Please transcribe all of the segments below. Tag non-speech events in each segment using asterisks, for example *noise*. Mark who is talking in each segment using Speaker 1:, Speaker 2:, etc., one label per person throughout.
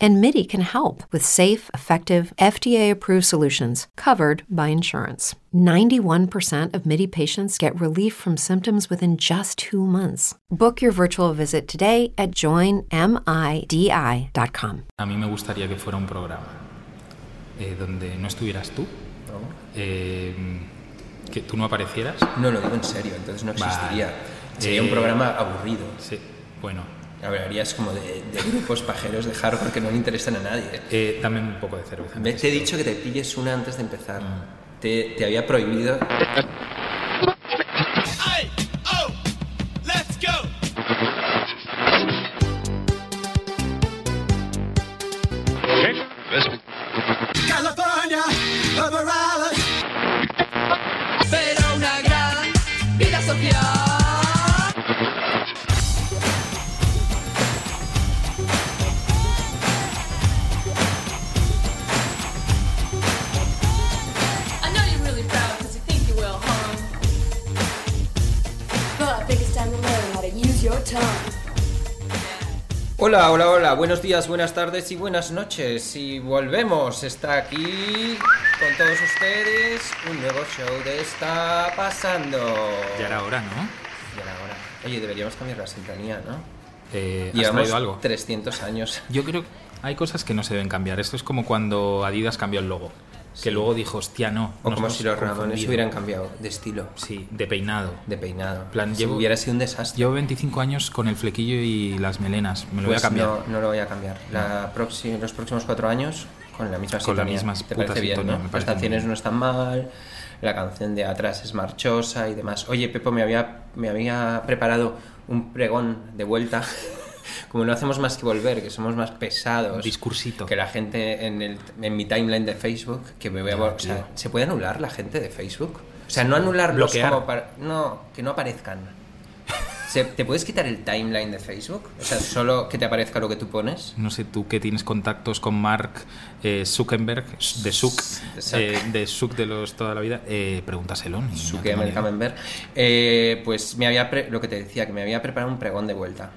Speaker 1: and MIDI can help with safe, effective, FDA approved solutions covered by insurance. 91% of MIDI patients get relief from symptoms within just two months. Book your virtual visit today at joinmidi.com.
Speaker 2: A mí me gustaría que fuera un programa eh, donde no estuvieras tú, eh, que tú no aparecieras.
Speaker 3: No, lo digo en serio, entonces no
Speaker 2: Vale.
Speaker 3: existiría. Sería
Speaker 2: Eh,
Speaker 3: un programa aburrido.
Speaker 2: Sí, bueno,
Speaker 3: Hablarías como de, de grupos pajeros de hardcore que no le interesan a nadie.
Speaker 2: eh, dame un poco de cerveza.
Speaker 3: Ve, Te he dicho que te pilles una antes de empezar.
Speaker 2: Mm.
Speaker 3: Te, te había prohibido.
Speaker 4: Hey, oh, let's go. California, Rhode Pero una gran vida social.
Speaker 5: I know you're really proud because you think you will harm. But I think it's time to learn how to use your tongue.
Speaker 3: Hola, hola, hola. Buenos días, buenas tardes y buenas noches. Y volvemos. Está aquí con todos ustedes un nuevo show de Está Pasando.
Speaker 2: Ya era hora, ¿no?
Speaker 3: Y ahora- Oye, deberíamos cambiar la sintonía, ¿no?
Speaker 2: Eh, ¿Has
Speaker 3: Llevamos
Speaker 2: traído algo?
Speaker 3: 300 años.
Speaker 2: Yo creo que hay cosas que no se deben cambiar. Esto es como cuando Adidas cambió el logo. Que luego dijo, hostia,
Speaker 3: O
Speaker 2: no. nos
Speaker 3: como
Speaker 2: hemos
Speaker 3: si los Ramones
Speaker 2: confundido".
Speaker 3: hubieran cambiado de estilo,
Speaker 2: Sí, de peinado.
Speaker 3: de peinado.
Speaker 2: plan,
Speaker 3: si
Speaker 2: llevo-
Speaker 3: hubiera sido un desastre.
Speaker 2: Llevo 25 años con el flequillo y las melenas. Me lo voy a
Speaker 3: Pues
Speaker 2: cambiar. Ah.
Speaker 3: no, no lo voy a cambiar. La próxima, los próximos cuatro años con la misma
Speaker 2: Con la
Speaker 3: sintonía.
Speaker 2: misma
Speaker 3: Te
Speaker 2: puta
Speaker 3: parece bien,
Speaker 2: sintonía,
Speaker 3: ¿no?
Speaker 2: me
Speaker 3: Las
Speaker 2: parece muy
Speaker 3: canciones
Speaker 2: bien.
Speaker 3: no están mal, la canción de atrás es marchosa y demás. Oye, Pepo, me había, me había preparado un pregón de vuelta. *laughs* Como no hacemos más que volver, que somos más pesados.
Speaker 2: Discursito.
Speaker 3: Que la gente en, el, en mi timeline de Facebook, que me voy a...
Speaker 2: Ya,
Speaker 3: vol- o sea,
Speaker 2: tío.
Speaker 3: ¿se puede anular la gente de Facebook? O sea, no anular
Speaker 2: Bloquear.
Speaker 3: Como para, no, que no aparezcan. Se- ¿Te puedes quitar el timeline de Facebook? O sea, solo que te aparezca lo que tú pones.
Speaker 2: No sé, tú que tienes contactos con Mark eh, Zuckerberg, de Zuck,
Speaker 3: De Zuck.
Speaker 2: eh, de Zuck de los toda la vida, eh, pregúntaselo. ni- no
Speaker 3: Su que
Speaker 2: tengo
Speaker 3: me
Speaker 2: ni idea.
Speaker 3: Camembert. Eh, pues me había pre- lo que te decía, que me había preparado un pregón de vuelta.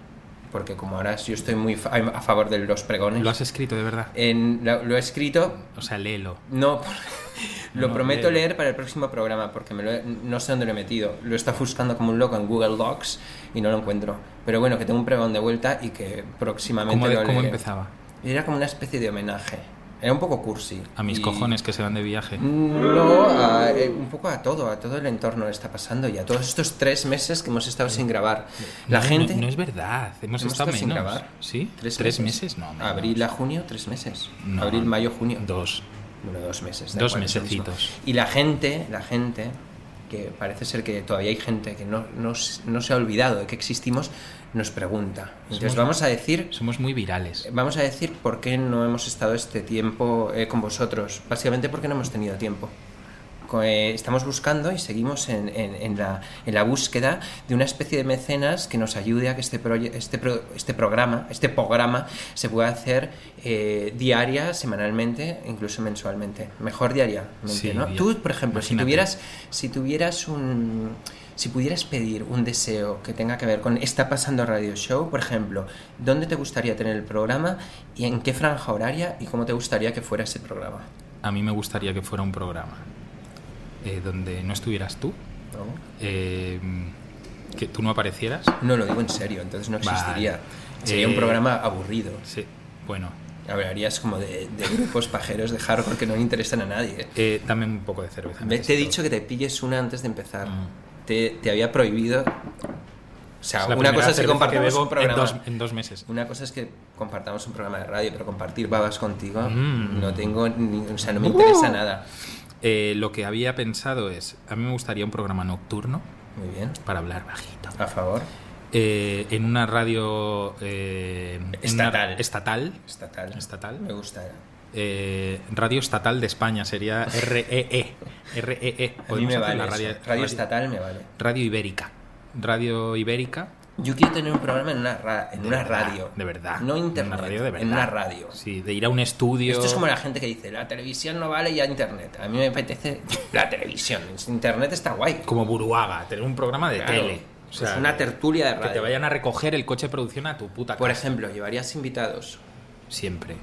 Speaker 3: Porque como ahora yo estoy muy fa- a favor de los pregones.
Speaker 2: Lo has escrito de verdad.
Speaker 3: En- lo- lo he escrito
Speaker 2: O sea, léelo.
Speaker 3: No, *laughs* lo
Speaker 2: no,
Speaker 3: prometo
Speaker 2: léelo.
Speaker 3: leer para el próximo programa porque me lo he- no sé dónde lo he metido. Lo está buscando como un loco en Google Docs y no lo encuentro. Pero bueno, que tengo un pregón de vuelta y que próximamente
Speaker 2: ¿Cómo, de-
Speaker 3: lo
Speaker 2: cómo
Speaker 3: leeré.
Speaker 2: empezaba?
Speaker 3: Era como una especie de homenaje. Era un poco cursi.
Speaker 2: A mis
Speaker 3: Y- Mm,
Speaker 2: cojones que se van de viaje.
Speaker 3: No, a- eh, un poco a todo, a todo el entorno le está pasando y a todos estos tres meses que hemos estado sin grabar. La
Speaker 2: No,
Speaker 3: gente...
Speaker 2: No, no es verdad, hemos,
Speaker 3: ¿Hemos estado
Speaker 2: estado
Speaker 3: sin
Speaker 2: menos.
Speaker 3: grabar?
Speaker 2: ¿Sí? ¿Tres, meses? No, menos.
Speaker 3: Abril a junio, tres meses.
Speaker 2: No,
Speaker 3: Abril, mayo, junio.
Speaker 2: Dos.
Speaker 3: Bueno, dos meses. da
Speaker 2: Dos
Speaker 3: igual, es lo mismo.
Speaker 2: mesecitos.
Speaker 3: Y la gente, la gente, que parece ser que todavía hay gente que no, no s- no se ha olvidado de que existimos, nos pregunta. Entonces
Speaker 2: Somos-
Speaker 3: vamos a decir...
Speaker 2: Somos muy virales.
Speaker 3: Pues, Vamos a decir por qué no hemos estado este tiempo eh, con vosotros. Básicamente porque no hemos tenido tiempo. Co- eh, estamos buscando y seguimos en, en- en la, en la búsqueda de una especie de mecenas que nos ayude a que este, proye- este, pro- este programa, este programa, se pueda hacer eh, diaria, semanalmente, incluso mensualmente. Mejor diariamente,
Speaker 2: Sí,
Speaker 3: ¿no?
Speaker 2: dia-
Speaker 3: Tú, por ejemplo, si
Speaker 2: imagínate.
Speaker 3: tuvieras, si tuvieras un... Si pudieras pedir un deseo que tenga que ver con Está pasando Radio Show, por ejemplo, ¿dónde te gustaría tener el programa y en qué franja horaria y cómo te gustaría que fuera ese programa?
Speaker 2: A mí me gustaría que fuera un programa eh, donde no estuvieras tú,
Speaker 3: ¿No?
Speaker 2: eh, que tú no aparecieras.
Speaker 3: No, lo digo en serio, entonces no existiría.
Speaker 2: Vale.
Speaker 3: Sería
Speaker 2: Eh,
Speaker 3: un programa aburrido.
Speaker 2: Sí, bueno,
Speaker 3: Hablarías como de, de grupos pajeros de hardcore que no le interesan a nadie.
Speaker 2: eh, dame un poco de cerveza.
Speaker 3: Ve, Te he
Speaker 2: necesito.
Speaker 3: dicho que te pilles una antes de empezar.
Speaker 2: Mm.
Speaker 3: Te, te había prohibido. O sea,
Speaker 2: Es
Speaker 3: una
Speaker 2: la primera
Speaker 3: cosa es que
Speaker 2: cerveza
Speaker 3: compartamos
Speaker 2: bebo
Speaker 3: un programa.
Speaker 2: En dos, en dos meses.
Speaker 3: Una cosa es que compartamos un programa de radio, pero compartir babas contigo
Speaker 2: Mm.
Speaker 3: no tengo ni, o sea, no me interesa nada.
Speaker 2: Eh, lo que había pensado es, a mí me gustaría un programa nocturno
Speaker 3: Muy bien.
Speaker 2: para hablar bajito.
Speaker 3: A favor.
Speaker 2: Eh, en una radio eh, en una-
Speaker 3: Estatal.
Speaker 2: estatal.
Speaker 3: Estatal.
Speaker 2: Estatal.
Speaker 3: Me gusta.
Speaker 2: Eh, radio Estatal de España sería E REE.
Speaker 3: A mí
Speaker 2: REE. E Podemos
Speaker 3: me
Speaker 2: hacer
Speaker 3: vale.
Speaker 2: una
Speaker 3: eso. Radio, estatal me vale.
Speaker 2: Radio Ibérica. Radio Ibérica.
Speaker 3: Yo quiero tener un programa en una, ra- en
Speaker 2: De
Speaker 3: una
Speaker 2: verdad,
Speaker 3: radio.
Speaker 2: De verdad.
Speaker 3: No internet.
Speaker 2: En una radio de verdad.
Speaker 3: En una radio.
Speaker 2: Sí, de ir a un estudio.
Speaker 3: Esto es como la gente que dice, la televisión no vale ya internet. A mí me apetece *laughs* la televisión. Internet está guay.
Speaker 2: como Buruaga, tener un programa de
Speaker 3: Claro.
Speaker 2: tele. O sea,
Speaker 3: es una tertulia de
Speaker 2: que
Speaker 3: radio.
Speaker 2: te vayan a recoger el coche de producción a tu puta casa.
Speaker 3: Por ejemplo, llevarías invitados.
Speaker 2: Siempre.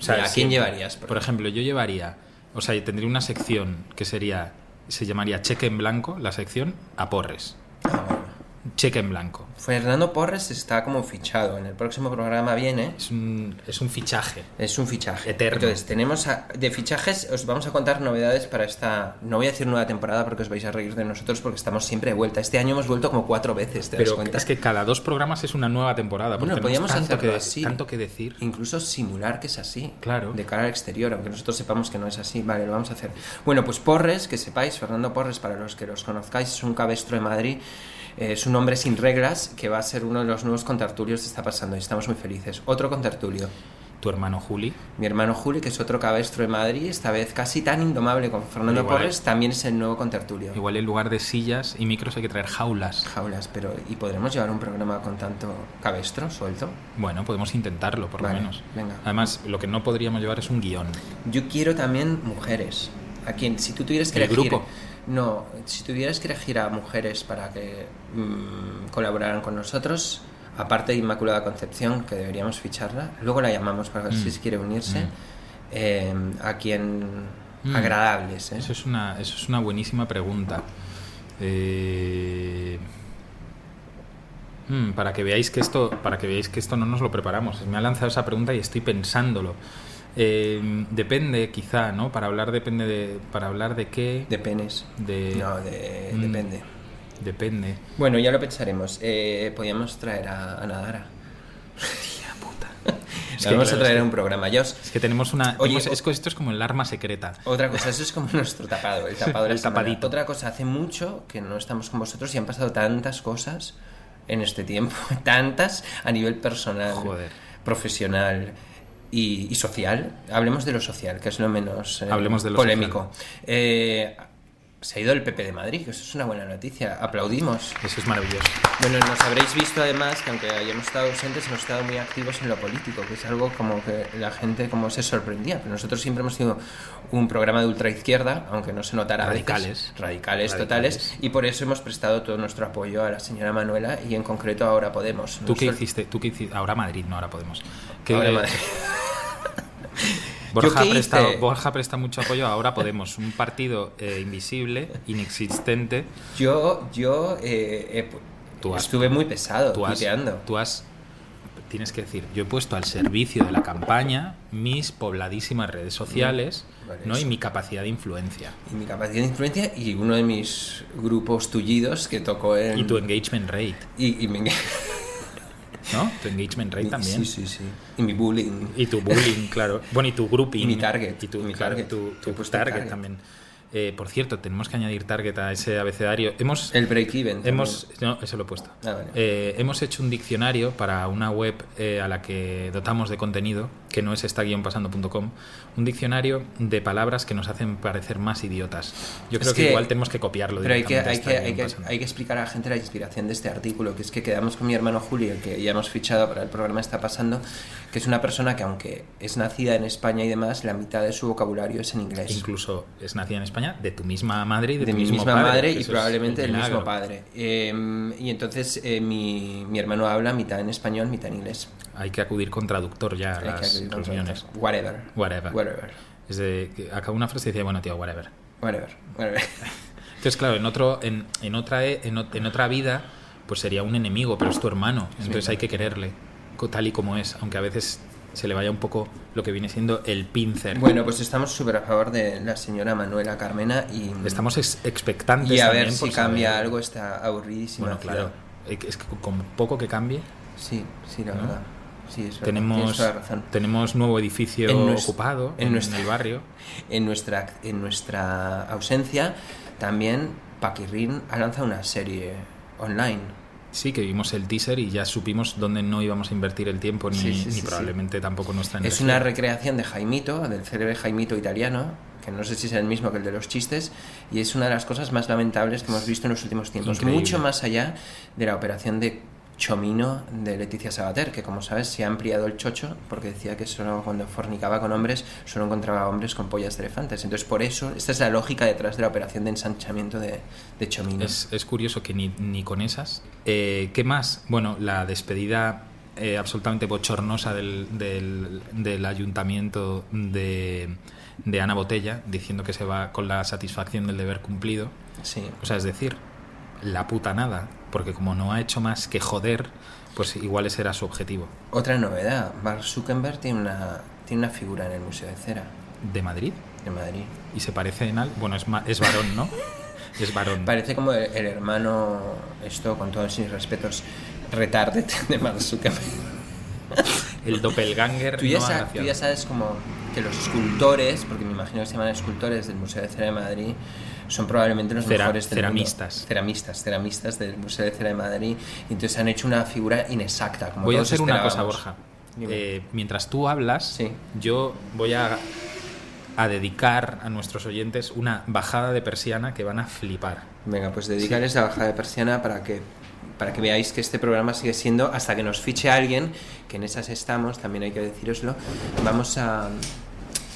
Speaker 3: Mira, ¿a quién
Speaker 2: siempre.
Speaker 3: llevarías, por
Speaker 2: Por ejemplo, yo llevaría. O sea, yo tendría una sección que sería. Se llamaría Cheque en Blanco, la sección a Porres.
Speaker 3: Ah, bueno.
Speaker 2: Cheque en Blanco.
Speaker 3: Fernando Porres está como fichado. En el próximo programa viene.
Speaker 2: Es un, es un fichaje.
Speaker 3: Es un fichaje.
Speaker 2: Eterno.
Speaker 3: Entonces, tenemos a- de fichajes, os vamos a contar novedades para esta. No voy a decir nueva temporada porque os vais a reír de nosotros porque estamos siempre de vuelta. Este año hemos vuelto como cuatro veces, ¿te das
Speaker 2: Pero
Speaker 3: cuenta?
Speaker 2: es que cada dos programas es una nueva temporada. Porque
Speaker 3: bueno, podríamos
Speaker 2: tenemos tanto
Speaker 3: hacerlo
Speaker 2: que,
Speaker 3: así.
Speaker 2: tanto que decir.
Speaker 3: Incluso simular que es así.
Speaker 2: Claro.
Speaker 3: De cara al exterior, aunque nosotros sepamos que no es así. Vale, lo vamos a hacer. Bueno, pues Porres, que sepáis, Fernando Porres, para los que los conozcáis, es un cabestro de Madrid. eh, Es un hombre sin reglas que va a ser uno de los nuevos contertulios que está pasando y estamos muy felices. Otro contertulio.
Speaker 2: Tu hermano Juli.
Speaker 3: Mi hermano Juli, que es otro cabestro de Madrid, esta vez casi tan indomable como Fernando
Speaker 2: Igual,
Speaker 3: Porres, también es el nuevo contertulio.
Speaker 2: Igual en lugar de sillas y micros hay que traer jaulas.
Speaker 3: Jaulas, pero ¿y podremos llevar un programa con tanto cabestro suelto?
Speaker 2: Bueno, podemos intentarlo, por lo
Speaker 3: Vale,
Speaker 2: menos.
Speaker 3: venga. ¿Eh?
Speaker 2: Además, lo que no podríamos llevar es un guión.
Speaker 3: Yo quiero también mujeres. A quien, si tú tuvieras que
Speaker 2: ¿El
Speaker 3: elegir.
Speaker 2: grupo?
Speaker 3: No, si tuvieras que elegir a mujeres para que mm, colaboraran con nosotros, aparte de Inmaculada Concepción, que deberíamos ficharla, luego la llamamos para ver
Speaker 2: Mm.
Speaker 3: si se quiere unirse.
Speaker 2: Mm.
Speaker 3: eh, a quien.
Speaker 2: Mm.
Speaker 3: agradables, ¿eh?
Speaker 2: Eso es una, eso es una buenísima pregunta. Eh, mm, para que veáis que esto, para que veáis que esto no nos lo preparamos. Me ha lanzado esa pregunta y estoy pensándolo. Eh, depende, quizá, ¿no? Para hablar depende de, para hablar de qué.
Speaker 3: De penes.
Speaker 2: de-
Speaker 3: No, de-
Speaker 2: Mm.
Speaker 3: depende.
Speaker 2: Depende.
Speaker 3: Bueno, ya lo pensaremos. Eh, podíamos traer a, a Nadara. *laughs*
Speaker 2: Es
Speaker 3: La
Speaker 2: que,
Speaker 3: vamos
Speaker 2: claro,
Speaker 3: a traer
Speaker 2: es
Speaker 3: a un programa. Ya os-
Speaker 2: Es que tenemos una.
Speaker 3: Oye,
Speaker 2: tenemos- es
Speaker 3: o-
Speaker 2: que esto es como el arma secreta.
Speaker 3: Otra cosa, eso es como *laughs* nuestro tapado, el tapado de la
Speaker 2: El
Speaker 3: semana.
Speaker 2: tapadito.
Speaker 3: Otra cosa, hace mucho que no estamos con vosotros y han pasado tantas cosas en este tiempo, *laughs* tantas a nivel personal,
Speaker 2: Joder.
Speaker 3: profesional y, y social. Hablemos de lo social, que es lo menos eh,
Speaker 2: Hablemos de lo
Speaker 3: polémico. Eh, se ha ido el PP de Madrid, que eso es una buena noticia. Aplaudimos.
Speaker 2: Eso es maravilloso.
Speaker 3: Bueno, nos habréis visto además que aunque hayamos estado ausentes, hemos estado muy activos en lo político, que es algo como que la gente como se sorprendía. Pero nosotros siempre hemos sido un programa de ultraizquierda, aunque no se notara. a veces.
Speaker 2: Radicales.
Speaker 3: radicales,
Speaker 2: Radicales.
Speaker 3: totales. Y por eso hemos prestado todo nuestro apoyo a la señora Manuela y en concreto ahora Podemos.
Speaker 2: ¿Tú qué
Speaker 3: Nosotros-
Speaker 2: hiciste? ¿Tú qué hiciste? Ahora Madrid, no, ahora podemos. ¿Qué-
Speaker 3: Ahora
Speaker 2: *laughs*
Speaker 3: Madrid.
Speaker 2: Borja,
Speaker 3: ¿Yo qué
Speaker 2: presta,
Speaker 3: hice?
Speaker 2: Borja presta mucho apoyo a Ahora Podemos, un partido eh, invisible, inexistente.
Speaker 3: Yo, yo eh, eh, pu-
Speaker 2: Tú has-
Speaker 3: estuve muy pesado,
Speaker 2: Tú has,
Speaker 3: tuiteando.
Speaker 2: tú has- Tienes que decir, yo he puesto al servicio de la campaña mis pobladísimas redes sociales
Speaker 3: Mm, Vale,
Speaker 2: ¿no? y
Speaker 3: eso.
Speaker 2: mi capacidad de influencia.
Speaker 3: Y mi capacidad de influencia y uno de mis grupos tullidos que tocó en...
Speaker 2: Y tu engagement rate,
Speaker 3: y- y *laughs* me-
Speaker 2: ¿no? Tu engagement rate
Speaker 3: Mi-
Speaker 2: también.
Speaker 3: Sí, sí, sí. Y mi bullying.
Speaker 2: Y tu bullying, claro. Bueno, y tu grouping.
Speaker 3: Y mi target,
Speaker 2: Y tu,
Speaker 3: y mi
Speaker 2: claro,
Speaker 3: target.
Speaker 2: tu- tu
Speaker 3: He puesto
Speaker 2: target,
Speaker 3: target.
Speaker 2: también. Eh, por cierto, tenemos que añadir target a ese abecedario. Hemos,
Speaker 3: El break-even.
Speaker 2: Hemos,
Speaker 3: también.
Speaker 2: no, eso lo he puesto.
Speaker 3: Ah, vale.
Speaker 2: Eh, hemos hecho un diccionario para una web eh, a la que dotamos de contenido, que no es esta pasando.com, un diccionario de palabras que nos hacen parecer más idiotas. Yo
Speaker 3: Es
Speaker 2: creo que,
Speaker 3: que-
Speaker 2: igual tenemos que copiarlo
Speaker 3: Pero hay que, hay,
Speaker 2: directamente
Speaker 3: que,
Speaker 2: a
Speaker 3: hay, que,
Speaker 2: esta guión pasando.
Speaker 3: hay que explicar a la gente la inspiración de este artículo, que es que quedamos con mi hermano Julio, que ya hemos fichado para el programa Está Pasando, que es una persona que aunque es nacida en España y demás, la mitad de su vocabulario es en inglés.
Speaker 2: Incluso es nacida en España de tu misma madre y de,
Speaker 3: de
Speaker 2: tu
Speaker 3: mi
Speaker 2: mismo
Speaker 3: misma
Speaker 2: padre,
Speaker 3: madre
Speaker 2: que
Speaker 3: y
Speaker 2: eso es
Speaker 3: probablemente
Speaker 2: el
Speaker 3: del mismo
Speaker 2: milagro.
Speaker 3: padre. Eh, y entonces eh, mi, mi hermano habla mitad en español, mitad en inglés.
Speaker 2: Hay que acudir con traductor ya a
Speaker 3: Hay que
Speaker 2: las
Speaker 3: acreditar-
Speaker 2: reuniones.
Speaker 3: Whatever.
Speaker 2: Whatever.
Speaker 3: Whatever.
Speaker 2: Es de, que acaba una frase y decía, bueno, tío, whatever.
Speaker 3: Whatever. Whatever. *laughs*
Speaker 2: Entonces, claro, en, otro, en, en otra, e- en, o- en otra vida, pues sería un enemigo, pero es tu hermano. Entonces hay que quererle, co- tal y como es, aunque a veces se le vaya un poco lo que viene siendo el pincer.
Speaker 3: Bueno, pues estamos súper a favor de la señora Manuela Carmena y,
Speaker 2: Estamos ex- expectantes.
Speaker 3: y a
Speaker 2: también
Speaker 3: ver si
Speaker 2: por saber-
Speaker 3: cambia algo esta aburridísima
Speaker 2: Bueno, claro.
Speaker 3: ciudad.
Speaker 2: Eh, Es que con poco que cambie,
Speaker 3: Sí, sí, la
Speaker 2: ¿No?
Speaker 3: verdad. Sí, es verdad. Tienes
Speaker 2: tenemos,
Speaker 3: toda la razón.
Speaker 2: tenemos nuevo edificio
Speaker 3: En nues-
Speaker 2: ocupado
Speaker 3: en
Speaker 2: en,
Speaker 3: nuestra-
Speaker 2: el barrio.
Speaker 3: En nuestra, en nuestra ausencia, también Paquirrin ha lanzado una serie online.
Speaker 2: Sí, que vimos el teaser y ya supimos dónde no íbamos a invertir el tiempo ni,
Speaker 3: Sí, sí,
Speaker 2: ni
Speaker 3: sí, sí.
Speaker 2: probablemente tampoco nuestra
Speaker 3: Es
Speaker 2: energía.
Speaker 3: una recreación de Jaimito, del célebre Jaimito italiano, que no sé si es el mismo que el de los chistes, y es una de las cosas más lamentables que hemos visto en los últimos tiempos.
Speaker 2: Increíble.
Speaker 3: Mucho más allá de la operación de Chomino de Leticia Sabater, que como sabes se ha ampliado el chocho porque decía que solo cuando fornicaba con hombres solo encontraba hombres con pollas de elefantes. Entonces por eso, esta es la lógica detrás de la operación de ensanchamiento de, de Chomino.
Speaker 2: Es, es curioso que ni, ni con esas. Eh, ¿Qué más? Bueno, la despedida eh, absolutamente bochornosa del, del, del ayuntamiento de, de Ana Botella, diciendo que se va con la satisfacción del deber cumplido.
Speaker 3: Sí.
Speaker 2: O sea, es decir, la puta nada, porque como no ha hecho más que joder, pues igual ese era su objetivo.
Speaker 3: Otra novedad, Mark Zuckerberg tiene una, tiene una figura en el Museo de Cera
Speaker 2: De Madrid.
Speaker 3: de Madrid.
Speaker 2: Y se parece en algo. Bueno, es, ma- es varón,
Speaker 3: *laughs*
Speaker 2: ¿no? Es varón.
Speaker 3: Parece como el, el hermano, esto con todos mis respetos, retarde *laughs* de Mark Zuckerberg.
Speaker 2: El doppelganger.
Speaker 3: Tú ya,
Speaker 2: no
Speaker 3: sa-
Speaker 2: agraciado.
Speaker 3: tú ya sabes como que los escultores, porque me imagino que se llaman escultores del Museo de Cera de Madrid, son probablemente los
Speaker 2: Cera-
Speaker 3: mejores del
Speaker 2: ceramistas.
Speaker 3: mundo. Ceramistas, ceramistas del Museo de Cera de Madrid. Y entonces han hecho una figura inexacta. Como
Speaker 2: Voy a
Speaker 3: todos
Speaker 2: hacer una cosa,
Speaker 3: esperábamos.
Speaker 2: Borja.
Speaker 3: Dime.
Speaker 2: Eh, mientras tú hablas,
Speaker 3: Sí.
Speaker 2: yo voy a, a dedicar a nuestros oyentes una bajada de persiana que van a flipar.
Speaker 3: Venga, pues dedicarles la bajada de persiana para que para que veáis que este programa sigue siendo hasta que nos fiche alguien, que en esas estamos, también hay que deciroslo. Vamos a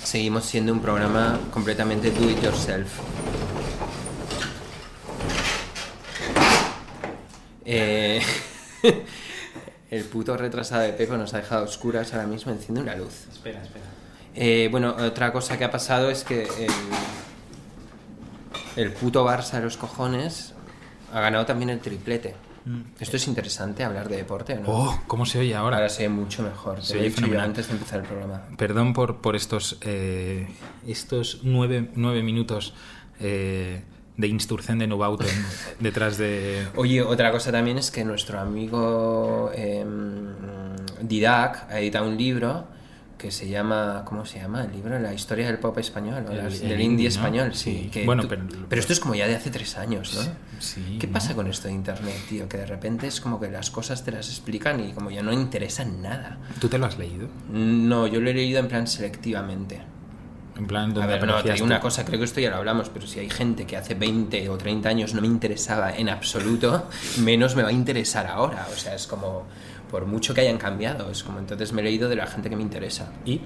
Speaker 3: seguimos siendo un programa completamente do it yourself. Eh, *laughs* el puto retrasado de Pepo nos ha dejado a oscuras ahora mismo, enciende una luz.
Speaker 2: Espera, espera.
Speaker 3: Eh, bueno, otra cosa que ha pasado es que el, el puto Barça de los cojones ha ganado también el triplete. Esto es interesante, hablar de deporte, ¿no?
Speaker 2: Mm. Oh, ¿cómo se oye ahora?
Speaker 3: Ahora se ve mucho mejor. Te
Speaker 2: Se
Speaker 3: lo he
Speaker 2: oye
Speaker 3: dicho yo
Speaker 2: fenomenal.
Speaker 3: antes de empezar el programa.
Speaker 2: Perdón por, por estos, eh, estos nueve, nueve minutos eh, de Insturcen de Neubauten
Speaker 3: *laughs*
Speaker 2: detrás de...
Speaker 3: Oye, otra cosa también es que nuestro amigo eh, Didac ha editado un libro que se llama, ¿cómo se llama? El libro La historia del pop español, o
Speaker 2: El-
Speaker 3: las-
Speaker 2: el
Speaker 3: del
Speaker 2: indie,
Speaker 3: indie
Speaker 2: ¿no?
Speaker 3: español, sí.
Speaker 2: Sí.
Speaker 3: que
Speaker 2: Bueno,
Speaker 3: tú-
Speaker 2: pero-
Speaker 3: pero esto es como ya de hace tres años, ¿no?
Speaker 2: Sí,
Speaker 3: ¿Qué
Speaker 2: ¿no?
Speaker 3: pasa con esto de internet, tío? Que de repente es como que las cosas te las explican y como ya no interesan nada.
Speaker 2: ¿Tú te lo has leído?
Speaker 3: No, yo lo he leído en plan selectivamente.
Speaker 2: En plan, donde
Speaker 3: A ver, no, te
Speaker 2: conocías
Speaker 3: digo
Speaker 2: tú.
Speaker 3: una cosa, creo que esto ya lo hablamos, pero si hay gente que hace 20 o 30 años no me interesaba en
Speaker 2: *laughs*
Speaker 3: absoluto, menos me va a interesar ahora. O sea, es como, por mucho que hayan cambiado, es como entonces me he leído de la gente que me interesa.
Speaker 2: Y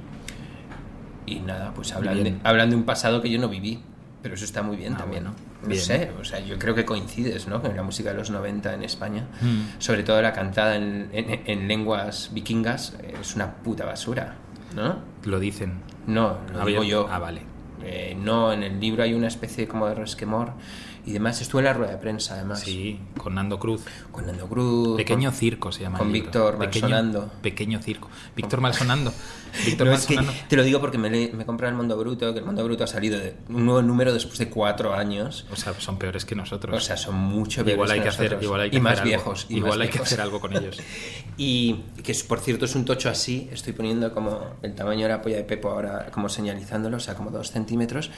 Speaker 3: Y nada, pues hablan de,
Speaker 2: Bien.
Speaker 3: hablan de un pasado que yo no viví. Pero eso está muy bien
Speaker 2: Ah,
Speaker 3: también,
Speaker 2: bueno.
Speaker 3: ¿no? No
Speaker 2: Bien.
Speaker 3: sé, o sea, yo creo que coincides, ¿no? Con la música de los 90 en España.
Speaker 2: Mm.
Speaker 3: Sobre todo la cantada en, en- en lenguas vikingas eh, es una puta basura, ¿no?
Speaker 2: lo dicen.
Speaker 3: No, lo
Speaker 2: Había-
Speaker 3: digo yo.
Speaker 2: Ah, vale.
Speaker 3: Eh, no, en el libro hay una especie como de resquemor y demás. Estuve en la rueda de prensa, además.
Speaker 2: Sí, con Nando Cruz.
Speaker 3: Con Nando Cruz.
Speaker 2: Pequeño
Speaker 3: con-
Speaker 2: circo se llama.
Speaker 3: con
Speaker 2: el libro.
Speaker 3: Víctor
Speaker 2: Pequeño-
Speaker 3: Malsonando.
Speaker 2: Pequeño circo. Víctor
Speaker 3: *laughs*
Speaker 2: Malsonando. Víctor
Speaker 3: No, es que
Speaker 2: Malsonando.
Speaker 3: te lo digo porque me, le- me he comprado el Mundo Bruto, que el Mundo Bruto ha salido de un nuevo número después de cuatro años.
Speaker 2: O sea, son peores que nosotros.
Speaker 3: O sea, son mucho peores
Speaker 2: igual hay que hacer,
Speaker 3: nosotros.
Speaker 2: igual hay que
Speaker 3: y más
Speaker 2: hacer algo.
Speaker 3: viejos. y más
Speaker 2: igual hay que
Speaker 3: viejos.
Speaker 2: hacer algo con
Speaker 3: *laughs*
Speaker 2: ellos.
Speaker 3: Y que es- por cierto es un tocho así, estoy poniendo como el tamaño de la polla de Pepo ahora, como señalizándolo, o sea, como dos centímetros.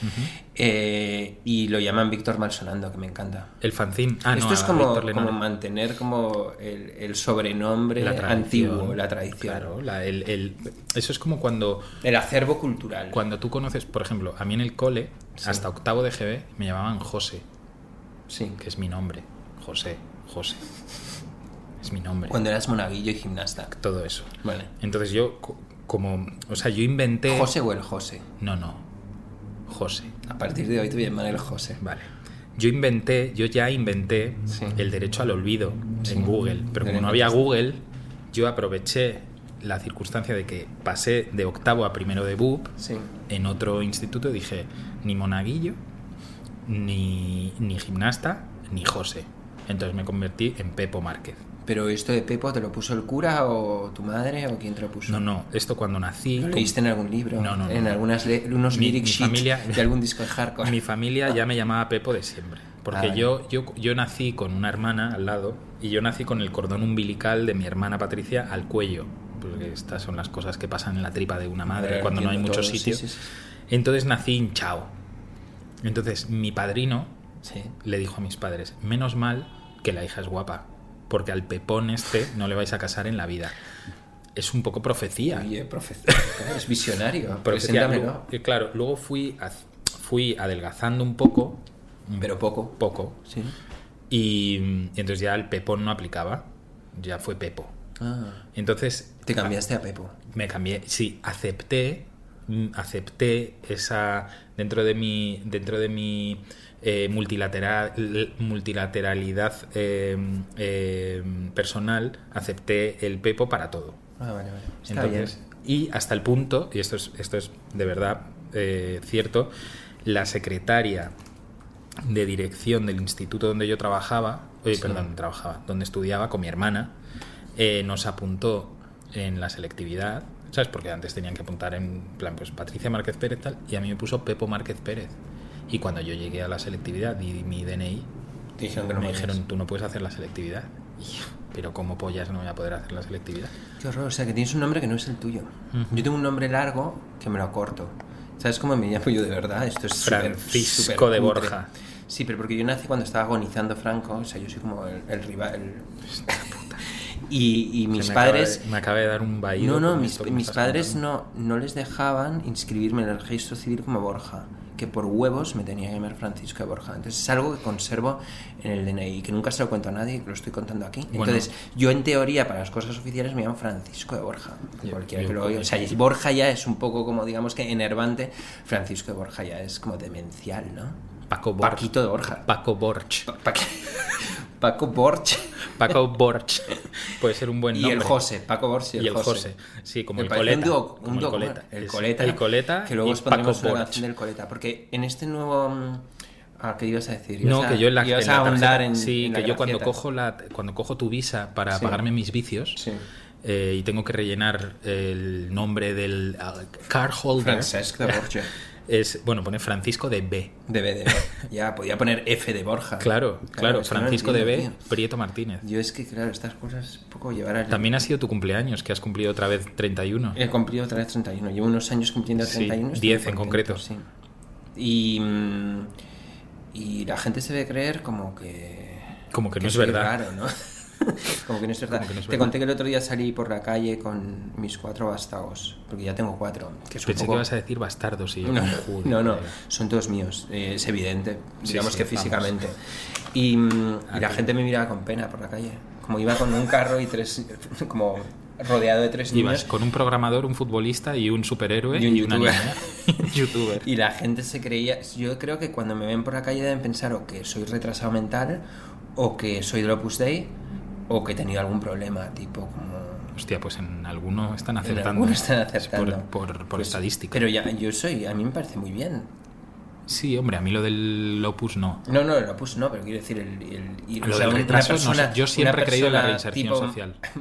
Speaker 3: Eh, y lo llaman Víctor Malsonando, que me encanta.
Speaker 2: El fanzine. Ah, no,
Speaker 3: Esto es
Speaker 2: a
Speaker 3: como,
Speaker 2: Víctor Lenore.
Speaker 3: como mantener como el, el sobrenombre
Speaker 2: La tradición.
Speaker 3: antiguo, la tradición.
Speaker 2: Claro, la- el- el- eso es como cuando,
Speaker 3: El acervo cultural.
Speaker 2: cuando tú conoces, por ejemplo, a mí en el cole,
Speaker 3: Sí.
Speaker 2: hasta octavo de GB, me llamaban José,
Speaker 3: Sí.
Speaker 2: que es mi nombre. José, José. Es mi nombre.
Speaker 3: Cuando eras monaguillo y gimnasta.
Speaker 2: Todo eso.
Speaker 3: Vale.
Speaker 2: Entonces yo, co- como, o sea, yo inventé...
Speaker 3: José o el José.
Speaker 2: No, no. José.
Speaker 3: A partir de hoy te voy a llamar el José.
Speaker 2: Vale. Yo inventé, yo ya inventé
Speaker 3: Sí.
Speaker 2: el derecho al olvido en Google, pero
Speaker 3: Del
Speaker 2: como no había
Speaker 3: entonces.
Speaker 2: Google, yo aproveché la circunstancia de que pasé de octavo a primero de BUP
Speaker 3: Sí.
Speaker 2: en otro instituto y dije, ni monaguillo, ni, ni gimnasta, ni José. Entonces me convertí en Pepo Márquez.
Speaker 3: Pero esto de Pepo, ¿te lo puso el cura o tu madre o quién te lo puso?
Speaker 2: No, no, esto cuando nací...
Speaker 3: ¿Lo leíste en algún libro?
Speaker 2: No, no, no.
Speaker 3: En algunas le- unos
Speaker 2: Mi-
Speaker 3: lyric
Speaker 2: mi
Speaker 3: sheets
Speaker 2: familia-
Speaker 3: de algún disco de hardcore.
Speaker 2: Mi familia ya me llamaba Pepo de siempre.
Speaker 3: Ah,
Speaker 2: Porque
Speaker 3: vale.
Speaker 2: yo, yo, yo nací con una hermana al lado y yo nací con el cordón umbilical de mi hermana Patricia al cuello. Porque estas son las cosas que pasan en la tripa de una madre
Speaker 3: Ahora
Speaker 2: cuando no hay
Speaker 3: entiendo
Speaker 2: mucho
Speaker 3: todo, sí,
Speaker 2: sitio.
Speaker 3: sí, sí.
Speaker 2: Entonces nací hinchado. Entonces mi padrino
Speaker 3: Sí.
Speaker 2: le dijo a mis padres, menos mal que la hija es guapa, porque al pepón este no le vais a casar en la vida. Es un poco profecía.
Speaker 3: Oye, profesor, es
Speaker 2: *laughs*
Speaker 3: visionario.
Speaker 2: Profecía.
Speaker 3: Preséntamelo.
Speaker 2: Lu- Claro, luego fui, haz- fui adelgazando un poco.
Speaker 3: Pero poco.
Speaker 2: Poco.
Speaker 3: Sí.
Speaker 2: Y, mm, entonces ya el pepón no aplicaba. ya fue Pepo.
Speaker 3: Ah.
Speaker 2: Entonces...
Speaker 3: Te cambiaste a Pepo.
Speaker 2: Me cambié, sí, acepté, mm, acepté esa dentro de mi dentro de mi eh, multilateral l- multilateralidad eh, eh, personal, acepté el Pepo para todo.
Speaker 3: Ah, vale, vale. Está
Speaker 2: Entonces, y hasta el punto, y esto es, esto es de verdad eh, cierto, la secretaria de dirección del instituto donde yo trabajaba, oye, perdón, donde trabajaba, donde estudiaba con mi hermana, eh, nos apuntó en la selectividad, ¿sabes? Porque antes tenían que apuntar en plan, pues Patricia Márquez Pérez tal, y a mí me puso Pepo Márquez Pérez. Y cuando yo llegué a la selectividad, di mi DNI,
Speaker 3: bien. Te dijeron que no
Speaker 2: me
Speaker 3: podías.
Speaker 2: dijeron, tú no puedes hacer la selectividad. Y yo, pero ¿cómo pollas no voy a poder hacer la selectividad?
Speaker 3: Qué horror, o sea que tienes un nombre que no es el tuyo. Yo tengo un nombre largo que me lo acorto. ¿Sabes cómo me llamo yo de verdad? Esto es súper-
Speaker 2: Francisco
Speaker 3: súper cutre.
Speaker 2: de Borja.
Speaker 3: Sí, pero porque yo nací cuando estaba agonizando Franco, o sea, yo soy como el, el rival. el- *laughs* y, y mis
Speaker 2: Se me
Speaker 3: padres...
Speaker 2: acaba de- me acaba de dar un baído.
Speaker 3: No, no,
Speaker 2: con
Speaker 3: mis,
Speaker 2: esto que me
Speaker 3: mis
Speaker 2: estás
Speaker 3: padres
Speaker 2: contando.
Speaker 3: no, no les dejaban inscribirme en el registro civil como Borja, que por huevos me tenía que llamar Francisco de Borja. Entonces es algo que conservo en el DNI, que nunca se lo cuento a nadie, que lo estoy contando aquí.
Speaker 2: Bueno.
Speaker 3: Entonces yo en teoría para las cosas oficiales me llamo Francisco de Borja.
Speaker 2: Yo-
Speaker 3: cualquiera
Speaker 2: yo
Speaker 3: que lo oiga. O sea,
Speaker 2: como-
Speaker 3: Borja ya es un poco como, digamos que enervante, Francisco de Borja ya es como demencial, ¿no?
Speaker 2: Paco Borch.
Speaker 3: Paquito de Borja.
Speaker 2: Paco Borch.
Speaker 3: Pa- *laughs* pa- Paco Borch
Speaker 2: Paco
Speaker 3: *laughs*
Speaker 2: Borch. Puede ser un buen
Speaker 3: y
Speaker 2: nombre.
Speaker 3: el José. Paco Borch
Speaker 2: Y el José. Sí, como el
Speaker 3: parece
Speaker 2: coleta.
Speaker 3: un duo-
Speaker 2: como
Speaker 3: un
Speaker 2: el
Speaker 3: duo-
Speaker 2: coleta.
Speaker 3: El
Speaker 2: Es-
Speaker 3: coleta.
Speaker 2: el coleta
Speaker 3: Que luego
Speaker 2: y
Speaker 3: os pondremos
Speaker 2: Paco
Speaker 3: una
Speaker 2: Borch.
Speaker 3: canción del coleta. Porque en este nuevo. mm, Ah, ¿qué ibas a decir?
Speaker 2: No,
Speaker 3: Ibas a-
Speaker 2: que yo en la,
Speaker 3: ibas
Speaker 2: en la
Speaker 3: a ahondar
Speaker 2: tarjeta-
Speaker 3: en.
Speaker 2: sí,
Speaker 3: en la
Speaker 2: que yo cuando
Speaker 3: grafieta.
Speaker 2: cojo la cuando cojo tu visa para
Speaker 3: Sí.
Speaker 2: pagarme mis vicios
Speaker 3: Sí.
Speaker 2: eh, y tengo que rellenar el nombre del ah, cardholder
Speaker 3: Francesc de Borja.
Speaker 2: *laughs* es bueno pone Francisco de B.
Speaker 3: De B, de
Speaker 2: *laughs*
Speaker 3: B. Ya, podía poner F de Borja.
Speaker 2: Claro, claro,
Speaker 3: es que no lo
Speaker 2: Francisco de B.
Speaker 3: entiendo, tío.
Speaker 2: Prieto Martínez.
Speaker 3: Yo es que, claro, estas cosas es un poco llevar al.
Speaker 2: También ha sido tu cumpleaños, que has cumplido otra vez 31.
Speaker 3: He cumplido otra vez 31. Llevo unos años cumpliendo
Speaker 2: Sí,
Speaker 3: 31. estoy
Speaker 2: 10
Speaker 3: muy
Speaker 2: en
Speaker 3: contento,
Speaker 2: concreto.
Speaker 3: Sí. Y, mm, y la gente se debe creer como que...
Speaker 2: Como que no es
Speaker 3: soy
Speaker 2: verdad.
Speaker 3: raro, ¿no? *laughs* como que no es verdad.
Speaker 2: Como que no es
Speaker 3: Te
Speaker 2: verdad.
Speaker 3: conté que el otro día salí por la calle con mis cuatro vástagos, porque ya tengo cuatro. Que es un
Speaker 2: Pensé
Speaker 3: poco-
Speaker 2: que ibas a decir bastardos y
Speaker 3: *laughs*
Speaker 2: yo,
Speaker 3: no,
Speaker 2: joder.
Speaker 3: no, no, son todos míos, eh, es evidente,
Speaker 2: Sí,
Speaker 3: digamos
Speaker 2: sí,
Speaker 3: que
Speaker 2: vamos. Ah,
Speaker 3: físicamente. Y, mm, y la
Speaker 2: Aquí.
Speaker 3: gente me miraba con pena por la calle, como iba con un carro y tres, *laughs* como rodeado de tres niños.
Speaker 2: Ibas con un programador, un futbolista y un superhéroe
Speaker 3: Y un youtuber. *laughs*
Speaker 2: *laughs* anime. youtuber.
Speaker 3: Y la gente se creía, yo creo que cuando me ven por la calle deben pensar o que soy retrasado mental, o que soy del Opus Dei, o que he tenido algún problema, tipo como...
Speaker 2: Hostia, pues en alguno están acertando. ¿eh?
Speaker 3: alguno están
Speaker 2: Es
Speaker 3: acertando. Pues,
Speaker 2: Por, por, por estadística.
Speaker 3: Pero ya, yo soy, a mí me parece muy bien.
Speaker 2: Sí, hombre, a mí lo del Opus no.
Speaker 3: No, no, el Opus no, pero quiero decir, el... el- y-
Speaker 2: Lo
Speaker 3: o sea,
Speaker 2: del
Speaker 3: una
Speaker 2: retraso, no sé,
Speaker 3: persona-
Speaker 2: yo siempre
Speaker 3: una
Speaker 2: he creído en la
Speaker 3: persona
Speaker 2: reinserción
Speaker 3: tipo
Speaker 2: social.
Speaker 3: *laughs*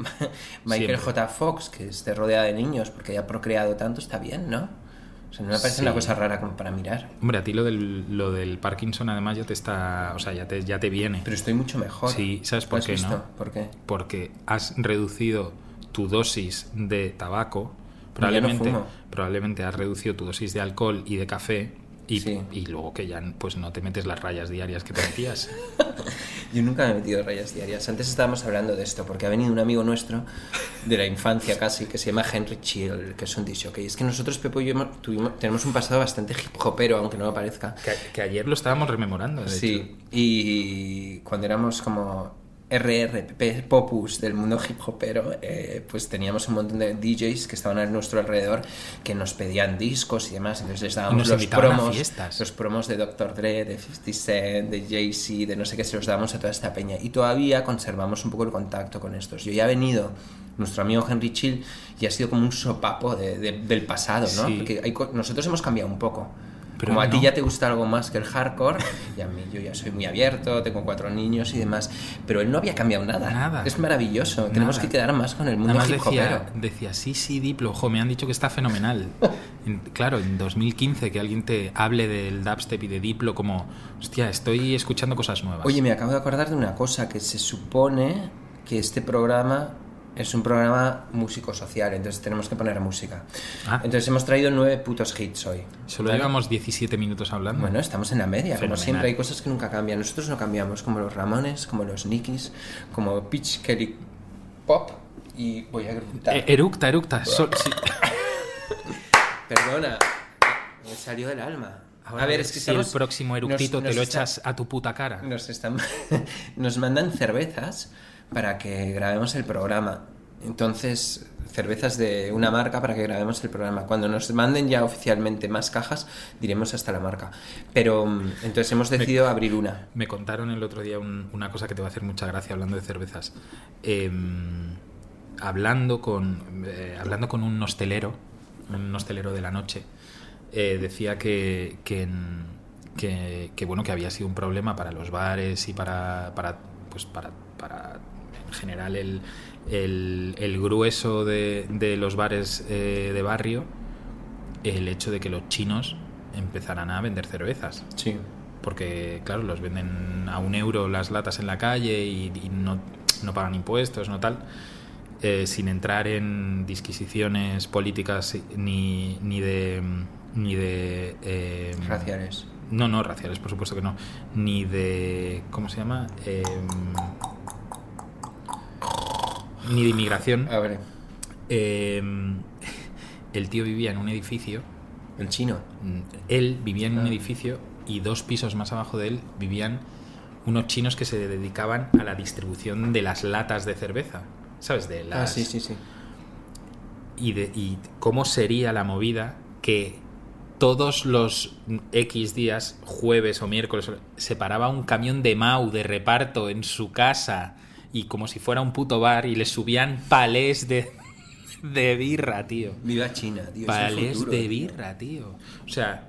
Speaker 3: Michael
Speaker 2: Siempre.
Speaker 3: J. Fox, que esté rodeada de niños porque haya procreado tanto, está bien, ¿no? O sea, no me parece
Speaker 2: Sí.
Speaker 3: una cosa rara como para mirar.
Speaker 2: Hombre, a ti lo del, lo del Parkinson además ya te está. O sea, ya te, ya te viene.
Speaker 3: Pero estoy mucho mejor.
Speaker 2: Sí, ¿sabes
Speaker 3: ¿Lo
Speaker 2: por
Speaker 3: has
Speaker 2: qué,
Speaker 3: visto?
Speaker 2: no?
Speaker 3: ¿Por qué?
Speaker 2: porque has reducido tu dosis de tabaco, probablemente,
Speaker 3: fumo.
Speaker 2: probablemente has reducido tu dosis de alcohol y de café. Y,
Speaker 3: Sí.
Speaker 2: y luego que ya pues no te metes las rayas diarias que
Speaker 3: *laughs*
Speaker 2: te metías.
Speaker 3: Yo nunca me he metido rayas diarias. Antes estábamos hablando de esto, porque ha venido un amigo nuestro de la infancia casi, que se llama Henry Chill, que es un disjockey. Es que nosotros, Pepo y yo, hemos- tuvimos- tenemos un pasado bastante hip hopero, aunque no lo parezca.
Speaker 2: que, que ayer lo estábamos rememorando, de hecho.
Speaker 3: Sí, y cuando éramos como RRP, popus del mundo hip hopero, eh, pues teníamos un montón de DJs que estaban a nuestro alrededor que nos pedían discos y demás, entonces les dábamos
Speaker 2: Nos
Speaker 3: los
Speaker 2: invitaban a
Speaker 3: promos,
Speaker 2: fiestas.
Speaker 3: los promos de Dr. Dre, de 50 Cent, de Jay-Z, de no sé qué, se los dábamos a toda esta peña y todavía conservamos un poco el contacto con estos. Yo ya he venido, nuestro amigo Henry Chill, y ha sido como un sopapo de- de- del pasado, ¿no?
Speaker 2: Sí.
Speaker 3: Porque hay co- nosotros hemos cambiado un poco.
Speaker 2: Pero
Speaker 3: como a
Speaker 2: él
Speaker 3: ti
Speaker 2: no.
Speaker 3: ya te gusta algo más que el hardcore y a mí yo ya soy muy abierto, tengo cuatro niños y demás, pero él no había cambiado nada.
Speaker 2: Nada.
Speaker 3: Es maravilloso, tenemos
Speaker 2: Nada.
Speaker 3: que quedar más con el mundo
Speaker 2: Además
Speaker 3: hip hopero.
Speaker 2: decía, decía, sí, sí, Diplo, ojo, me han dicho que
Speaker 3: *laughs*
Speaker 2: está fenomenal. En- claro, en 2015 que alguien te hable del dubstep y de Diplo como, hostia, estoy escuchando cosas nuevas.
Speaker 3: Oye, me acabo de acordar de una cosa, que se supone que este programa es un programa músico-social, entonces tenemos que poner música.
Speaker 2: Ah.
Speaker 3: Entonces hemos traído nueve putos hits hoy.
Speaker 2: Solo
Speaker 3: ¿vale?
Speaker 2: llevamos 17 minutos hablando.
Speaker 3: Bueno, estamos en la media, como
Speaker 2: Fenomenal.
Speaker 3: siempre. Hay cosas que nunca cambian. Nosotros no cambiamos, como los Ramones, como los Nikis, como Pitch Kelly Pop. Y voy a gritar.
Speaker 2: Eh, eructa, eructa. sol- sí.
Speaker 3: Perdona, me salió del alma.
Speaker 2: Ahora,
Speaker 3: a ver, es que
Speaker 2: si el
Speaker 3: estamos-
Speaker 2: próximo eructito
Speaker 3: nos- nos
Speaker 2: te lo
Speaker 3: está- *laughs*
Speaker 2: echas a tu puta cara.
Speaker 3: Nos, están, nos mandan cervezas para que grabemos el programa. Entonces, cervezas de una marca para que grabemos el programa. Cuando nos manden ya oficialmente más cajas, diremos hasta la marca. Pero mm, entonces hemos decidido abrir una.
Speaker 2: Me contaron el otro día un- una cosa que te va a hacer mucha gracia hablando de cervezas. Eh, hablando, con, eh, hablando con un hostelero, un hostelero de la noche, eh, decía que, que, en- que- que, bueno, que había sido un problema para los bares y para, para, pues para, para en general el, el- el grueso de, de los bares eh, de barrio el hecho de que los chinos empezaran a vender cervezas
Speaker 3: Sí.
Speaker 2: porque claro, los venden a un euro las latas en la calle y, y no, no pagan impuestos, no tal, eh, sin entrar en disquisiciones políticas ni, ni de... Ni de eh,
Speaker 3: Raciales.
Speaker 2: No, no, raciales, por supuesto que no. Ni de... ¿Cómo se llama? Eh, ni de inmigración.
Speaker 3: A ver,
Speaker 2: Eh, *laughs* el tío vivía en un edificio
Speaker 3: el chino.
Speaker 2: Mm, él vivía en un edificio y dos pisos más abajo de él vivían unos chinos que se dedicaban a la distribución de las latas de cerveza, ¿sabes? De las...
Speaker 3: Ah, sí, sí, sí.
Speaker 2: Y, de, y cómo sería la movida que todos los X días, jueves o miércoles, se paraba un camión de Mau de reparto en su casa y como si fuera un puto bar y le subían palés de, *laughs* de birra, tío
Speaker 3: Viva China, tío. es el
Speaker 2: palés
Speaker 3: futuro, eh.
Speaker 2: de
Speaker 3: tío.
Speaker 2: birra, tío. O sea,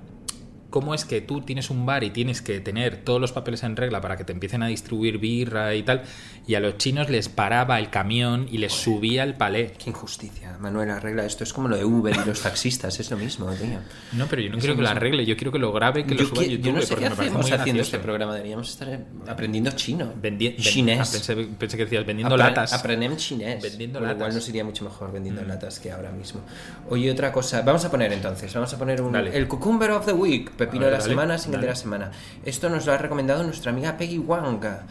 Speaker 2: ¿cómo es que tú tienes un bar y tienes que tener todos los papeles en regla para que te empiecen a distribuir birra y tal? Y a los chinos les paraba el camión y les subía el palé.
Speaker 3: Qué injusticia, Manuel, arregla esto. Es como lo de Uber y los taxistas, es lo mismo, tío.
Speaker 2: No, pero yo no quiero que lo arregle, yo quiero que lo grabe y que lo
Speaker 3: Yo,
Speaker 2: suba a
Speaker 3: qui-
Speaker 2: YouTube.
Speaker 3: yo no sé
Speaker 2: porque
Speaker 3: qué
Speaker 2: me parece
Speaker 3: hacemos
Speaker 2: muy
Speaker 3: haciendo
Speaker 2: gracioso.
Speaker 3: este programa. Deberíamos estar aprendiendo chino.
Speaker 2: Vendi- ven-
Speaker 3: Chinés.
Speaker 2: Ah, pensé, pensé que decías vendiendo
Speaker 3: Apre-
Speaker 2: latas.
Speaker 3: Aprendemos chinés.
Speaker 2: Vendiendo
Speaker 3: Bueno,
Speaker 2: latas. Mm.
Speaker 3: Igual nos iría mucho mejor vendiendo latas que ahora mismo. Oye, otra cosa. Vamos a poner entonces, vamos a poner un,
Speaker 2: Dale.
Speaker 3: el Cucumber of the Week, pepino
Speaker 2: A ver,
Speaker 3: de la
Speaker 2: dale,
Speaker 3: semana, single de
Speaker 2: dale.
Speaker 3: la semana. Esto nos lo ha recomendado nuestra amiga Peggy Wanga.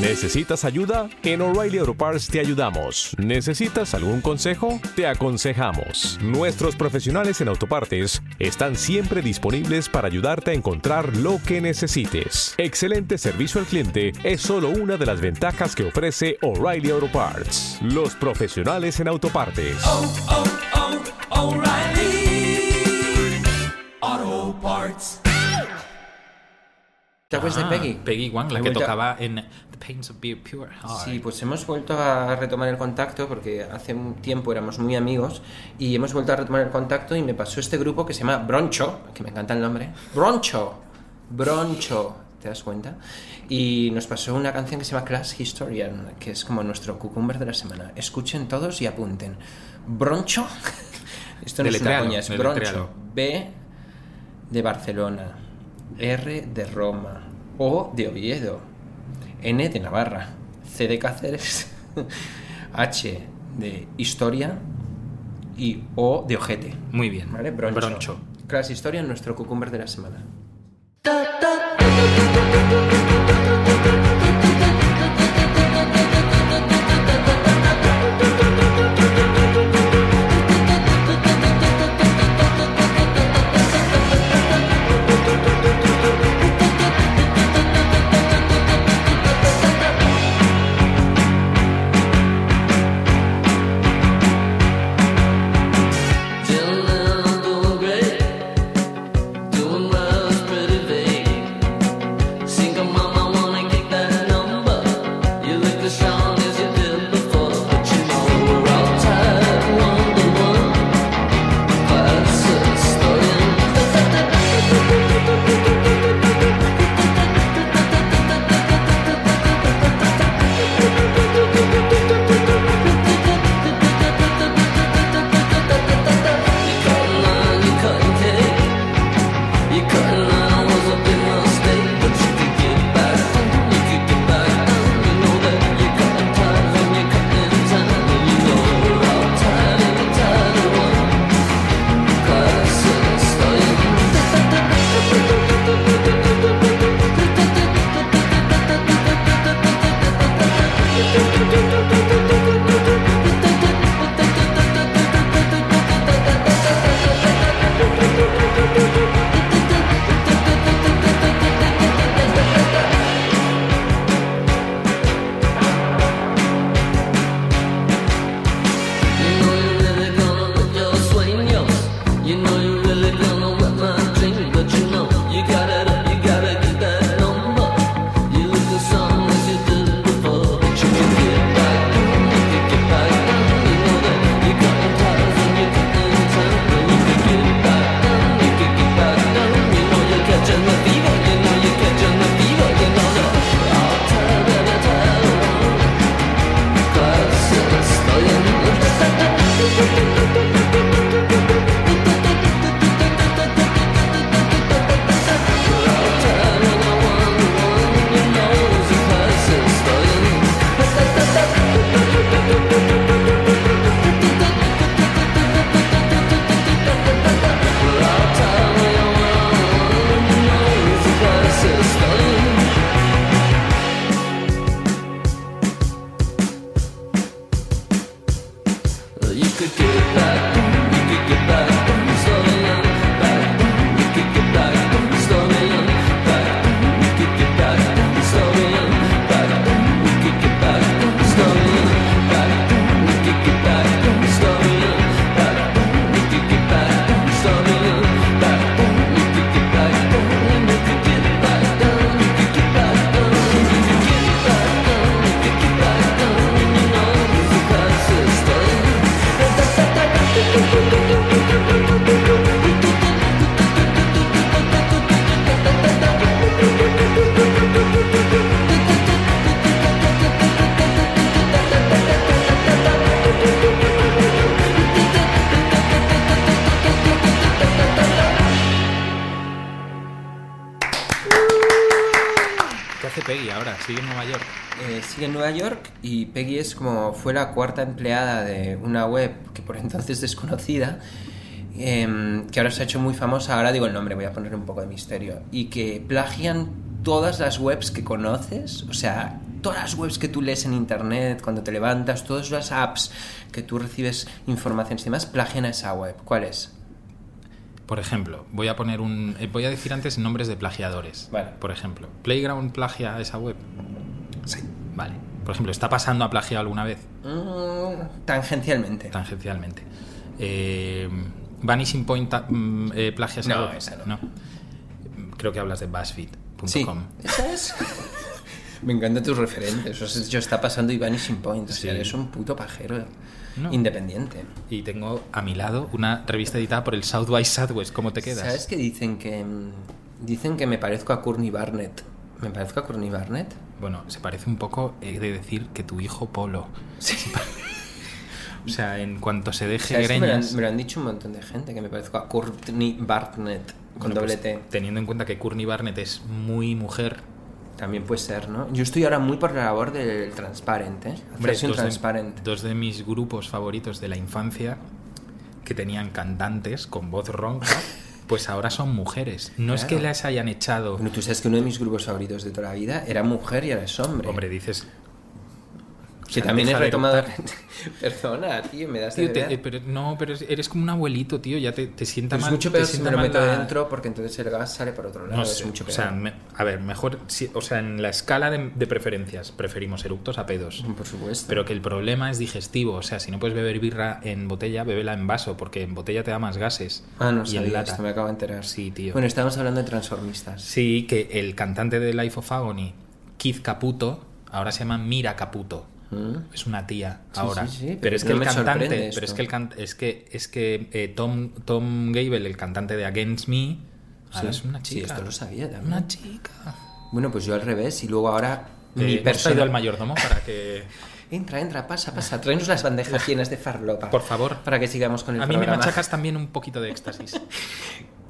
Speaker 6: ¿Necesitas ayuda? En O'Reilly Auto Parts te ayudamos. ¿Necesitas algún consejo? Te aconsejamos. Nuestros profesionales en autopartes están siempre disponibles para ayudarte a encontrar lo que necesites. Excelente servicio al cliente es solo una de las ventajas que ofrece O'Reilly Auto Parts. Los profesionales en autopartes.
Speaker 3: ¿Te acuerdas
Speaker 2: Ah,
Speaker 3: de Peggy?
Speaker 2: Wang,
Speaker 3: He
Speaker 2: la que
Speaker 3: vuelto a-
Speaker 2: tocaba en The Pains of Beer Pure Heart.
Speaker 3: Sí, pues hemos vuelto a retomar el contacto porque hace un tiempo éramos muy amigos y hemos vuelto a retomar el contacto y me pasó este grupo que se llama Broncho, que me encanta el nombre. Broncho, Broncho, ¿te das cuenta? Y nos pasó una canción que se llama Class Historian, que es como nuestro cucumber de la semana. Escuchen todos y apunten. Broncho, *laughs* esto no es una
Speaker 2: Deletréalo,
Speaker 3: coña, es
Speaker 2: deletréalo.
Speaker 3: Broncho. B de Barcelona, R de Roma, O de Oviedo, N de Navarra, C de Cáceres, *laughs* H de Historia y O de Ojete.
Speaker 2: Muy bien.
Speaker 3: ¿Vale? Broncho.
Speaker 2: Broncho.
Speaker 3: Class Historia, nuestro cucumber de la semana.
Speaker 7: Doing miles pretty vague.
Speaker 2: ¿Qué hace Peggy ahora? ¿Sigue en Nueva York?
Speaker 3: Eh, sigue en Nueva York y Peggy es como fue la cuarta empleada de una web que por *laughs* entonces desconocida, em, que ahora se ha hecho muy famosa, ahora digo el nombre, voy a poner un poco de misterio, y que plagian todas las webs que conoces, o sea, todas las webs que tú lees en internet, cuando te levantas, todas las apps que tú recibes informaciones y demás, plagian a esa web. ¿Cuál es?
Speaker 2: Por ejemplo, voy a poner un. eh, Voy a decir antes nombres de plagiadores.
Speaker 3: Vale.
Speaker 2: Por ejemplo, ¿Playground plagia esa web? Sí. Vale. Por ejemplo, ¿está pasando a plagiado alguna vez?
Speaker 3: Mm, tangencialmente.
Speaker 2: Tangencialmente. Eh, ¿Vanishing Point ta- mm, eh, plagia esa
Speaker 3: No,
Speaker 2: web?
Speaker 3: esa no.
Speaker 2: Creo que hablas de BuzzFeed.com.
Speaker 3: Sí, esa es. *laughs* Me encantan tus referentes. O sea, yo está pasando Iván sin point. O sea,
Speaker 2: Sí.
Speaker 3: eres un puto pajero
Speaker 2: No.
Speaker 3: independiente.
Speaker 2: Y tengo a mi lado una revista editada por el South by Southwest. ¿Cómo te quedas?
Speaker 3: ¿Sabes qué dicen que mm, dicen que me parezco a Courtney Barnett? ¿Me parezco a Courtney Barnett?
Speaker 2: Bueno, se parece un poco eh, de decir que tu hijo Polo. *laughs* o sea, en cuanto se deje
Speaker 3: ¿Sabes que me, lo han,
Speaker 2: greñas.
Speaker 3: me lo han dicho un montón de gente que me parezco a Courtney Barnett con
Speaker 2: Bueno,
Speaker 3: doble
Speaker 2: pues,
Speaker 3: T.
Speaker 2: Teniendo en cuenta que Courtney Barnett es muy mujer.
Speaker 3: También puede ser, ¿no? Yo estoy ahora muy por la labor del transparente. ¿eh?
Speaker 2: Hombre,
Speaker 3: Hacerse un
Speaker 2: De,
Speaker 3: transparente.
Speaker 2: dos de mis grupos favoritos de la infancia, que tenían cantantes con
Speaker 3: *laughs*
Speaker 2: voz ronca, pues ahora son mujeres. No es que
Speaker 3: Claro.
Speaker 2: las hayan echado.
Speaker 3: Bueno, tú sabes que uno de mis grupos favoritos de toda la vida era mujer y ahora es hombre.
Speaker 2: Hombre, dices.
Speaker 3: Que también he
Speaker 2: Deja de-
Speaker 3: retomado.
Speaker 2: *laughs*
Speaker 3: Perdona, tío, me das de
Speaker 2: Tío, te-
Speaker 3: beber.
Speaker 2: eh, pero, no, pero eres como un abuelito, tío. Ya te, te sienta
Speaker 3: Es
Speaker 2: mal.
Speaker 3: mucho
Speaker 2: te
Speaker 3: peor si
Speaker 2: sienta
Speaker 3: me lo
Speaker 2: mal
Speaker 3: meto
Speaker 2: la-
Speaker 3: dentro porque entonces el gas sale por otro lado.
Speaker 2: No
Speaker 3: es
Speaker 2: sé,
Speaker 3: mucho
Speaker 2: o
Speaker 3: peor.
Speaker 2: sea, me- a ver, mejor, sí, o sea, en la escala de, de preferencias, preferimos eructos a pedos.
Speaker 3: por supuesto.
Speaker 2: Pero que el problema es digestivo, o sea, si no puedes beber birra en botella, bébela en vaso, porque en botella te da más gases.
Speaker 3: ah, no
Speaker 2: y en
Speaker 3: sabía
Speaker 2: lata.
Speaker 3: esto, me acabo de enterar.
Speaker 2: Sí, tío.
Speaker 3: Bueno, estábamos hablando de transformistas.
Speaker 2: Sí, que el cantante de Life of Agony, Keith Caputo, ahora se llama Mira Caputo. Es una tía
Speaker 3: Sí,
Speaker 2: ahora.
Speaker 3: sí, sí,
Speaker 2: pero,
Speaker 3: pero
Speaker 2: es que
Speaker 3: no
Speaker 2: el
Speaker 3: me
Speaker 2: cantante,
Speaker 3: sorprende
Speaker 2: pero es
Speaker 3: esto.
Speaker 2: que el can- es que es que eh, Tom Tom Gable, el cantante de Against Me, ahora
Speaker 3: Sí.
Speaker 2: es una
Speaker 3: Sí,
Speaker 2: chica.
Speaker 3: esto lo sabía también.
Speaker 2: Una chica.
Speaker 3: Bueno, pues yo al revés y luego ahora mi
Speaker 2: Eh, hemos traído
Speaker 3: persona.
Speaker 2: al mayordomo para
Speaker 3: *laughs*
Speaker 2: que.
Speaker 3: Entra, entra, pasa, pasa. Tráenos las
Speaker 2: *laughs*
Speaker 3: bandejas llenas de farlopa.
Speaker 2: Por favor.
Speaker 3: Para que sigamos con el
Speaker 2: A mí me
Speaker 3: programa.
Speaker 2: machacas también un poquito de éxtasis.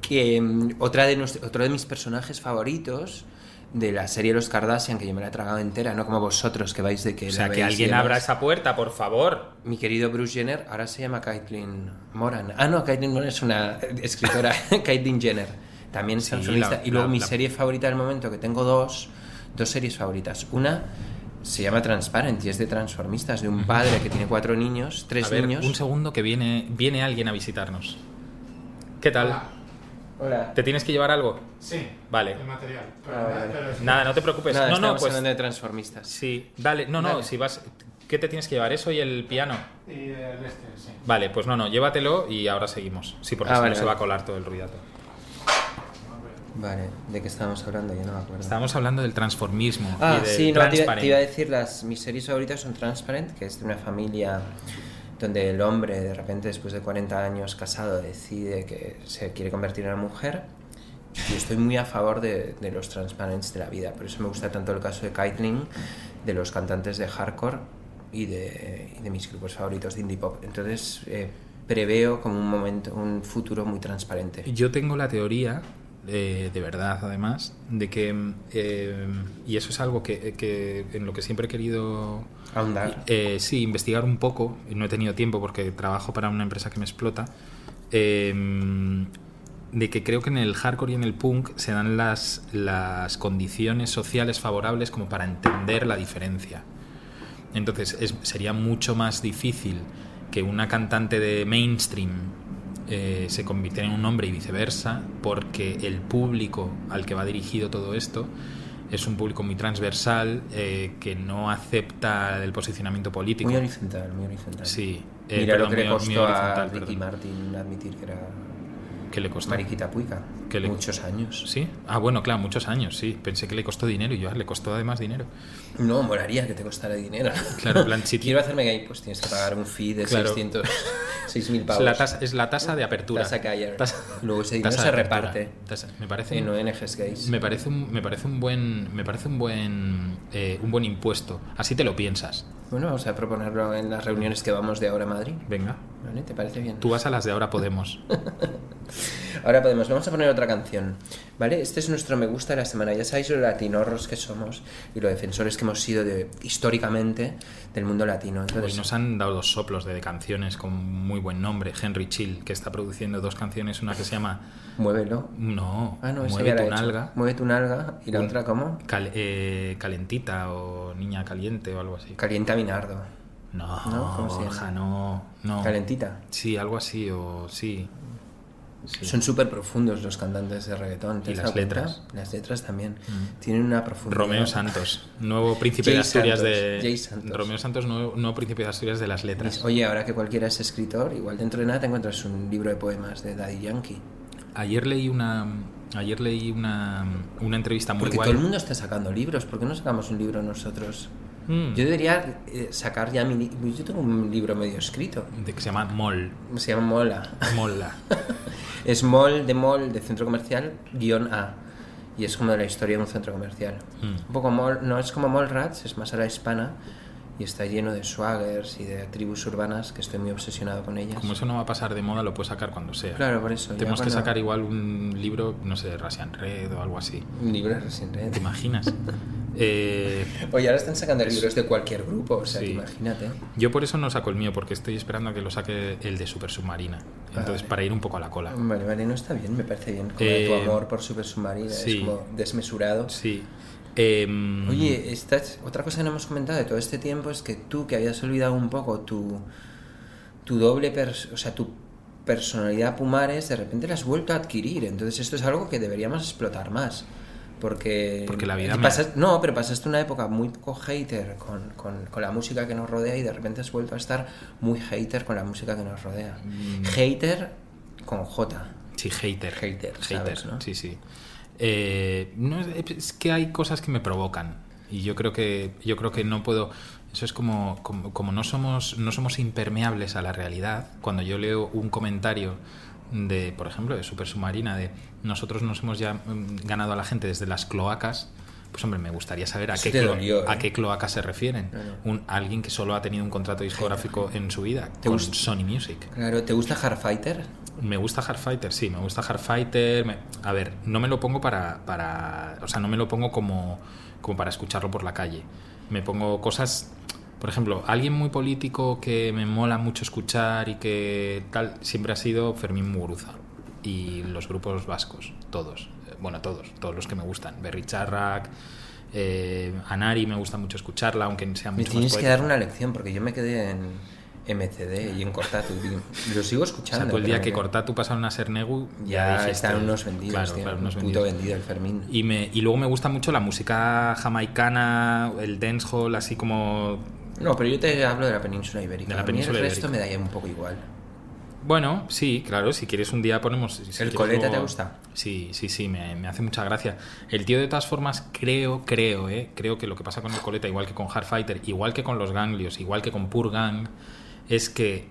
Speaker 3: que mm, otra de nuestro- otro de mis personajes favoritos de la serie Los Kardashian, que yo me la he tragado entera, no como vosotros que vais de que
Speaker 2: O
Speaker 3: la
Speaker 2: sea,
Speaker 3: veis y
Speaker 2: que alguien
Speaker 3: demás.
Speaker 2: abra esa puerta, por favor.
Speaker 3: Mi querido Bruce Jenner ahora se llama Caitlyn Moran. Ah, no, Caitlyn Moran es una eh,
Speaker 2: *laughs*
Speaker 3: escritora. *laughs* Caitlyn Jenner también es
Speaker 2: Sí,
Speaker 3: transformista.
Speaker 2: la-
Speaker 3: y luego
Speaker 2: la-
Speaker 3: mi
Speaker 2: la-
Speaker 3: serie favorita del momento, que tengo dos, dos series favoritas. Una se llama Transparent y es de transformistas, de un padre que tiene cuatro niños, tres
Speaker 2: a ver,
Speaker 3: niños.
Speaker 2: un segundo que viene, viene alguien a visitarnos. ¿Qué tal?
Speaker 3: Hola.
Speaker 2: ¿Te tienes que llevar algo?
Speaker 7: Sí.
Speaker 2: Vale.
Speaker 7: El material. Pero,
Speaker 3: Ah, vale.
Speaker 7: pero sí.
Speaker 2: Nada, no te preocupes.
Speaker 3: Nada,
Speaker 2: no, no,
Speaker 3: estamos
Speaker 2: pues.
Speaker 3: hablando de transformistas.
Speaker 2: Sí, dale, no, no,
Speaker 3: Dale.
Speaker 2: si vas. ¿Qué te tienes que llevar? ¿Eso y el piano?
Speaker 7: Y el este, sí.
Speaker 2: Vale, pues no, no, llévatelo y ahora seguimos. Sí, porque
Speaker 3: Ah,
Speaker 2: si
Speaker 3: vale,
Speaker 2: no se
Speaker 3: vale.
Speaker 2: va a colar todo el ruidato.
Speaker 3: Vale, ¿de qué estábamos hablando? Ya no me acuerdo.
Speaker 2: Estábamos hablando del transformismo.
Speaker 3: Ah,
Speaker 2: y del
Speaker 3: sí, no, te iba,
Speaker 2: transparent.
Speaker 3: te iba a decir, las, mis series favoritas son Transparent, que es de una familia donde el hombre de repente después de 40 años casado decide que se quiere convertir en una mujer. Y estoy muy a favor de, de los transparents de la vida, por eso me gusta tanto el caso de Caitlyn, de los cantantes de hardcore y de, y de mis grupos favoritos de indie pop. Entonces eh, preveo como un momento, un futuro muy transparente.
Speaker 2: Yo tengo la teoría, eh, de verdad además, de que, mm, eh, y eso es algo que, que en lo que siempre he querido
Speaker 3: Ahondar.
Speaker 2: eh, sí, investigar un poco, y no he tenido tiempo porque trabajo para una empresa que me explota, eh, de que creo que en el hardcore y en el punk se dan las, las condiciones sociales favorables como para entender la diferencia. Entonces es- sería mucho más difícil que una cantante de mainstream eh, se convirtiera en un hombre y viceversa, porque el público al que va dirigido todo esto es un público muy transversal eh, que no acepta el posicionamiento político.
Speaker 3: Muy horizontal, muy horizontal.
Speaker 2: Sí. eh,
Speaker 3: Mira
Speaker 2: perdón,
Speaker 3: lo que le
Speaker 2: muy- muy
Speaker 3: costó a
Speaker 2: horizontal,
Speaker 3: Ricky
Speaker 2: perdón.
Speaker 3: Martin admitir que era
Speaker 2: ¿Qué le costó?
Speaker 3: Mariquita Puica.
Speaker 2: Que le-
Speaker 3: Muchos años.
Speaker 2: Sí. Ah, bueno, claro, muchos años, sí. Pensé que le costó dinero y yo, ah, le costó además dinero.
Speaker 3: No, molaría que te costara dinero.
Speaker 2: Claro, en plan,
Speaker 3: *laughs*
Speaker 2: si-
Speaker 3: Quiero hacerme gay, pues tienes que pagar un fee de
Speaker 2: Claro. *laughs*
Speaker 3: 600, 6.000
Speaker 2: Es
Speaker 3: pavos.
Speaker 2: la tasa, es la tasa de apertura.
Speaker 3: Tasa Geyer.
Speaker 2: Tasa-
Speaker 3: Luego ese dinero
Speaker 2: tasa
Speaker 3: se
Speaker 2: de apertura.
Speaker 3: reparte.
Speaker 2: Tasa- me parece
Speaker 3: En
Speaker 2: un-
Speaker 3: ONGs gays.
Speaker 2: me parece un, me parece un buen me parece un buen eh, un buen impuesto. Así te lo piensas.
Speaker 3: Bueno, vamos a proponerlo en las reuniones que vamos de ahora a Madrid.
Speaker 2: Venga.
Speaker 3: ¿Vale? ¿Te parece bien?
Speaker 2: Tú vas a las de
Speaker 3: *laughs*
Speaker 2: ahora Podemos.
Speaker 3: Ahora podemos, vamos a poner otra canción, ¿vale? Este es nuestro me gusta de la semana. Ya sabéis lo latinorros que somos y lo defensores que hemos sido de- históricamente del mundo latino.
Speaker 2: Hoy
Speaker 3: Entonces,
Speaker 2: nos han dado dos soplos de canciones con muy buen nombre. Henry Chill, que está produciendo dos canciones, una que se llama
Speaker 3: muévelo.
Speaker 2: No,
Speaker 3: Ah, no, esa
Speaker 2: Mueve
Speaker 3: ya la
Speaker 2: tu
Speaker 3: he hecho.
Speaker 2: nalga.
Speaker 3: Mueve tu nalga. ¿Y la
Speaker 2: Un-
Speaker 3: otra cómo?
Speaker 2: Cal- eh, calentita o niña caliente o algo así.
Speaker 3: Calienta mi nardo.
Speaker 2: no,
Speaker 3: ¿No? ¿Cómo se
Speaker 2: Borja,
Speaker 3: llama?
Speaker 2: no, no.
Speaker 3: Calentita.
Speaker 2: Sí, algo así o sí. Sí.
Speaker 3: Son súper profundos los cantantes de reggaetón. ¿te
Speaker 2: Y
Speaker 3: has
Speaker 2: las
Speaker 3: dado cuenta?
Speaker 2: letras. Mm.
Speaker 3: Las letras también. Tienen una profundidad.
Speaker 2: Romeo Santos, nuevo príncipe
Speaker 3: Jay
Speaker 2: de Asturias
Speaker 3: Santos, Jay
Speaker 2: de
Speaker 3: Santos.
Speaker 2: Romeo Santos, nuevo, nuevo príncipe de Asturias de las letras.
Speaker 3: Oye, ahora que cualquiera es escritor, igual dentro de nada te encuentras un libro de poemas de Daddy Yankee.
Speaker 2: Ayer leí una ayer leí una, una entrevista muy
Speaker 3: Porque
Speaker 2: guay.
Speaker 3: todo el mundo está sacando libros. ¿Por qué no sacamos un libro nosotros?
Speaker 2: Mm,
Speaker 3: Yo debería eh, sacar ya mi... li- Yo tengo un libro medio escrito.
Speaker 2: de que se llama Mol,
Speaker 3: Se llama Mola.
Speaker 2: Molla.
Speaker 3: Es Mol de Mol de centro comercial guión A. Y es como la historia de un centro comercial.
Speaker 2: Mm.
Speaker 3: Un poco mol, no es como Mall Rats, es más a la hispana. Y está lleno de swaggers y de tribus urbanas que estoy muy obsesionado con ellas.
Speaker 2: Como eso no va a pasar de moda, lo puedes sacar cuando sea.
Speaker 3: Claro, por eso. ya
Speaker 2: Tenemos que
Speaker 3: cuando-
Speaker 2: sacar igual un libro, no sé, Rasian Red o algo así.
Speaker 3: Un libro de Resident Evil.
Speaker 2: ¿Te
Speaker 3: *laughs*
Speaker 2: imaginas? Eh,
Speaker 3: Oye, ahora están sacando libros de cualquier grupo, o sea,
Speaker 2: Sí.
Speaker 3: que imagínate.
Speaker 2: yo por eso no saco el mío, porque estoy esperando a que lo saque el de Super Submarina. Entonces,
Speaker 3: Vale. Mm.
Speaker 2: para ir un poco a la cola.
Speaker 3: Vale, vale, no está bien, me parece bien. Como tu
Speaker 2: Eh,
Speaker 3: amor por Super Submarina
Speaker 2: sí.
Speaker 3: es como desmesurado.
Speaker 2: Sí. Em,
Speaker 3: Oye, estás- otra cosa que no hemos comentado de todo este tiempo es que tú, que habías olvidado un poco tu, tu doble, pers- o sea, tu personalidad Pumares, de repente la has vuelto a adquirir. Entonces esto es algo que deberíamos explotar más. Porque,
Speaker 2: Porque la vida me-
Speaker 3: pasas- No, pero pasaste una época muy poco hater con, con- con la música que nos rodea y de repente has vuelto a estar muy hater con la música que nos rodea.
Speaker 2: Mm.
Speaker 3: Hater con J.
Speaker 2: Sí, hater.
Speaker 3: Hater, ¿sabes, no?
Speaker 2: Sí, sí. Eh, no, es- es que hay cosas que me provocan. Y yo creo que, yo creo que no puedo. Eso es como, como, como no, somos, no somos impermeables a la realidad. Cuando yo leo un comentario de, por ejemplo, de Super Submarina, de nosotros nos hemos ya mm, ganado a la gente desde las cloacas. Pues hombre, me gustaría saber a
Speaker 3: Eso
Speaker 2: qué,
Speaker 3: te
Speaker 2: clo-
Speaker 3: dolió, ¿eh?
Speaker 2: a qué cloaca se refieren. Un, alguien que solo ha tenido un contrato discográfico en su vida con
Speaker 3: gusta?
Speaker 2: Sony Music.
Speaker 3: Claro, ¿te gusta Hardfighter?
Speaker 2: Me gusta Hardfighter, sí, me gusta Hardfighter. me- A ver, no me lo pongo para, para. O sea, no me lo pongo como, como para escucharlo por la calle. Me pongo cosas. Por ejemplo, alguien muy político que me mola mucho escuchar y que tal, siempre ha sido Fermín Muguruza y los grupos vascos, todos. Eh, Bueno, todos, todos los que me gustan. Berry Charrak, eh, Anari, me gusta mucho escucharla, aunque sea
Speaker 3: Me
Speaker 2: mucho más
Speaker 3: tienes que
Speaker 2: poética.
Speaker 3: dar una lección porque yo me quedé en MCD y en Cortatu. tío. Lo sigo
Speaker 2: O
Speaker 3: escuchando.
Speaker 2: sea, tú el día
Speaker 3: pero
Speaker 2: que
Speaker 3: me-
Speaker 2: Cortatu pasaron a ser Negu,
Speaker 3: Ya,
Speaker 2: dijiste,
Speaker 3: están unos vendidos,
Speaker 2: Claro,
Speaker 3: tío,
Speaker 2: claro, unos
Speaker 3: un
Speaker 2: vendidos.
Speaker 3: puto vendido el Fermín.
Speaker 2: Y, me, y luego me gusta mucho la música jamaicana, el dancehall, así como...
Speaker 3: No, pero yo te hablo de la península ibérica.
Speaker 2: De la
Speaker 3: A mí
Speaker 2: península
Speaker 3: el resto
Speaker 2: ibérica.
Speaker 3: me da ya un poco igual.
Speaker 2: Bueno, sí, claro, si quieres un día ponemos... si quieres
Speaker 3: coleta te gusta?
Speaker 2: Sí, sí, sí, me, me hace mucha gracia. El tío de todas formas creo, creo, eh, creo que lo que pasa con el coleta, igual que con Hardfighter, igual que con los ganglios, igual que con Purgang, es que...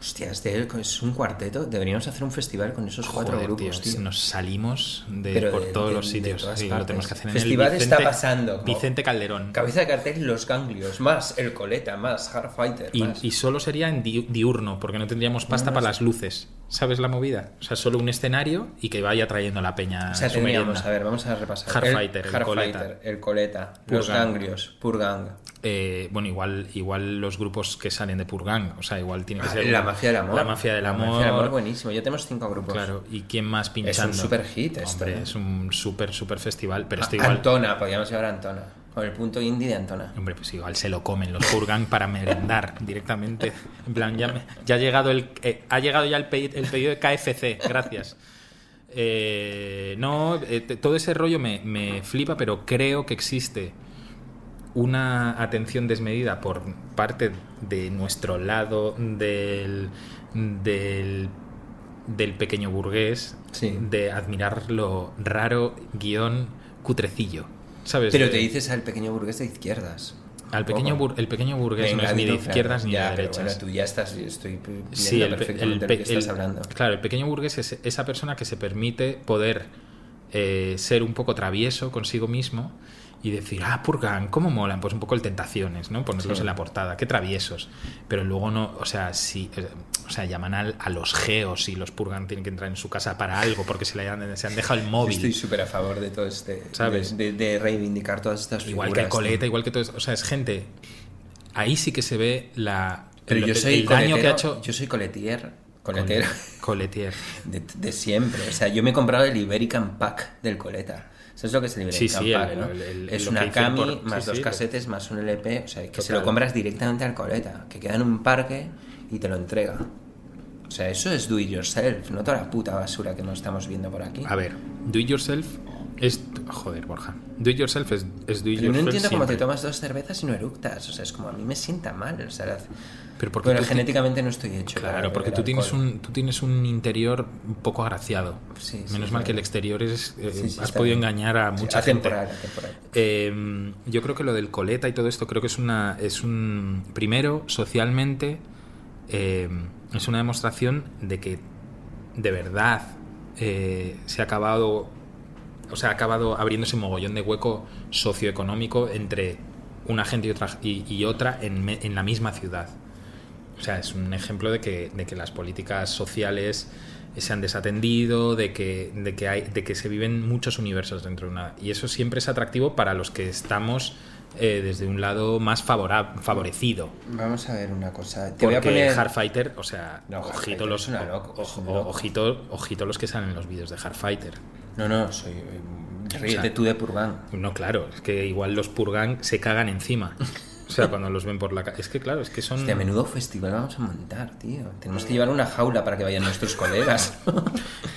Speaker 3: Hostia, es, de- es un cuarteto. Deberíamos hacer un festival con esos cuatro
Speaker 2: joder,
Speaker 3: grupos,
Speaker 2: tío,
Speaker 3: tío.
Speaker 2: Nos salimos de,
Speaker 3: Pero
Speaker 2: por
Speaker 3: de-
Speaker 2: todos
Speaker 3: de-
Speaker 2: los
Speaker 3: de
Speaker 2: sitios.
Speaker 3: todas
Speaker 2: sí, lo
Speaker 3: partes.
Speaker 2: tenemos que hacer en
Speaker 3: Festival
Speaker 2: el
Speaker 3: está
Speaker 2: Vicente,
Speaker 3: pasando, como-
Speaker 2: Vicente Calderón.
Speaker 3: Cabeza de cartel, los ganglios, más el coleta, más Hardfighter,
Speaker 2: Y,
Speaker 3: más.
Speaker 2: y solo sería en di- diurno, porque no tendríamos pasta
Speaker 3: Ah,
Speaker 2: para las luces. ¿Sabes la movida? O sea, solo un escenario y que vaya trayendo la peña.
Speaker 3: O sea,
Speaker 2: su
Speaker 3: tendríamos,
Speaker 2: merienda.
Speaker 3: a ver, vamos a repasar.
Speaker 2: Hardfighter, el
Speaker 3: Hardfighter,
Speaker 2: Coleta.
Speaker 3: el coleta, los
Speaker 2: Purgang.
Speaker 3: ganglios, Purgang.
Speaker 2: Eh, bueno, igual, igual los grupos que salen de Purgang. O sea, igual tiene que ser.
Speaker 3: Ah, La mafia del amor.
Speaker 2: La mafia del amor.
Speaker 3: La mafia del amor, buenísimo. Ya tenemos cinco grupos. Ah,
Speaker 2: Claro, ¿y quién más pinchando?
Speaker 3: superhit esto,
Speaker 2: Hombre,
Speaker 3: ¿eh?
Speaker 2: es un super, super festival, pero esto
Speaker 3: A-
Speaker 2: igual.
Speaker 3: Antona, podríamos llevar a Antona. Con el punto indie de Antona.
Speaker 2: Hombre, pues igual se lo comen, los purgan para merendar *laughs* directamente. En plan, ya, me- ya ha llegado el eh, ha llegado ya el, pedi- el pedido de KFC, gracias. Eh, no, eh, te- todo ese rollo me, me flipa, pero creo que existe una atención desmedida por parte de nuestro lado del, del, del pequeño burgués
Speaker 3: Sí.
Speaker 2: de admirar lo raro guión cutrecillo. ¿Sabes? Eh,
Speaker 3: Pero
Speaker 2: De-
Speaker 3: te dices al pequeño burgués de izquierdas.
Speaker 2: al pequeño
Speaker 3: Poco.
Speaker 2: bur- el pequeño burgués
Speaker 3: Venga,
Speaker 2: no es ni de
Speaker 3: dilo, Fran.
Speaker 2: izquierdas ni
Speaker 3: Ya,
Speaker 2: de
Speaker 3: pero
Speaker 2: derechas.
Speaker 3: Bueno, tú ya estás, estoy viendo
Speaker 2: Sí, el, pe- el
Speaker 3: perfectamente
Speaker 2: pe-
Speaker 3: de lo que estás
Speaker 2: el-
Speaker 3: hablando.
Speaker 2: Claro, el pequeño burgués es esa persona que se permite poder eh, ser un poco travieso consigo mismo y decir, ah, Purgan, ¿cómo molan? Pues un poco el tentaciones, ¿no? Ponerlos
Speaker 3: Sí.
Speaker 2: en la portada, qué traviesos. Pero luego no, o sea, sí, eh, o sea, llaman al- a los geos y los Purgan tienen que entrar en su casa para algo porque se, le han, se han dejado el móvil.
Speaker 3: Estoy súper a favor de todo este.
Speaker 2: ¿Sabes?
Speaker 3: De, de- de reivindicar todas estas
Speaker 2: Igual que el
Speaker 3: figuras.
Speaker 2: coleta, igual que todo eso. O sea, es gente. Ahí sí que se ve la.
Speaker 3: Pero
Speaker 2: el,
Speaker 3: yo
Speaker 2: el-
Speaker 3: soy
Speaker 2: el daño que ha
Speaker 3: coletero,
Speaker 2: hecho.
Speaker 3: Yo soy coletier. Coletero.
Speaker 2: Coletier.
Speaker 3: De, de siempre. O sea, yo me he comprado el Iberican Pack del coleta. ¿Sabes lo que es el Iberican
Speaker 2: Sí, sí,
Speaker 3: Pack?
Speaker 2: el-
Speaker 3: no?
Speaker 2: el- el-
Speaker 3: es
Speaker 2: lo que
Speaker 3: una
Speaker 2: dicen
Speaker 3: cami,
Speaker 2: por-
Speaker 3: más
Speaker 2: sí,
Speaker 3: dos
Speaker 2: sí, lo-
Speaker 3: casetes, más un LP. O sea, que se lo
Speaker 2: Total.
Speaker 3: compras directamente al coleta. Que queda en un parque y te lo entrega. O sea, eso es do it yourself, no toda la puta basura que nos estamos viendo por aquí.
Speaker 2: A ver, do it yourself es. Joder, Borja. Do it yourself es, es do it
Speaker 3: Pero no
Speaker 2: yourself.
Speaker 3: entiendo cómo te
Speaker 2: siempre.
Speaker 3: tomas dos cervezas y no eructas. O sea, es como a mí me sienta mal. O sea, la-
Speaker 2: Pero porque
Speaker 3: bueno,
Speaker 2: tú ti-
Speaker 3: genéticamente no estoy hecho. para
Speaker 2: Claro, porque
Speaker 3: beber
Speaker 2: tú tienes,
Speaker 3: alcohol.
Speaker 2: un, tú tienes un interior un poco agraciado.
Speaker 3: Sí, sí,
Speaker 2: Menos
Speaker 3: sí.
Speaker 2: mal que el exterior es. eh,
Speaker 3: Sí, sí,
Speaker 2: has
Speaker 3: está
Speaker 2: podido
Speaker 3: bien.
Speaker 2: engañar a
Speaker 3: Sí,
Speaker 2: mucha gente.
Speaker 3: atemporal, atemporal.
Speaker 2: Eh, yo creo que lo del coleta y todo esto, creo que es una. es un. Primero, socialmente, eh, es una demostración de que de verdad eh, se ha acabado. O sea, ha acabado abriéndose un mogollón de hueco socioeconómico entre una gente y otra, y, y otra en, me- en la misma ciudad. O sea, es un ejemplo de que, de que las políticas sociales se han desatendido, de que, de, que hay, de que se viven muchos universos dentro de una... Y eso siempre es atractivo para los que estamos eh, desde un lado más favora- favorecido.
Speaker 3: Vamos a ver una cosa. Te voy
Speaker 2: Porque
Speaker 3: a poner.
Speaker 2: Hard Fighter, o sea,
Speaker 3: No, Hard
Speaker 2: ojito,
Speaker 3: Fighter
Speaker 2: los,
Speaker 3: es una loco, es
Speaker 2: ojo-
Speaker 3: un loco.
Speaker 2: ojito, ojito los que salen en los vídeos de Hard Fighter.
Speaker 3: No, no, soy. eh, Ríete
Speaker 2: O sea,
Speaker 3: tú de Purgan.
Speaker 2: No, claro, es que igual los purgan se cagan encima. O sea, cuando los ven por la calle. Es que claro, es que son...
Speaker 3: Hostia, menudo festival vamos a montar, tío. Tenemos
Speaker 2: Mm.
Speaker 3: que llevar una jaula para que vayan nuestros
Speaker 2: *laughs*
Speaker 3: colegas.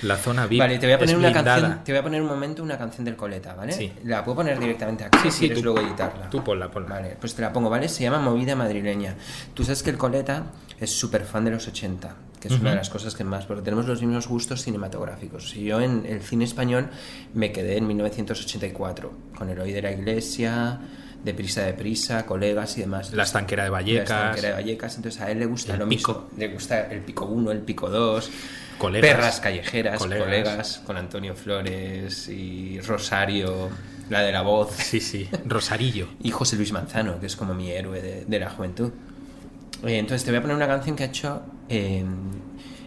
Speaker 2: La zona VIP
Speaker 3: vale, te voy a
Speaker 2: es
Speaker 3: poner una
Speaker 2: blindada.
Speaker 3: canción. Te voy a poner un momento una canción del coleta, ¿vale?
Speaker 2: Sí. Ah.
Speaker 3: La puedo poner directamente aquí.
Speaker 2: Sí,
Speaker 3: Sí,
Speaker 2: sí,
Speaker 3: sí. Quieres
Speaker 2: tú-
Speaker 3: luego editarla.
Speaker 2: tú ponla, ponla.
Speaker 3: Vale, pues te la pongo, ¿vale? Se llama Movida Madrileña. Tú sabes que el coleta es súper fan de los 80, que es una de las cosas que más, porque tenemos los mismos gustos cinematográficos. Y yo en el cine español me quedé en 1984, con El Hoy de la Iglesia, Deprisa, Deprisa, Colegas y demás.
Speaker 2: La estanquera de Vallecas.
Speaker 3: La estanquera de Vallecas, entonces a él le gusta
Speaker 2: El
Speaker 3: lo
Speaker 2: pico.
Speaker 3: mismo. Le gusta el pico 1, el pico 2,
Speaker 2: Colegas.
Speaker 3: perras callejeras,
Speaker 2: Colegas.
Speaker 3: colegas. con Antonio Flores y Rosario, la de la voz, *laughs*
Speaker 2: Sí, sí. Rosarillo.
Speaker 3: y José Luis Manzano, que es como mi héroe de, de la juventud. Eh, entonces te voy a poner una canción que ha hecho eh,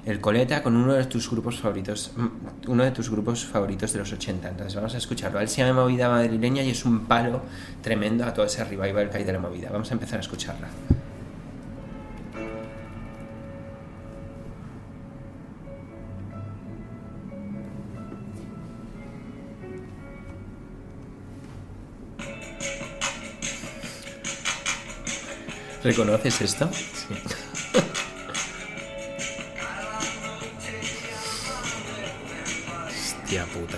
Speaker 3: el Coleta con uno de tus grupos favoritos, mm, uno de tus grupos favoritos de los 80. Entonces vamos a escucharlo. Él se llama Movida Madrileña y es un palo tremendo a todo ese revival que hay de la movida. Vamos a empezar a escucharla. ¿Reconoces esto?
Speaker 2: Sí. Hostia puta.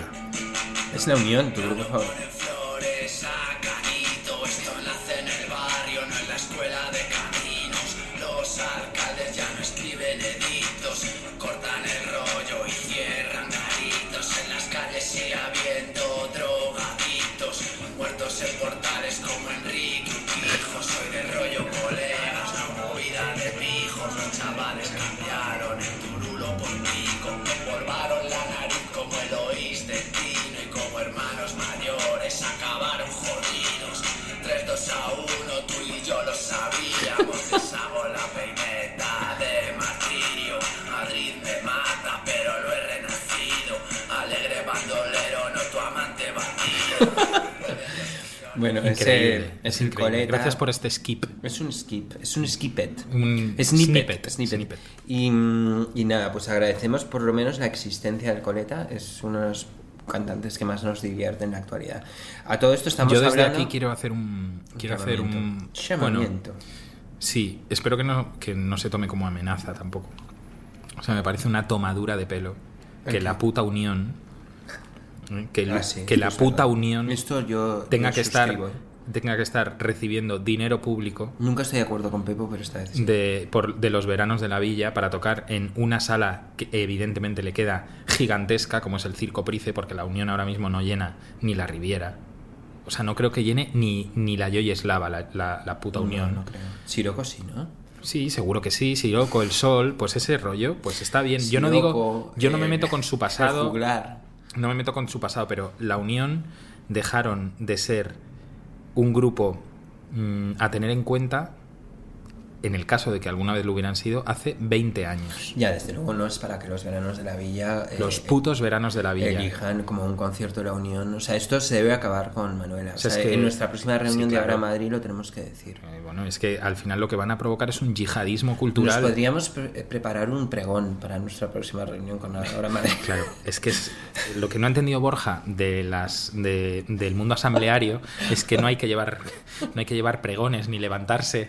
Speaker 3: Es la unión, tu grupo favorito.
Speaker 8: flores a Canito, esto nace en el barrio, no en la escuela de caminos. Los alcaldes ya no escriben edictos, cortan el rollo y cierran garitos. En las calles sigue habiendo drogaditos, muertos en portales como Enrique Urquijo. Soy del rollo colegas, una movida de pijos. Los chavales cambiaron el turulo por pico, me polvaron la nariz como el oís de Tino y como hermanos mayores acabaron jodidos. 3, 2 a 1, tú y yo lo sabíamos. Deshago la peineta de martirio. Madrid me mata, pero lo he renacido. Alegre bandolero, no tu amante bandido.
Speaker 3: Bueno,
Speaker 2: Increíble.
Speaker 3: ese-
Speaker 2: es
Speaker 3: el
Speaker 2: increíble.
Speaker 3: coleta.
Speaker 2: Gracias por este skip.
Speaker 3: Es un skip, es un skippet.
Speaker 2: Un
Speaker 3: Es snippet.
Speaker 2: snippet,
Speaker 3: snippet.
Speaker 2: snippet.
Speaker 3: Y, mm, y nada, pues agradecemos por lo menos la existencia del coleta. Es uno de los cantantes que más nos divierten en la actualidad. A todo esto estamos
Speaker 2: Yo desde
Speaker 3: hablando...
Speaker 2: aquí quiero hacer un. Quiero hacer un.
Speaker 3: Llamamiento.
Speaker 2: bueno, sí, espero que no, que no se tome como amenaza tampoco. O sea, me parece una tomadura de pelo. Que
Speaker 3: Ok.
Speaker 2: la puta unión. ¿eh? Que, el-
Speaker 3: Ah, sí,
Speaker 2: que la
Speaker 3: es verdad.
Speaker 2: puta unión
Speaker 3: Esto yo
Speaker 2: tenga
Speaker 3: yo
Speaker 2: que estar.
Speaker 3: suscribo, ¿eh?
Speaker 2: Tenga que estar recibiendo dinero público
Speaker 3: Nunca estoy de acuerdo con Pepo, pero esta vez sí.
Speaker 2: de, por- de los veranos de la villa para tocar en una sala que evidentemente le queda gigantesca, como es el Circo Price, porque la Unión ahora mismo no llena ni la Riviera. O sea, no creo que llene ni, ni la Yoyeslava, la, la, la puta Unión.
Speaker 3: No, no creo. Siroco sí, ¿no?
Speaker 2: Sí, seguro que sí, Siroco, el sol, pues ese rollo, pues está bien. Yo no digo,
Speaker 3: Siroco,
Speaker 2: yo no me
Speaker 3: eh,
Speaker 2: meto con su pasado.
Speaker 3: el juglar.
Speaker 2: No me meto con su pasado, pero la Unión dejaron de ser un grupo mm, a tener en cuenta, en el caso de que alguna vez lo hubieran sido, hace 20 años.
Speaker 3: Ya, desde luego no es para que los veranos de la villa eh,
Speaker 2: Los putos veranos de la villa.
Speaker 3: elijan como un concierto de la Unión. O sea, esto se debe acabar con Manuela. O
Speaker 2: O sea,
Speaker 3: sea,
Speaker 2: es que-
Speaker 3: En nuestra próxima reunión
Speaker 2: Sí,
Speaker 3: de ahora a
Speaker 2: claro.
Speaker 3: Madrid lo tenemos que decir.
Speaker 2: Eh, bueno, es que al final lo que van a provocar es un yihadismo
Speaker 3: Nos
Speaker 2: cultural.
Speaker 3: podríamos pre- preparar un pregón para nuestra próxima reunión con ahora a Madrid.
Speaker 2: *laughs* Claro, es que es, lo que no ha entendido Borja de las de- del mundo asambleario es que no hay que llevar no hay que llevar pregones ni levantarse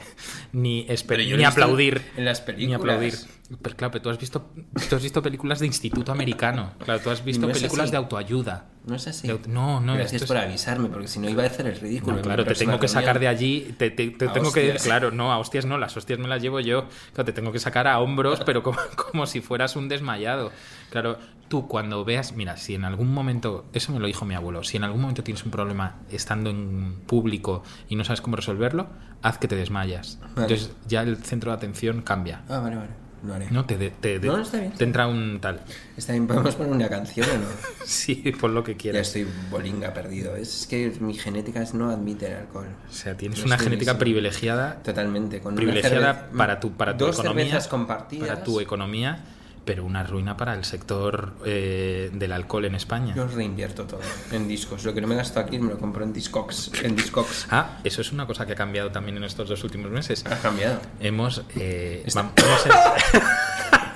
Speaker 2: ni esper-
Speaker 3: Pero yo lo he
Speaker 2: ni
Speaker 3: visto
Speaker 2: aplaudir
Speaker 3: en las
Speaker 2: ni
Speaker 3: películas.
Speaker 2: aplaudir. Pero claro, pero tú has visto tú has visto películas de instituto americano. Claro, tú has visto
Speaker 3: No es
Speaker 2: películas
Speaker 3: así.
Speaker 2: de autoayuda.
Speaker 3: No es así.
Speaker 2: Yo- no, no,
Speaker 3: Gracias
Speaker 2: esto es-
Speaker 3: por avisarme, porque si no iba a hacer el ridículo.
Speaker 2: No, claro, te tengo que sacar de allí, te, te- te
Speaker 3: A
Speaker 2: tengo que...
Speaker 3: hostias.
Speaker 2: Claro, no, a hostias no, las hostias me las llevo yo. Claro, te tengo que sacar a hombros, pero como, *laughs* como si fueras un desmayado. Claro, tú cuando veas... Mira, si en algún momento... Eso me lo dijo mi abuelo. Si en algún momento tienes un problema estando en público y no sabes cómo resolverlo, haz que te desmayas.
Speaker 3: Vale.
Speaker 2: Entonces ya el centro de atención cambia.
Speaker 3: Ah, vale, vale. No haré.
Speaker 2: No, te, de- te, de-
Speaker 3: No, está bien.
Speaker 2: te entra un tal. *laughs*
Speaker 3: Está bien, ¿podemos poner una canción o no?
Speaker 2: Sí, por lo que
Speaker 3: ya
Speaker 2: quieras.
Speaker 3: estoy bolinga perdido. Es, es que mi genética no admite el alcohol.
Speaker 2: O sea, tienes
Speaker 3: Yo
Speaker 2: una
Speaker 3: estoy
Speaker 2: genética
Speaker 3: listo.
Speaker 2: privilegiada
Speaker 3: Totalmente. Con una
Speaker 2: privilegiada
Speaker 3: cerveza-
Speaker 2: para tu para tu
Speaker 3: dos
Speaker 2: economía
Speaker 3: cervezas compartidas.
Speaker 2: para tu economía pero una ruina para el sector eh, del alcohol en España
Speaker 3: Yo reinvierto todo en discos. Lo que no me gasto aquí me lo compro en Discogs. En Discogs.
Speaker 2: ah eso es una cosa que ha cambiado también en estos dos últimos meses
Speaker 3: Ha cambiado.
Speaker 2: hemos eh,
Speaker 3: Está-
Speaker 2: vam- hemos, en- *laughs*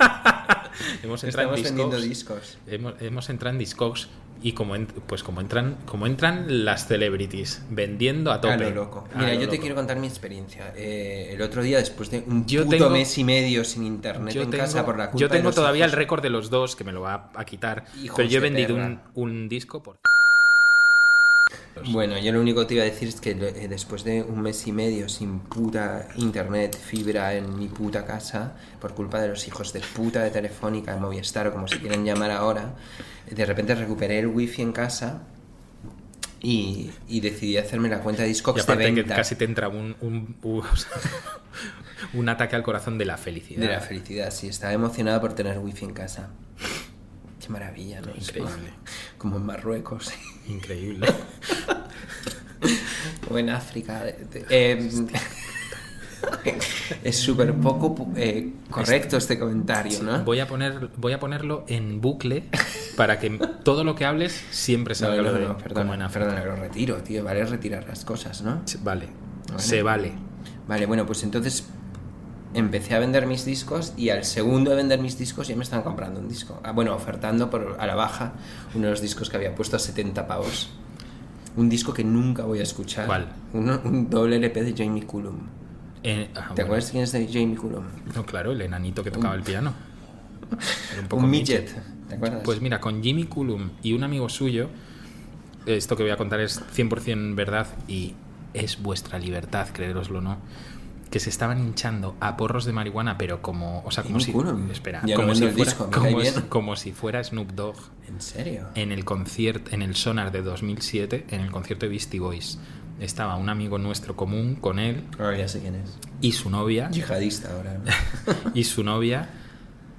Speaker 2: hemos entrado
Speaker 3: Estamos
Speaker 2: en
Speaker 3: vendiendo
Speaker 2: Discogs.
Speaker 3: discos.
Speaker 2: hemos, hemos entrado en Discogs y como en- pues como entran como entran las celebrities vendiendo a tope
Speaker 3: A lo loco.
Speaker 2: A
Speaker 3: Mira,
Speaker 2: lo
Speaker 3: yo te
Speaker 2: loco.
Speaker 3: quiero contar mi experiencia. Eh, el otro día, después de un
Speaker 2: Yo
Speaker 3: puto
Speaker 2: tengo-
Speaker 3: mes y medio sin internet
Speaker 2: Yo
Speaker 3: en
Speaker 2: tengo,
Speaker 3: casa por la culpa
Speaker 2: yo
Speaker 3: de
Speaker 2: tengo
Speaker 3: los
Speaker 2: todavía
Speaker 3: hijos.
Speaker 2: el récord de los dos que me lo va a quitar.
Speaker 3: Hijos
Speaker 2: pero yo he
Speaker 3: de
Speaker 2: vendido un,
Speaker 3: perra.
Speaker 2: un disco por. Pues
Speaker 3: Bueno, yo lo único que te iba a decir es que eh, después de un mes y medio sin puta internet, fibra en mi puta casa, por culpa de los hijos de puta de Telefónica, de Movistar o como se quieran llamar ahora, de repente recuperé el wifi en casa y, y decidí hacerme la cuenta de
Speaker 2: Y
Speaker 3: Discogs de
Speaker 2: aparte que
Speaker 3: venta
Speaker 2: casi te entra un, un, un- *laughs* o sea, un ataque al corazón de la felicidad.
Speaker 3: de la felicidad. Sí, estaba emocionada por tener wifi en casa. Qué maravilla, ¿no? Es como-
Speaker 2: Increíble.
Speaker 3: Como en Marruecos.
Speaker 2: Increíble.
Speaker 3: O en África. Eh,
Speaker 2: *laughs*
Speaker 3: es súper poco pu- eh, correcto este comentario, ¿no?
Speaker 2: Voy a, poner, voy a ponerlo en bucle para que todo lo que hables siempre
Speaker 3: No, no,
Speaker 2: salga lo de
Speaker 3: no,
Speaker 2: como en
Speaker 3: perdona,
Speaker 2: África.
Speaker 3: perdona, lo retiro, tío. Vale retirar las cosas, ¿no?
Speaker 2: Se- Vale. Se vale.
Speaker 3: Vale, bueno, pues entonces empecé a vender mis discos y al segundo de vender mis discos ya me estaban comprando un disco. Ah, bueno, ofertando por, a la baja uno de los discos que había puesto a 70 pavos. Un disco que nunca voy a escuchar.
Speaker 2: ¿Cuál?
Speaker 3: Uno- un doble LP de Jamie Cullum.
Speaker 2: Eh, ah,
Speaker 3: ¿Te
Speaker 2: bueno.
Speaker 3: acuerdas Uh. quién es de Jamie Cullum?
Speaker 2: No, claro, el enanito que tocaba el piano. Era un
Speaker 3: un midget, ¿te acuerdas?
Speaker 2: Pues mira, con Jimmy Cullum y un amigo suyo, esto que voy a contar es 100% verdad y es vuestra libertad, creeroslo o no, que se estaban hinchando a porros de marihuana, pero como, o sea, como
Speaker 3: Jimmy
Speaker 2: si,
Speaker 3: Cullum.
Speaker 2: espera,
Speaker 3: Ya no
Speaker 2: como,
Speaker 3: vendo
Speaker 2: si
Speaker 3: el
Speaker 2: fuera,
Speaker 3: disco, me
Speaker 2: como,
Speaker 3: cae
Speaker 2: si-
Speaker 3: bien.
Speaker 2: como si fuera Snoop Dogg
Speaker 3: ¿En serio?
Speaker 2: en el concierto, en el Sonar de 2007, en el concierto de Beastie Boys. Estaba un amigo nuestro común con él
Speaker 3: Ahora ya sé quién es.
Speaker 2: y su novia
Speaker 3: Yihadista ahora. ¿no?
Speaker 2: y su novia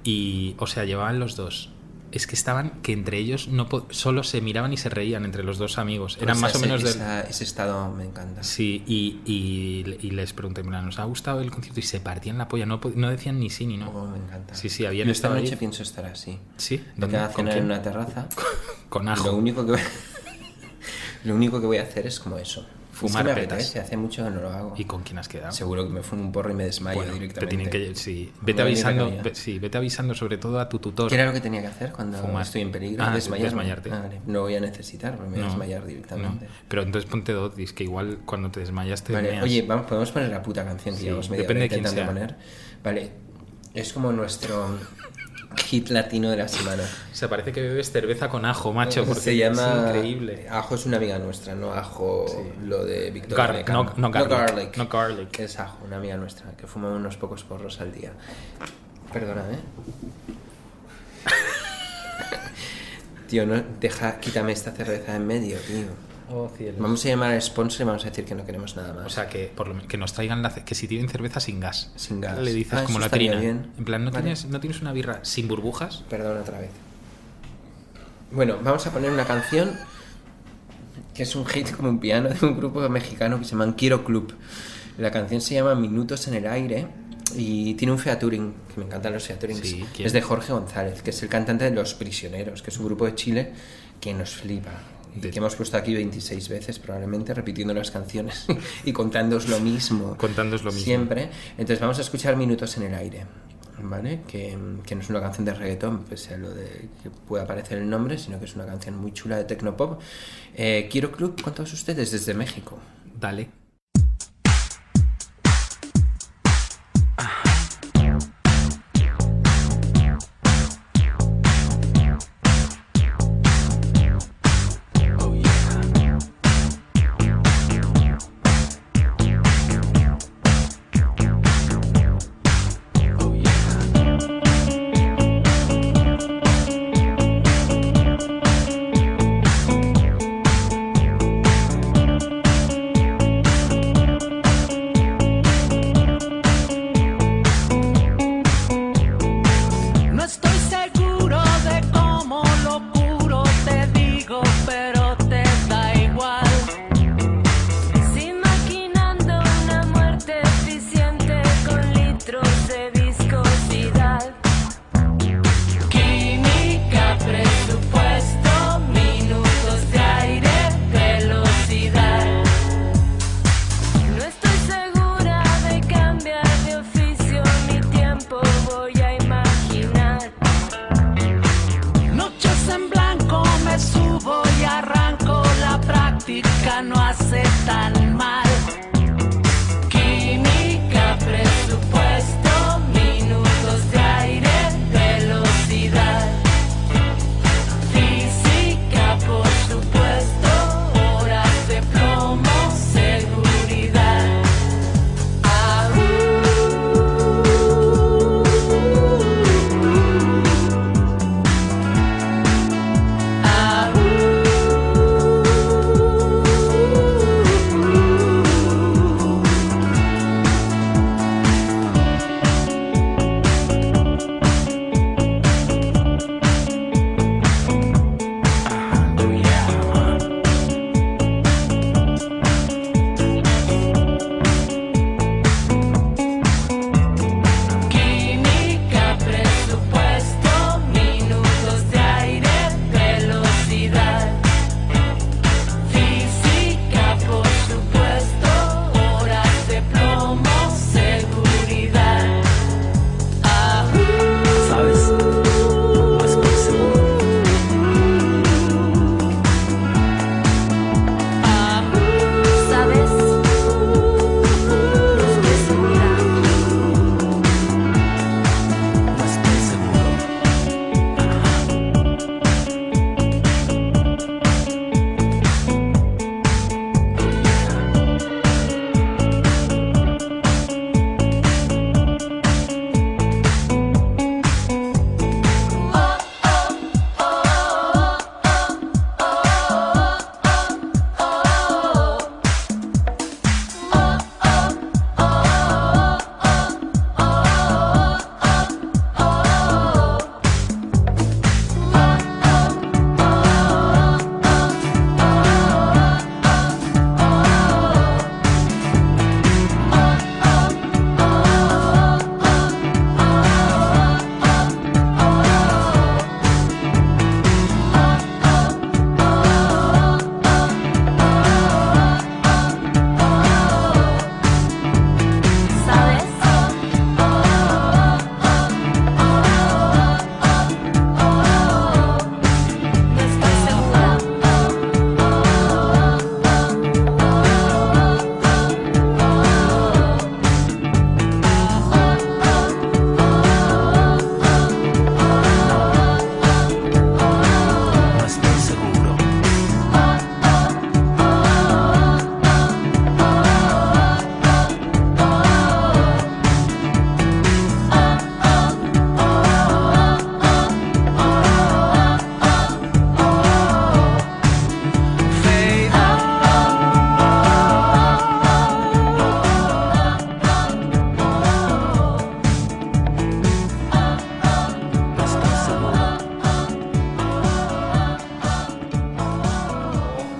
Speaker 2: y o sea llevaban los dos es que estaban que entre ellos no po- solo se miraban y se reían entre los dos amigos eran
Speaker 3: Esa-
Speaker 2: más o
Speaker 3: ese-
Speaker 2: menos del
Speaker 3: esa- Ese estado me encanta.
Speaker 2: sí y, y- y les pregunté mira, nos ha gustado el concierto y se partían la polla no, po- no decían ni sí ni no
Speaker 3: Oh, me encanta.
Speaker 2: Sí, sí, habían
Speaker 3: Yo esta
Speaker 2: estado
Speaker 3: noche
Speaker 2: ahí.
Speaker 3: pienso estar así.
Speaker 2: sí
Speaker 3: Me
Speaker 2: ¿Dónde?
Speaker 3: quedo a
Speaker 2: con
Speaker 3: cenar en
Speaker 2: quién?
Speaker 3: una terraza.
Speaker 2: con
Speaker 3: Lo *laughs*
Speaker 2: ajo
Speaker 3: único que voy... Lo único que voy a hacer es como eso.
Speaker 2: Fumar
Speaker 3: es que me
Speaker 2: petas.
Speaker 3: apetece, hace mucho que no lo hago.
Speaker 2: ¿Y con quién has quedado?
Speaker 3: Seguro que me fumo un porro y me desmayo
Speaker 2: Bueno, te
Speaker 3: directamente.
Speaker 2: tienen que, sí, vete
Speaker 3: No hay ni
Speaker 2: avisando,
Speaker 3: remedio.
Speaker 2: ve- sí, vete avisando sobre todo a tu tutor.
Speaker 3: ¿Qué era lo que tenía que hacer cuando
Speaker 2: Fumar.
Speaker 3: estoy en peligro?
Speaker 2: Ah,
Speaker 3: Desmayarme.
Speaker 2: desmayarte.
Speaker 3: Ah, vale. no voy a necesitar, porque me voy a
Speaker 2: No,
Speaker 3: desmayar directamente.
Speaker 2: no. Pero entonces ponte dotis, que igual cuando te desmayas te
Speaker 3: Vale,
Speaker 2: meas.
Speaker 3: oye, vamos, podemos poner la puta canción que
Speaker 2: Sí,
Speaker 3: llevamos media
Speaker 2: depende
Speaker 3: hora
Speaker 2: de quién
Speaker 3: intentando
Speaker 2: sea.
Speaker 3: poner. Vale, es como nuestro *laughs* hit latino de la semana.
Speaker 2: O sea, parece que bebes cerveza
Speaker 3: *laughs*
Speaker 2: con ajo, macho, porque
Speaker 3: Se llama...
Speaker 2: es increíble.
Speaker 3: Ajo es una amiga nuestra, no ajo lo de Victoria
Speaker 2: Gar-
Speaker 3: Beckham.
Speaker 2: no- no garlic, no garlic.
Speaker 3: Es ajo, una amiga nuestra, que fuma unos pocos porros al día. Perdona,
Speaker 2: *laughs*
Speaker 3: ¿eh? tío, no, deja, quítame esta cerveza de en medio, tío. Vamos a llamar al sponsor y vamos a decir que no queremos nada más.
Speaker 2: O sea, que por lo men- que nos traigan la ce- que si tienen cerveza sin gas.
Speaker 3: Sin gas.
Speaker 2: Le dices
Speaker 3: Ah,
Speaker 2: como
Speaker 3: eso
Speaker 2: la
Speaker 3: estaría
Speaker 2: trina.
Speaker 3: bien.
Speaker 2: En plan, ¿no,
Speaker 3: Vale.
Speaker 2: tienes, ¿no tienes una birra sin burbujas?
Speaker 3: Perdón otra vez. Bueno, vamos a poner una canción que es un hit como un piano de un grupo mexicano que se llama Quiero Club. La canción se llama Minutos en el aire y tiene un featuring, que me encantan los featurings.
Speaker 2: Sí, ¿quién?
Speaker 3: es de Jorge González, que es el cantante de Los Prisioneros, que es un grupo de Chile que nos flipa. Y
Speaker 2: De-
Speaker 3: que hemos puesto aquí 26 veces probablemente repitiendo las
Speaker 2: *laughs*
Speaker 3: canciones y contándoos lo mismo.
Speaker 2: Contándoos lo mismo.
Speaker 3: Siempre. Entonces vamos a escuchar Minutos en el Aire, ¿vale? Que, que no es una canción de reggaetón, pese a lo de que pueda aparecer el nombre, sino que es una canción muy chula de Tecnopop. Eh, Quiero Club con todos ustedes desde México.
Speaker 2: Dale.
Speaker 4: No estoy seguro de cómo lo curo, te digo, pero te da igual. Imaginando una muerte eficiente con litros de viscosidad. Química, presupuesto, minutos de aire, velocidad. No estoy segura de cambiar de oficio, mi tiempo voy a imaginar. Noches en blanco me subo y arranco, la práctica no hace tan mal. Química, presupuesto, minutos de aire, velocidad. Física, por supuesto, horas de plomo, seguridad. Aú. Aú.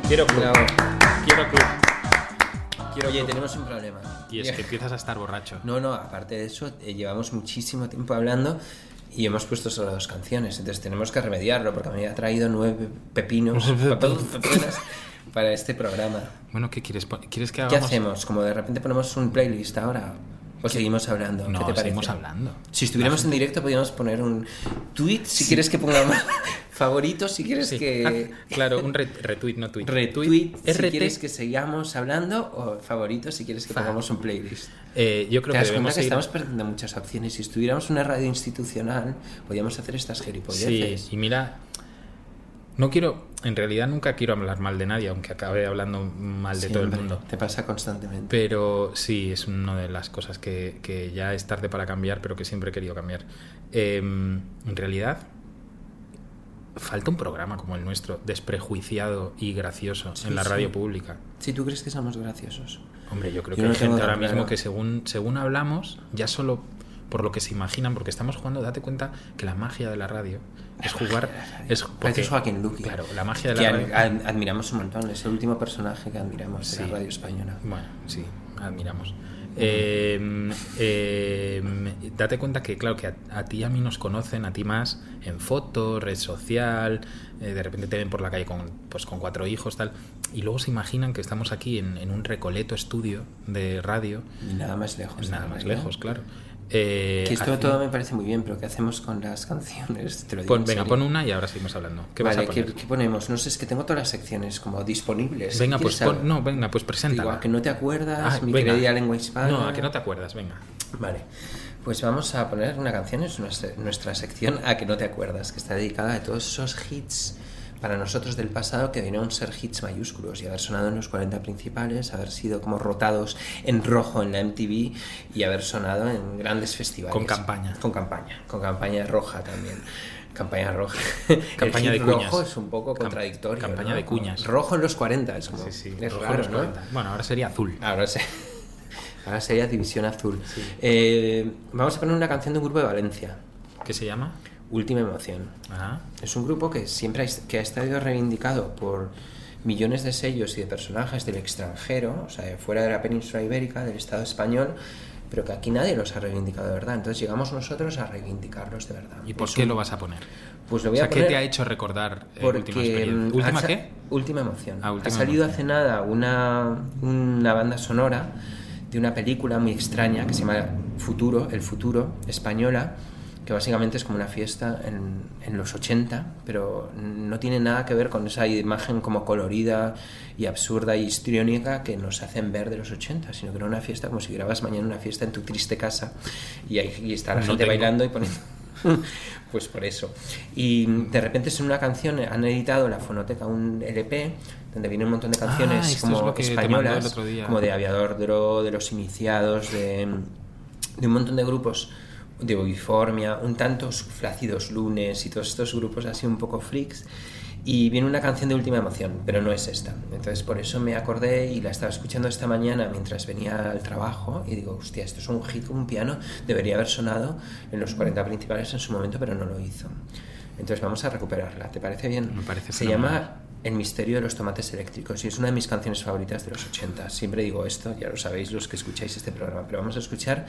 Speaker 2: Quiero club.
Speaker 3: Bravo.
Speaker 2: Quiero club. Quiero
Speaker 3: Oye,
Speaker 2: club.
Speaker 3: tenemos un problema.
Speaker 2: Y es que empiezas a estar borracho.
Speaker 3: No, no, aparte de eso, eh, llevamos muchísimo tiempo hablando y hemos puesto solo dos canciones, entonces tenemos que remediarlo porque me había traído nueve
Speaker 2: *laughs*
Speaker 3: pepinos *laughs* pepinas para este programa.
Speaker 2: Bueno, ¿qué quieres? pon- ¿Quieres que
Speaker 3: ¿Qué
Speaker 2: hagamos?
Speaker 3: hacemos? Como de repente ponemos un playlist ahora o seguimos hablando.
Speaker 2: No,
Speaker 3: ¿Qué te parece?
Speaker 2: seguimos hablando. Ah,
Speaker 3: Si estuviéramos en directo podríamos poner un tweet si quieres que
Speaker 2: *laughs*
Speaker 3: pongamos favoritos, si quieres
Speaker 2: Sí.
Speaker 3: que
Speaker 2: haz- Ah, claro, un re- retweet, no tweet.
Speaker 3: retweet, si
Speaker 2: RT.
Speaker 3: quieres que sigamos hablando o favoritos si quieres que pongamos un playlist.
Speaker 2: Eh, yo creo
Speaker 3: ¿Te
Speaker 2: que
Speaker 3: das cuenta
Speaker 2: debemos
Speaker 3: que
Speaker 2: seguir-
Speaker 3: estamos perdiendo muchas opciones? Si estuviéramos en una radio institucional, podríamos hacer estas
Speaker 2: Sí,
Speaker 3: gilipolleces.
Speaker 2: y mira, no quiero, en realidad nunca quiero hablar mal de nadie, aunque acabe hablando mal de todo el
Speaker 3: Siempre.
Speaker 2: mundo.
Speaker 3: Te pasa constantemente.
Speaker 2: Pero sí, es una de las cosas que, que ya es tarde para cambiar, pero que siempre he querido cambiar. Eh, en realidad, falta un programa como el nuestro, desprejuiciado y gracioso
Speaker 3: Sí,
Speaker 2: en la
Speaker 3: sí.
Speaker 2: radio pública.
Speaker 3: Si tú crees que somos graciosos.
Speaker 2: Hombre, yo creo
Speaker 3: Yo
Speaker 2: que
Speaker 3: no
Speaker 2: hay
Speaker 3: tengo
Speaker 2: gente
Speaker 3: tan
Speaker 2: ahora
Speaker 3: claro.
Speaker 2: mismo que según, según hablamos, ya solo por lo que se imaginan, porque estamos jugando, date cuenta que la magia de la radio es jugar... Es
Speaker 3: Pareces Joaquín Luqui.
Speaker 2: Claro, la magia de
Speaker 3: Que
Speaker 2: la
Speaker 3: ad-
Speaker 2: radio...
Speaker 3: ad- admiramos un montón. Es el último personaje que admiramos de
Speaker 2: Sí.
Speaker 3: la radio española.
Speaker 2: Bueno, sí, admiramos. Eh, eh, date cuenta que, claro, que a, a ti y a mí nos conocen, a ti más, en fotos, red social, eh, de repente te ven por la calle con, pues, con cuatro hijos, tal, y luego se imaginan que estamos aquí en, en un recoleto estudio de radio,
Speaker 3: Y Pues nada más lejos.
Speaker 2: Mm. nada más
Speaker 3: ¿verdad?
Speaker 2: lejos, claro. Eh,
Speaker 3: Que esto
Speaker 2: hace-
Speaker 3: todo me parece muy bien, pero ¿qué hacemos con las canciones? Te lo digo
Speaker 2: pon-
Speaker 3: en
Speaker 2: venga,
Speaker 3: serio.
Speaker 2: pon una y ahora seguimos hablando. ¿Qué vas
Speaker 3: vale,
Speaker 2: a
Speaker 3: ¿qué,
Speaker 2: poner?
Speaker 3: qué ponemos? No sé, es que tengo todas las secciones como disponibles.
Speaker 2: venga,
Speaker 3: ¿Qué
Speaker 2: pues
Speaker 3: quieres saber?
Speaker 2: pon- no, venga, pues
Speaker 3: Digo,
Speaker 2: preséntala.
Speaker 3: a que no te acuerdas,
Speaker 2: Ah,
Speaker 3: mi
Speaker 2: venga.
Speaker 3: querida lengua hispana.
Speaker 2: No, a que no te acuerdas, venga.
Speaker 3: Vale, pues vamos a poner una canción, es nuestra, nuestra sección a que no te acuerdas, que está dedicada a todos esos hits para nosotros del pasado que debieron ser hits mayúsculos y haber sonado en los 40 principales, haber sido como rotados en rojo en la MTV y haber sonado en grandes festivales.
Speaker 2: Con campaña.
Speaker 3: Con campaña, con campaña roja también. Campaña roja. *laughs*
Speaker 2: Campaña
Speaker 3: El
Speaker 2: de
Speaker 3: hit
Speaker 2: cuñas.
Speaker 3: rojo es un poco
Speaker 2: Cam-
Speaker 3: contradictorio.
Speaker 2: campaña
Speaker 3: ¿no?
Speaker 2: de cuñas.
Speaker 3: Rojo en los 40, es como.
Speaker 2: Sí, sí,
Speaker 3: es
Speaker 2: rojo
Speaker 3: raro,
Speaker 2: los
Speaker 3: ¿no?
Speaker 2: 40. Bueno, ahora sería azul.
Speaker 3: Ahora, se... *laughs* Ahora sería División Azul. Eh, vamos a poner una canción de un grupo de Valencia,
Speaker 2: ¿Qué se llama?
Speaker 3: Última Emoción.
Speaker 2: Ah,
Speaker 3: Es un grupo que siempre ha, est- que ha estado reivindicado por millones de sellos y de personajes del extranjero, o sea, de fuera de la península ibérica, del Estado español, pero que aquí nadie los ha reivindicado de verdad. Entonces llegamos nosotros a reivindicarlos de verdad.
Speaker 2: ¿Y por
Speaker 3: Es
Speaker 2: qué
Speaker 3: un-
Speaker 2: lo vas a poner?
Speaker 3: Pues lo
Speaker 2: O
Speaker 3: voy
Speaker 2: sea,
Speaker 3: a
Speaker 2: ¿qué
Speaker 3: poner
Speaker 2: te ha hecho recordar eh, última
Speaker 3: porque
Speaker 2: experiencia?
Speaker 3: mm,
Speaker 2: ¿Última
Speaker 3: ha sa-
Speaker 2: qué?
Speaker 3: Última emoción.
Speaker 2: Ah, Última
Speaker 3: ha salido
Speaker 2: Emoción.
Speaker 3: hace nada una, una banda sonora de una película muy extraña que se llama Futuro, El Futuro, española, que básicamente es como una fiesta en, en los 80, pero no tiene nada que ver con esa imagen como colorida y absurda y histriónica que nos hacen ver de los 80, sino que era una fiesta como si grabas mañana una fiesta en tu triste casa y, ahí y está la
Speaker 2: No
Speaker 3: gente
Speaker 2: tengo.
Speaker 3: bailando y poniendo... *laughs* Pues por eso. Y de repente es una canción, han editado la fonoteca un LP donde viene un montón de
Speaker 2: Ah,
Speaker 3: canciones
Speaker 2: esto es
Speaker 3: como
Speaker 2: lo que te mandó el
Speaker 3: españolas,
Speaker 2: otro día.
Speaker 3: como de Aviador Dro, de Los Iniciados, de, de un montón de grupos de Boiformia, un tanto Flácidos Lunes y todos estos grupos así un poco freaks. Y viene una canción de última emoción, pero no es esta. Entonces por eso me acordé y la estaba escuchando esta mañana mientras venía al trabajo y digo, hostia, esto es un hit como un piano, debería haber sonado en los 40 principales en su momento, pero no lo hizo. Entonces vamos a recuperarla, ¿te parece bien?
Speaker 2: Me parece
Speaker 3: Se
Speaker 2: fenomenal.
Speaker 3: llama el misterio de los tomates eléctricos y es una de mis canciones favoritas de los 80. Siempre digo esto, ya lo sabéis los que escucháis este programa, pero vamos a escuchar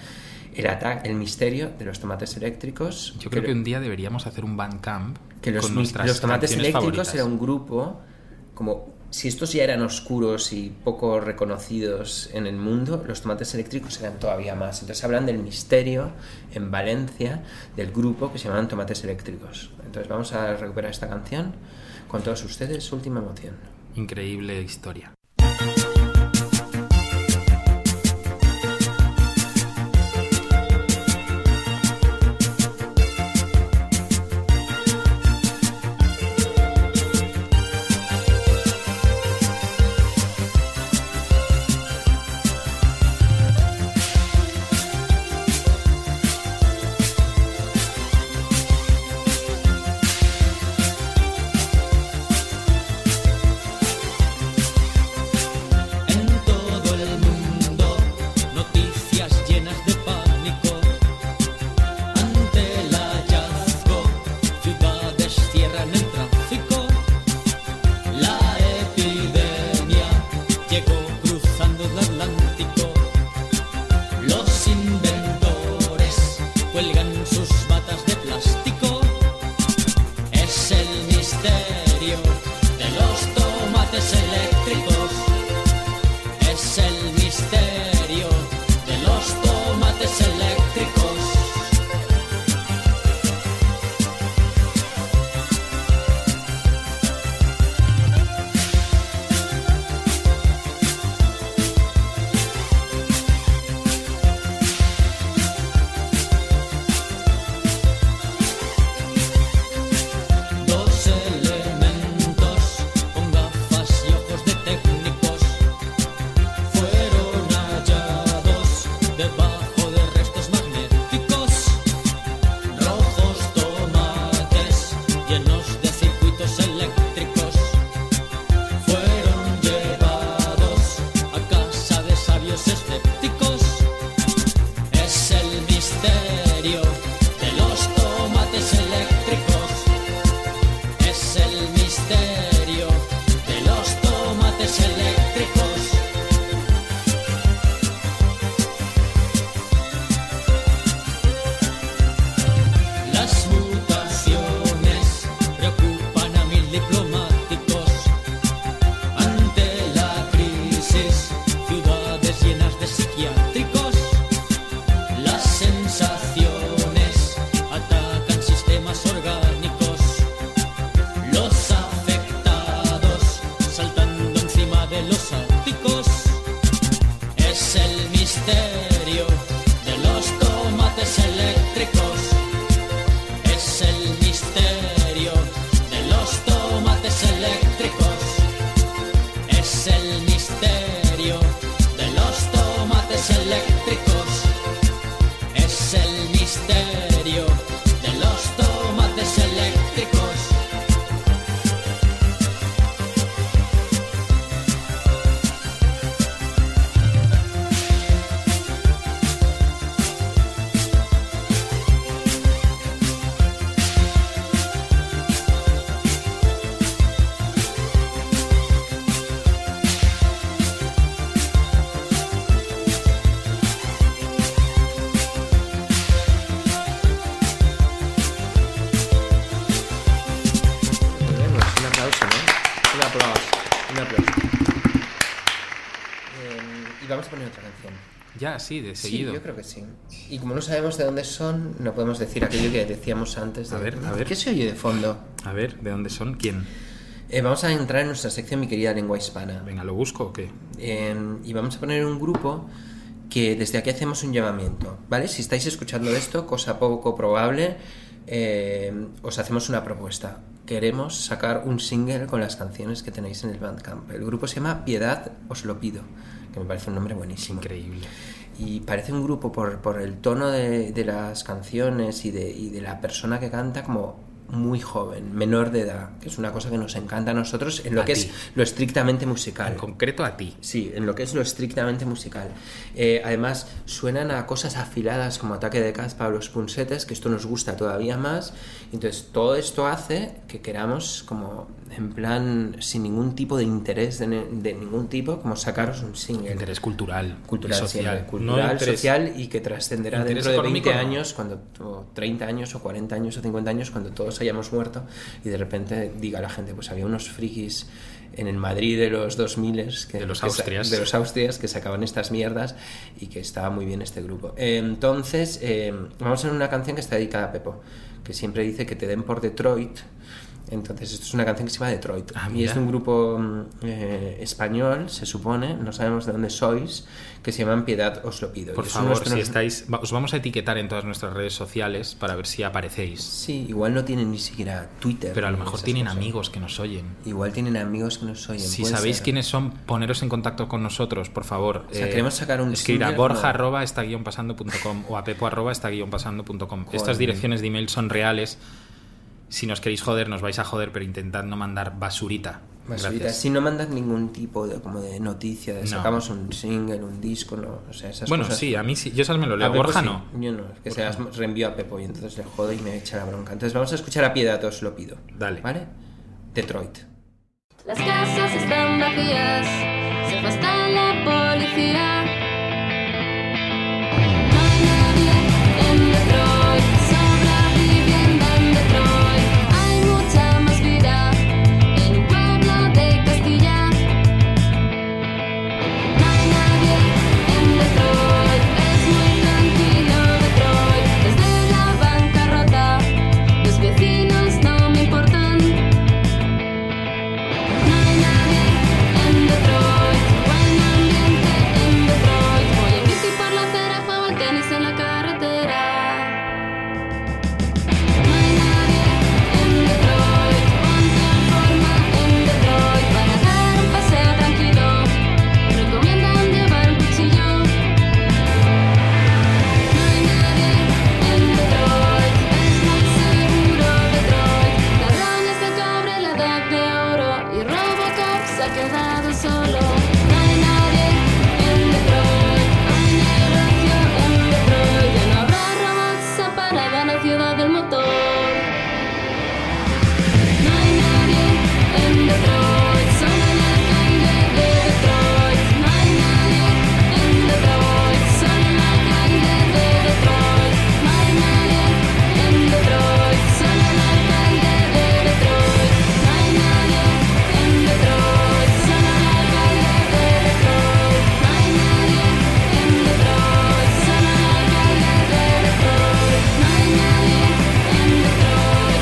Speaker 3: el ataque, el misterio de los tomates eléctricos.
Speaker 2: Yo creo que
Speaker 3: lo-
Speaker 2: un día deberíamos hacer un bandcamp
Speaker 3: que los,
Speaker 2: con
Speaker 3: mis-
Speaker 2: nuestras
Speaker 3: los tomates
Speaker 2: canciones
Speaker 3: eléctricos
Speaker 2: favoritas.
Speaker 3: era un grupo como si estos ya eran oscuros y poco reconocidos en el mundo, los tomates eléctricos eran todavía más. Entonces hablan del misterio en Valencia del grupo que se llamaban Tomates Eléctricos. Entonces vamos a recuperar esta canción con todos ustedes, su última emoción.
Speaker 2: Increíble historia.
Speaker 9: cables eléctricos. Es el misterio de los tomates eléctricos. Dos elementos con gafas y ojos de técnicos fueron hallados debajo de restos magnéticos. Rojos tomates llenos de circuitos eléctricos fueron llevados a casa de sabios escépticos. Es el misterio de los tomates eléctricos. Es el misterio de los tomates eléctricos. Las mutaciones preocupan a mil diplomáticos. Ante la crisis, ciudades llenas de psiquiátricos. Las sensaciones atacan sistemas orgánicos. Los afectados saltando encima de los áticos es el misterio de los tomates eléctricos. Es el misterio de los tomates eléctricos. Es el misterio de los tomates eléctricos. Es el misterio de los tomates eléctricos.
Speaker 3: Volvemos. pues Un aplauso, ¿no? Un aplauso. Un aplauso. Eh, y vamos a poner otra canción.
Speaker 2: Ya, sí, de seguido.
Speaker 3: Sí, yo creo que sí. Y como no sabemos de dónde son, no podemos decir aquello que decíamos antes. De,
Speaker 2: A ver, a ver.
Speaker 3: ¿Qué se oye de fondo?
Speaker 2: A ver, ¿de dónde son? ¿Quién?
Speaker 3: Eh, vamos a entrar en nuestra sección, mi querida lengua hispana.
Speaker 2: Venga, ¿lo busco o qué?
Speaker 3: Eh, y vamos a poner un grupo que desde aquí hacemos un llamamiento, ¿vale? Si estáis escuchando esto, cosa poco probable, eh, os hacemos una propuesta. Queremos sacar un single con las canciones que tenéis en el Bandcamp. El grupo se llama Piedad, os lo pido, que me parece un nombre buenísimo.
Speaker 2: Increíble.
Speaker 3: Y parece un grupo por, por el tono de, de las canciones y de, y de la persona que canta como muy joven, menor de edad, que es una cosa que nos encanta a nosotros en lo
Speaker 2: A
Speaker 3: que
Speaker 2: ti.
Speaker 3: es lo estrictamente musical.
Speaker 2: En concreto a ti.
Speaker 3: Sí, en lo que es lo estrictamente musical. Eh, además, suenan a cosas afiladas como Ataque de Caspa o Los Punsetes, que esto nos gusta todavía más. Entonces, todo esto hace que queramos, como en plan, sin ningún tipo de interés de, ne- de ningún tipo, como sacaros un single.
Speaker 2: Interés cultural,
Speaker 3: cultural,
Speaker 2: y social.
Speaker 3: siempre, cultural,
Speaker 2: no interés-
Speaker 3: social y que trascenderá
Speaker 2: interés
Speaker 3: dentro de
Speaker 2: económico,
Speaker 3: 20
Speaker 2: no.
Speaker 3: años, cuando, o 30 años, o 40 años, o 50 años, cuando todos hayamos muerto y de repente diga la gente, pues había unos frikis en el Madrid de los 2000 que,
Speaker 2: De los
Speaker 3: que sa-
Speaker 2: austrias.
Speaker 3: de los austrias que sacaban estas mierdas y que estaba muy bien este grupo. Eh, Entonces, eh, vamos a ver una canción que está dedicada a Pepo, que siempre dice que te den por Detroit. Entonces, esto es una canción que se llama Detroit.
Speaker 2: Ah,
Speaker 3: y es de
Speaker 2: mira.
Speaker 3: un grupo mm, eh, español, se supone, no sabemos de dónde sois, que se llaman Piedad, os lo pido.
Speaker 2: Por
Speaker 3: Y es
Speaker 2: favor,
Speaker 3: unos
Speaker 2: si
Speaker 3: tonos-
Speaker 2: estáis, va- os vamos a etiquetar en todas nuestras redes sociales para ver si aparecéis.
Speaker 3: Sí, igual no tienen ni siquiera Twitter.
Speaker 2: Pero a lo
Speaker 3: ni
Speaker 2: mejor
Speaker 3: esas
Speaker 2: tienen
Speaker 3: cosas.
Speaker 2: amigos que nos oyen.
Speaker 3: Igual tienen amigos que nos oyen.
Speaker 2: Si
Speaker 3: puede
Speaker 2: sabéis
Speaker 3: ser.
Speaker 2: quiénes son, poneros en contacto con nosotros, por favor.
Speaker 3: O
Speaker 2: Eh,
Speaker 3: sea, queremos sacar un
Speaker 2: escribir a
Speaker 3: single,
Speaker 2: borja
Speaker 3: ¿no?
Speaker 2: arroba esta guión pasando punto com o a pepo arroba esta guión pasando punto com. Estas direcciones de email son reales. Si nos queréis joder, nos vais a joder, pero intentad no mandar basurita.
Speaker 3: Basurita.
Speaker 2: Gracias.
Speaker 3: Si no mandas ningún tipo de, como de noticia, de
Speaker 2: No.
Speaker 3: sacamos un single, un disco, no, o sea, esas
Speaker 2: bueno,
Speaker 3: cosas.
Speaker 2: sí, a mí sí. Yo esas me lo
Speaker 3: A
Speaker 2: leo.
Speaker 3: Pepo
Speaker 2: Borja
Speaker 3: sí,
Speaker 2: no.
Speaker 3: Yo no, es que se las reenvío a Pepo y entonces le jodo y me echa la bronca. Entonces vamos a escuchar a Piedad, os lo pido.
Speaker 2: Dale.
Speaker 3: ¿Vale? Detroit.
Speaker 5: Las casas están vacías, se fue hasta la policía. No hay nadie en Detroit, sobra vivienda en Detroit. Hay mucha más vida en un pueblo de Castilla. vecinos no me importan. No hay nadie en Detroit, buen ambiente en Detroit. Voy en bici por la acera, juego al tenis en la carretera. Para dar un paseo tranquilo, recomiendan llevar un cuchillo. No hay nadie en Detroit, es muy seguro Detroit. Ladrones de cobre, la edad de oro y Robocop se ha quedado solo. No hay nadie en Detroit, no hay negocio en Detroit. Ya no habrá robots separados en la ciudad del motor. No hay nadie en Detroit, solo el alcalde de Detroit. No hay nadie en Detroit, solo el alcalde de Detroit. No hay nadie en Detroit, solo el alcalde de Detroit. No hay nadie en Detroit, solo el alcalde de Detroit. No hay nadie en Detroit, solo el alcalde de Detroit. No hay nadie en Detroit, solo el alcalde de Detroit. No hay nadie en Detroit, solo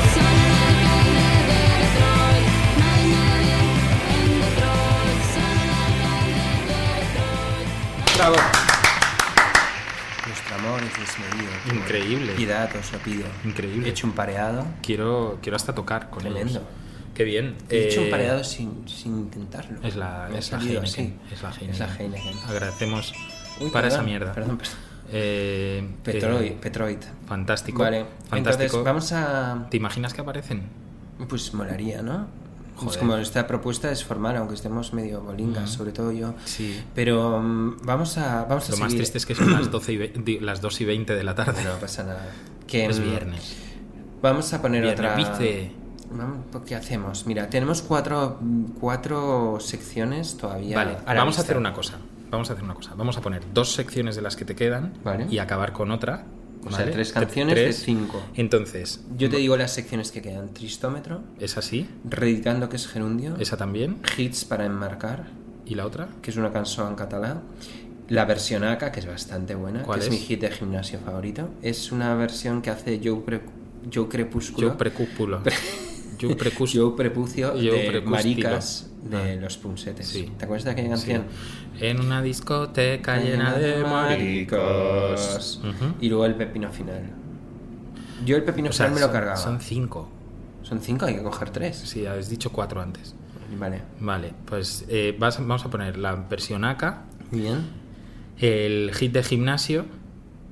Speaker 5: el alcalde de Detroit.
Speaker 2: Bravo.
Speaker 3: Nuestro amor es desmedido.
Speaker 2: Increíble.
Speaker 3: Piedad, os lo pido.
Speaker 2: Increíble.
Speaker 3: He hecho un pareado.
Speaker 2: Quiero, quiero hasta tocar con
Speaker 3: Tremendo.
Speaker 2: ellos. Qué bien.
Speaker 3: He hecho un
Speaker 2: Eh,
Speaker 3: pareado sin, sin intentarlo.
Speaker 2: Es la,
Speaker 3: Me ha
Speaker 2: es la
Speaker 3: salido
Speaker 2: Heineken.
Speaker 3: así.
Speaker 2: Es la Heineken.
Speaker 3: Es la Heineken.
Speaker 2: Agradecemos
Speaker 3: Uy,
Speaker 2: para
Speaker 3: perdón,
Speaker 2: esa mierda.
Speaker 3: perdón, perdón.
Speaker 2: Eh, que-
Speaker 3: Petroid. Petroid.
Speaker 2: Fantástico.
Speaker 3: Vale.
Speaker 2: Fantástico.
Speaker 3: Entonces, vamos a.
Speaker 2: ¿Te imaginas que aparecen?
Speaker 3: Pues molaría, ¿no? Es
Speaker 2: Joder.
Speaker 3: como esta propuesta es formal, aunque estemos medio bolingas,
Speaker 2: Ujú.
Speaker 3: sobre todo yo.
Speaker 2: Sí.
Speaker 3: Pero mm, vamos a, vamos a
Speaker 2: Lo más
Speaker 3: seguir.
Speaker 2: triste es que son las, 12 y ve- di- las 2 y 20 de la tarde.
Speaker 3: No pasa nada. Que,
Speaker 2: *laughs* es
Speaker 3: mm,
Speaker 2: viernes.
Speaker 3: Vamos a poner
Speaker 2: Viernes,
Speaker 3: otra.
Speaker 2: ¿viste?
Speaker 3: Vamos, pues, ¿Qué hacemos? Mira, tenemos cuatro, cuatro secciones todavía.
Speaker 2: Vale,
Speaker 3: a la
Speaker 2: vamos
Speaker 3: vista.
Speaker 2: a hacer una cosa. Vamos a hacer una cosa. Vamos a poner dos secciones de las que te quedan
Speaker 3: Vale.
Speaker 2: y acabar con otra.
Speaker 3: O sea,
Speaker 2: ¿vale?
Speaker 3: tres
Speaker 2: Te-
Speaker 3: canciones de cinco.
Speaker 2: Entonces,
Speaker 3: Yo te digo las secciones que quedan: Tristómetro,
Speaker 2: es así,
Speaker 3: Reditando, que es Gerundio,
Speaker 2: esa también.
Speaker 3: Hits para enmarcar,
Speaker 2: ¿Y la otra?
Speaker 3: que es una canción en catalán. La versión ACA, que es bastante buena,
Speaker 2: ¿Cuál
Speaker 3: que es?
Speaker 2: es?
Speaker 3: mi hit de gimnasio favorito. Es una versión que hace Joe, Pre- Joe Crepúsculo.
Speaker 2: Yo precúpulo.
Speaker 3: *laughs*
Speaker 2: Yo precus-
Speaker 3: Joe Prepucio
Speaker 2: Joe
Speaker 3: de
Speaker 2: Precústilo.
Speaker 3: Maricas de
Speaker 2: Ah.
Speaker 3: Los Punsetes.
Speaker 2: Sí.
Speaker 3: ¿Te acuerdas de aquella canción?
Speaker 2: Sí. En una discoteca llena de maricos. Ujú.
Speaker 3: Y luego el pepino final. Yo el pepino
Speaker 2: O sea,
Speaker 3: final me lo
Speaker 2: son-
Speaker 3: cargaba.
Speaker 2: Son
Speaker 3: Son,
Speaker 2: cinco.
Speaker 3: cinco, hay que coger tres.
Speaker 2: Sí, habéis dicho cuatro antes.
Speaker 3: Vale.
Speaker 2: Vale, pues eh, vas- vamos a poner la versión AK,
Speaker 3: Bien.
Speaker 2: el hit de gimnasio.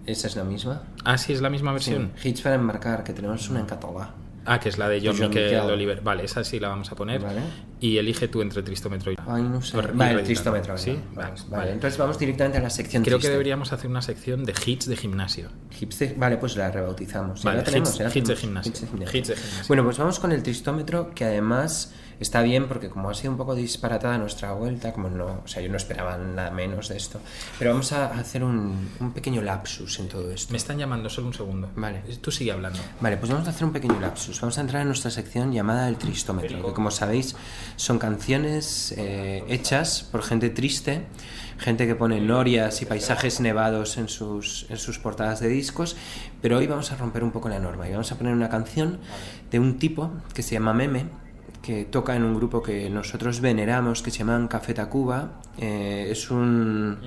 Speaker 3: Esa es la misma.
Speaker 2: Ah, sí, es la misma versión.
Speaker 3: Sí. Hits para enmarcar, que tenemos una en catalá.
Speaker 2: Ah, que es la de John,
Speaker 3: John
Speaker 2: Miquel
Speaker 3: Miquel.
Speaker 2: Oliver. Vale, esa sí la vamos a poner.
Speaker 3: Vale.
Speaker 2: Y elige tú entre Tristómetro y...
Speaker 3: Ay, no sé.
Speaker 2: y
Speaker 3: Vale,
Speaker 2: Reditando.
Speaker 3: tristómetro.
Speaker 2: Sí,
Speaker 3: venga,
Speaker 2: vale,
Speaker 3: vamos,
Speaker 2: vale.
Speaker 3: vale. Entonces vamos directamente a la sección
Speaker 2: Creo que
Speaker 3: triste.
Speaker 2: deberíamos hacer una sección de hits de gimnasio.
Speaker 3: Hipster- Vale, pues la rebautizamos. Ya
Speaker 2: Vale,
Speaker 3: la tenemos,
Speaker 2: hits-
Speaker 3: ya la
Speaker 2: hits
Speaker 3: tenemos.
Speaker 2: de gimnasio. Hits de gimnasio.
Speaker 3: Bueno, pues vamos con el tristómetro, que además está bien porque como ha sido un poco disparatada nuestra vuelta, como no, o sea, yo no esperaba nada menos de esto, pero vamos a hacer un, un pequeño lapsus en todo esto.
Speaker 2: Me están llamando, solo un segundo.
Speaker 3: Vale.
Speaker 2: Tú sigue hablando.
Speaker 3: Vale, pues vamos a hacer un pequeño lapsus. Vamos a entrar en nuestra sección llamada El Tristómetro, que como sabéis son canciones eh, hechas por gente triste, gente que pone norias y paisajes nevados en sus, en sus portadas de discos, pero hoy vamos a romper un poco la norma y vamos a poner una canción de un tipo que se llama Meme, que toca en un grupo que nosotros veneramos que se llaman Café Tacuba. Eh, es, un,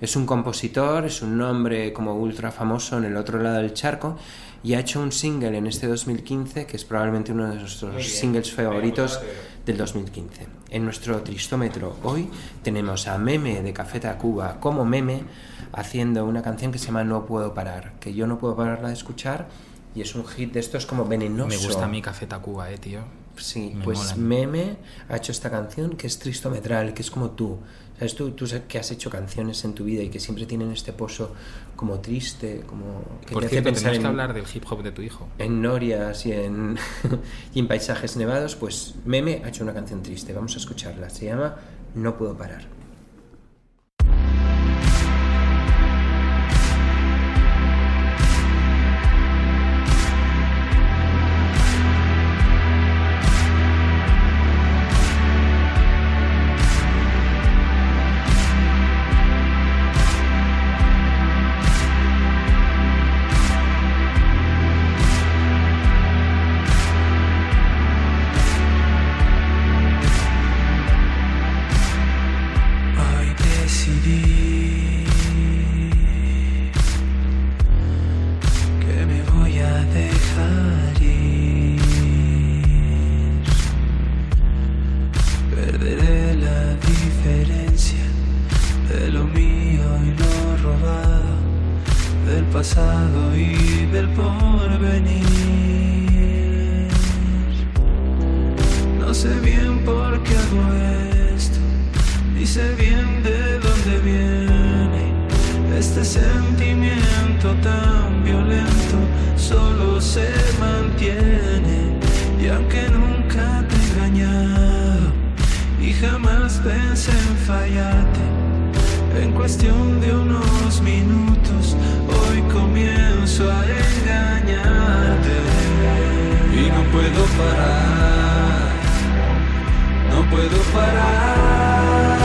Speaker 3: es un compositor, es un nombre como ultra famoso en el otro lado del charco y ha hecho un single en este 2015 que es probablemente uno de nuestros singles favoritos del 2015. En nuestro tristómetro hoy tenemos a Meme de Café Tacuba como Meme haciendo una canción que se llama No Puedo Parar, que yo no puedo pararla de escuchar y es un hit de estos como venenoso.
Speaker 2: Me gusta mi Café Tacuba, eh, tío.
Speaker 3: Sí,
Speaker 2: Me
Speaker 3: pues
Speaker 2: molan.
Speaker 3: Meme ha hecho esta canción que es tristometral, que es como tú. ¿Sabes tú, tú sa- que has hecho canciones en tu vida y que siempre tienen este pozo como triste, como que
Speaker 2: Por
Speaker 3: te
Speaker 2: cierto,
Speaker 3: hace pensar
Speaker 2: tenemos
Speaker 3: en,
Speaker 2: que hablar del hip hop de tu hijo.
Speaker 3: en norias y en, *laughs* y en paisajes nevados, pues Meme ha hecho una canción triste. Vamos a escucharla. Se llama No puedo parar.
Speaker 10: sé bien por qué hago esto, ni sé bien de dónde viene este sentimiento tan violento, solo se mantiene. Y aunque nunca te he engañado y jamás pensé en fallarte, en cuestión de unos minutos, hoy comienzo a engañarte y no puedo parar, no puedo parar.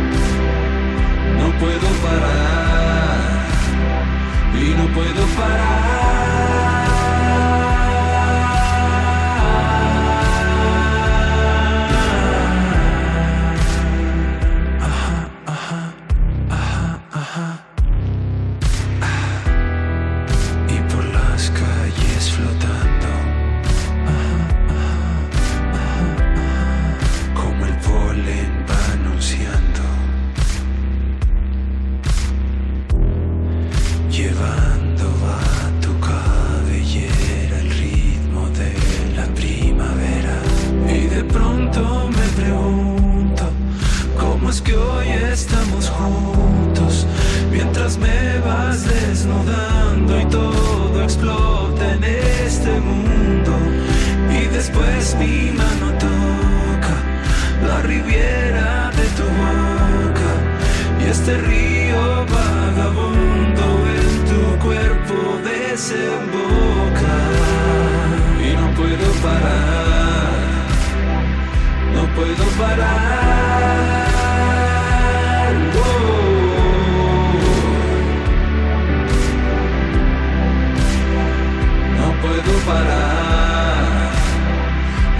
Speaker 10: wow. No puedo parar y no puedo parar. Ajá. Ah, Y por las calles flotando, Ajá, ajá, ajá, ajá. como el polen va anunciando, llevando va tu cabellera el ritmo de la primavera. Y de pronto me pregunto, ¿cómo es que hoy estamos juntos? Mientras me vas desnudando y todo explota en este mundo. Y después mi mano toca la riviera de tu boca. Y este río vagabundo en tu cuerpo desemboca. Y no puedo parar, no puedo parar. wow. No puedo parar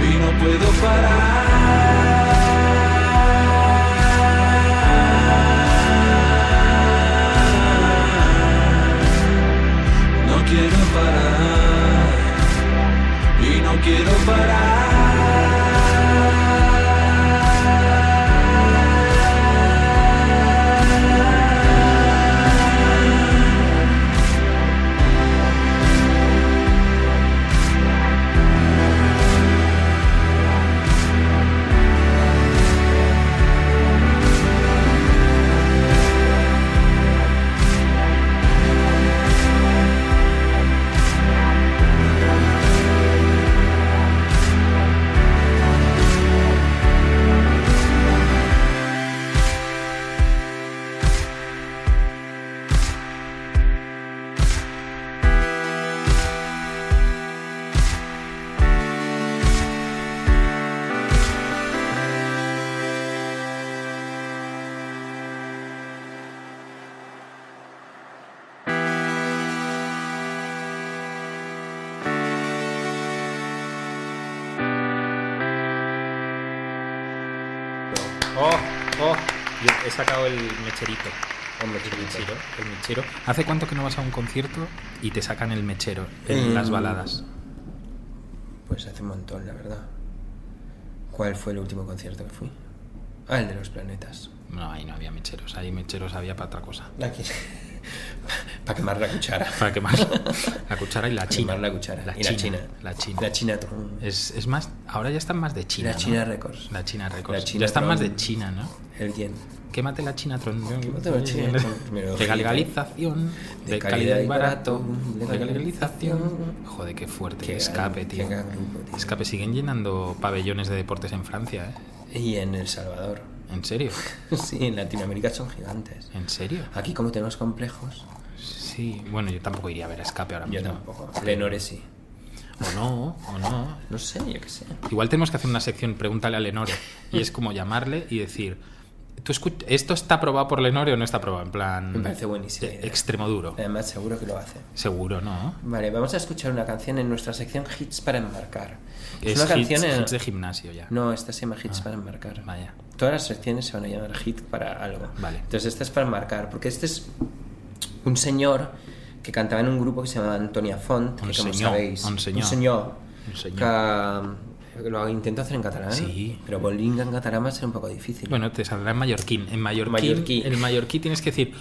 Speaker 10: y no puedo parar. No quiero parar y no quiero parar.
Speaker 2: Oh, oh. Yo he sacado el mecherito. El mechero, el mechero. ¿Hace cuánto que no vas a un concierto y te sacan el mechero en
Speaker 3: Mm.
Speaker 2: las baladas?
Speaker 3: Pues hace un montón, la verdad. ¿Cuál fue el último concierto que fui? Ah, el de los planetas.
Speaker 2: No, ahí no había mecheros. Ahí mecheros había para otra cosa.
Speaker 3: Aquí. *laughs* Para quemar la cuchara.
Speaker 2: Para quemar la cuchara y la
Speaker 3: Pa'
Speaker 2: china.
Speaker 3: quemar la cuchara. Y la china.
Speaker 2: La china.
Speaker 3: La china.
Speaker 2: Es, es más, ahora ya están más de China.
Speaker 3: La
Speaker 2: ¿no?
Speaker 3: China Records.
Speaker 2: La China Records.
Speaker 3: La China
Speaker 2: ya están más de
Speaker 3: Tron.
Speaker 2: China, ¿no?
Speaker 3: El yen.
Speaker 2: Quémate la China Tron.
Speaker 3: Quémate la China Tron. Primero,
Speaker 2: De legalización, de, calidad, y barato, de legalización. Joder, qué fuerte.
Speaker 3: Qué
Speaker 2: escape,
Speaker 3: gran-
Speaker 2: tío.
Speaker 3: qué gran grupo, tío.
Speaker 2: Escape, siguen llenando pabellones de deportes en Francia, ¿eh?
Speaker 3: Y en El Salvador. *laughs*
Speaker 2: ¿En serio?
Speaker 3: Sí, en Latinoamérica son gigantes.
Speaker 2: ¿En serio?
Speaker 3: Aquí como tenemos complejos.
Speaker 2: Sí, bueno, yo tampoco iría a ver escape ahora
Speaker 3: Yo
Speaker 2: mismo.
Speaker 3: tampoco. Lenore sí.
Speaker 2: O no, o no.
Speaker 3: No sé, yo qué sé.
Speaker 2: Igual tenemos que hacer una sección Pregúntale a Lenore. Y es como llamarle y decir. ¿Tú escu- ¿Esto está aprobado por Lenore o no está aprobado? En plan.
Speaker 3: Me parece buenísimo.
Speaker 2: eh, Extremo duro.
Speaker 3: Además, seguro que lo hace.
Speaker 2: Seguro, ¿no?
Speaker 3: Vale, vamos a escuchar una canción en nuestra sección Hits para embarcar.
Speaker 2: Es
Speaker 3: una
Speaker 2: hits-
Speaker 3: canción en-
Speaker 2: hits de gimnasio ya.
Speaker 3: No, esta se llama Hits para embarcar.
Speaker 2: Ah, Vaya.
Speaker 3: Todas las secciones se van a llamar hit para algo.
Speaker 2: Vale.
Speaker 3: Entonces esta es para embarcar, porque este es un señor que cantaba en un grupo que se llamaba Antonia Font,
Speaker 2: Un
Speaker 3: que como
Speaker 2: senyor,
Speaker 3: sabéis,
Speaker 2: un senyor.
Speaker 3: senyor,
Speaker 2: Un senyor.
Speaker 3: que eh, lo intento hacer en catalán,
Speaker 2: Sí.
Speaker 3: pero bolinga en catalán va a ser un poco difícil.
Speaker 2: Bueno, te saldrá en mallorquín. En mallorquín.
Speaker 3: Mallorquí.
Speaker 2: En mallorquí tienes que decir.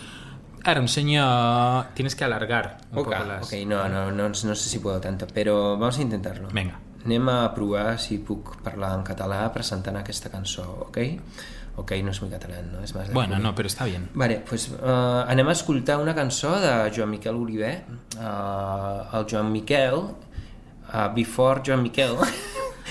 Speaker 2: Era un señor. Tienes que alargar un
Speaker 3: Ok,
Speaker 2: poco las.
Speaker 3: ok, no, no, no, no sé si puedo tanto, però vamos a intentar-lo.
Speaker 2: Vinga.
Speaker 3: Anem a provar si puc parlar en català presentant aquesta cançó, ok? Ok, no és muy català, no? És más de
Speaker 2: Bueno,
Speaker 3: Cuba.
Speaker 2: no, pero está
Speaker 3: *laughs*
Speaker 2: bien.
Speaker 3: Vale, pues, eh, anem a escoltar una cançó de Joan Miquel Oliver. Eh, el Joan Miquel, eh, Before Joan
Speaker 2: *laughs*
Speaker 3: Miquel,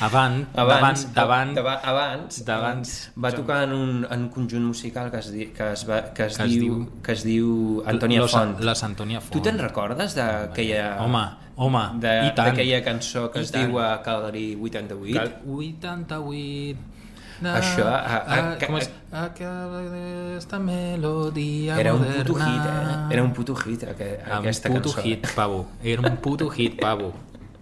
Speaker 2: Avant,
Speaker 3: abans,
Speaker 2: abans, davant,
Speaker 3: dava- abans, eh,
Speaker 2: d'abans,
Speaker 3: va
Speaker 2: Joan-
Speaker 3: tocar en un, en un conjunt musical que es, di, que es, va, que es,
Speaker 2: Que es
Speaker 3: diu,
Speaker 2: diu-
Speaker 3: que es diu Antonia
Speaker 2: Los-
Speaker 3: Font.
Speaker 2: Les Antonia Font.
Speaker 3: Tu te'n recordes d'aquella...
Speaker 2: Ah. Home, home,
Speaker 3: de,
Speaker 2: i tant.
Speaker 3: D'aquella cançó que
Speaker 2: I
Speaker 3: es
Speaker 2: tant.
Speaker 3: diu a Calgary 88?
Speaker 2: Cal- 88...
Speaker 3: Això, a- a-
Speaker 2: ah, com és? Acaba esta melodia
Speaker 3: Era un
Speaker 2: moderna.
Speaker 3: puto hit, eh? Era un puto hit, aquest,
Speaker 2: Era un
Speaker 3: aquesta
Speaker 2: puto
Speaker 3: cançó. eh?
Speaker 2: hit, pavo. Era un puto hit, pavo.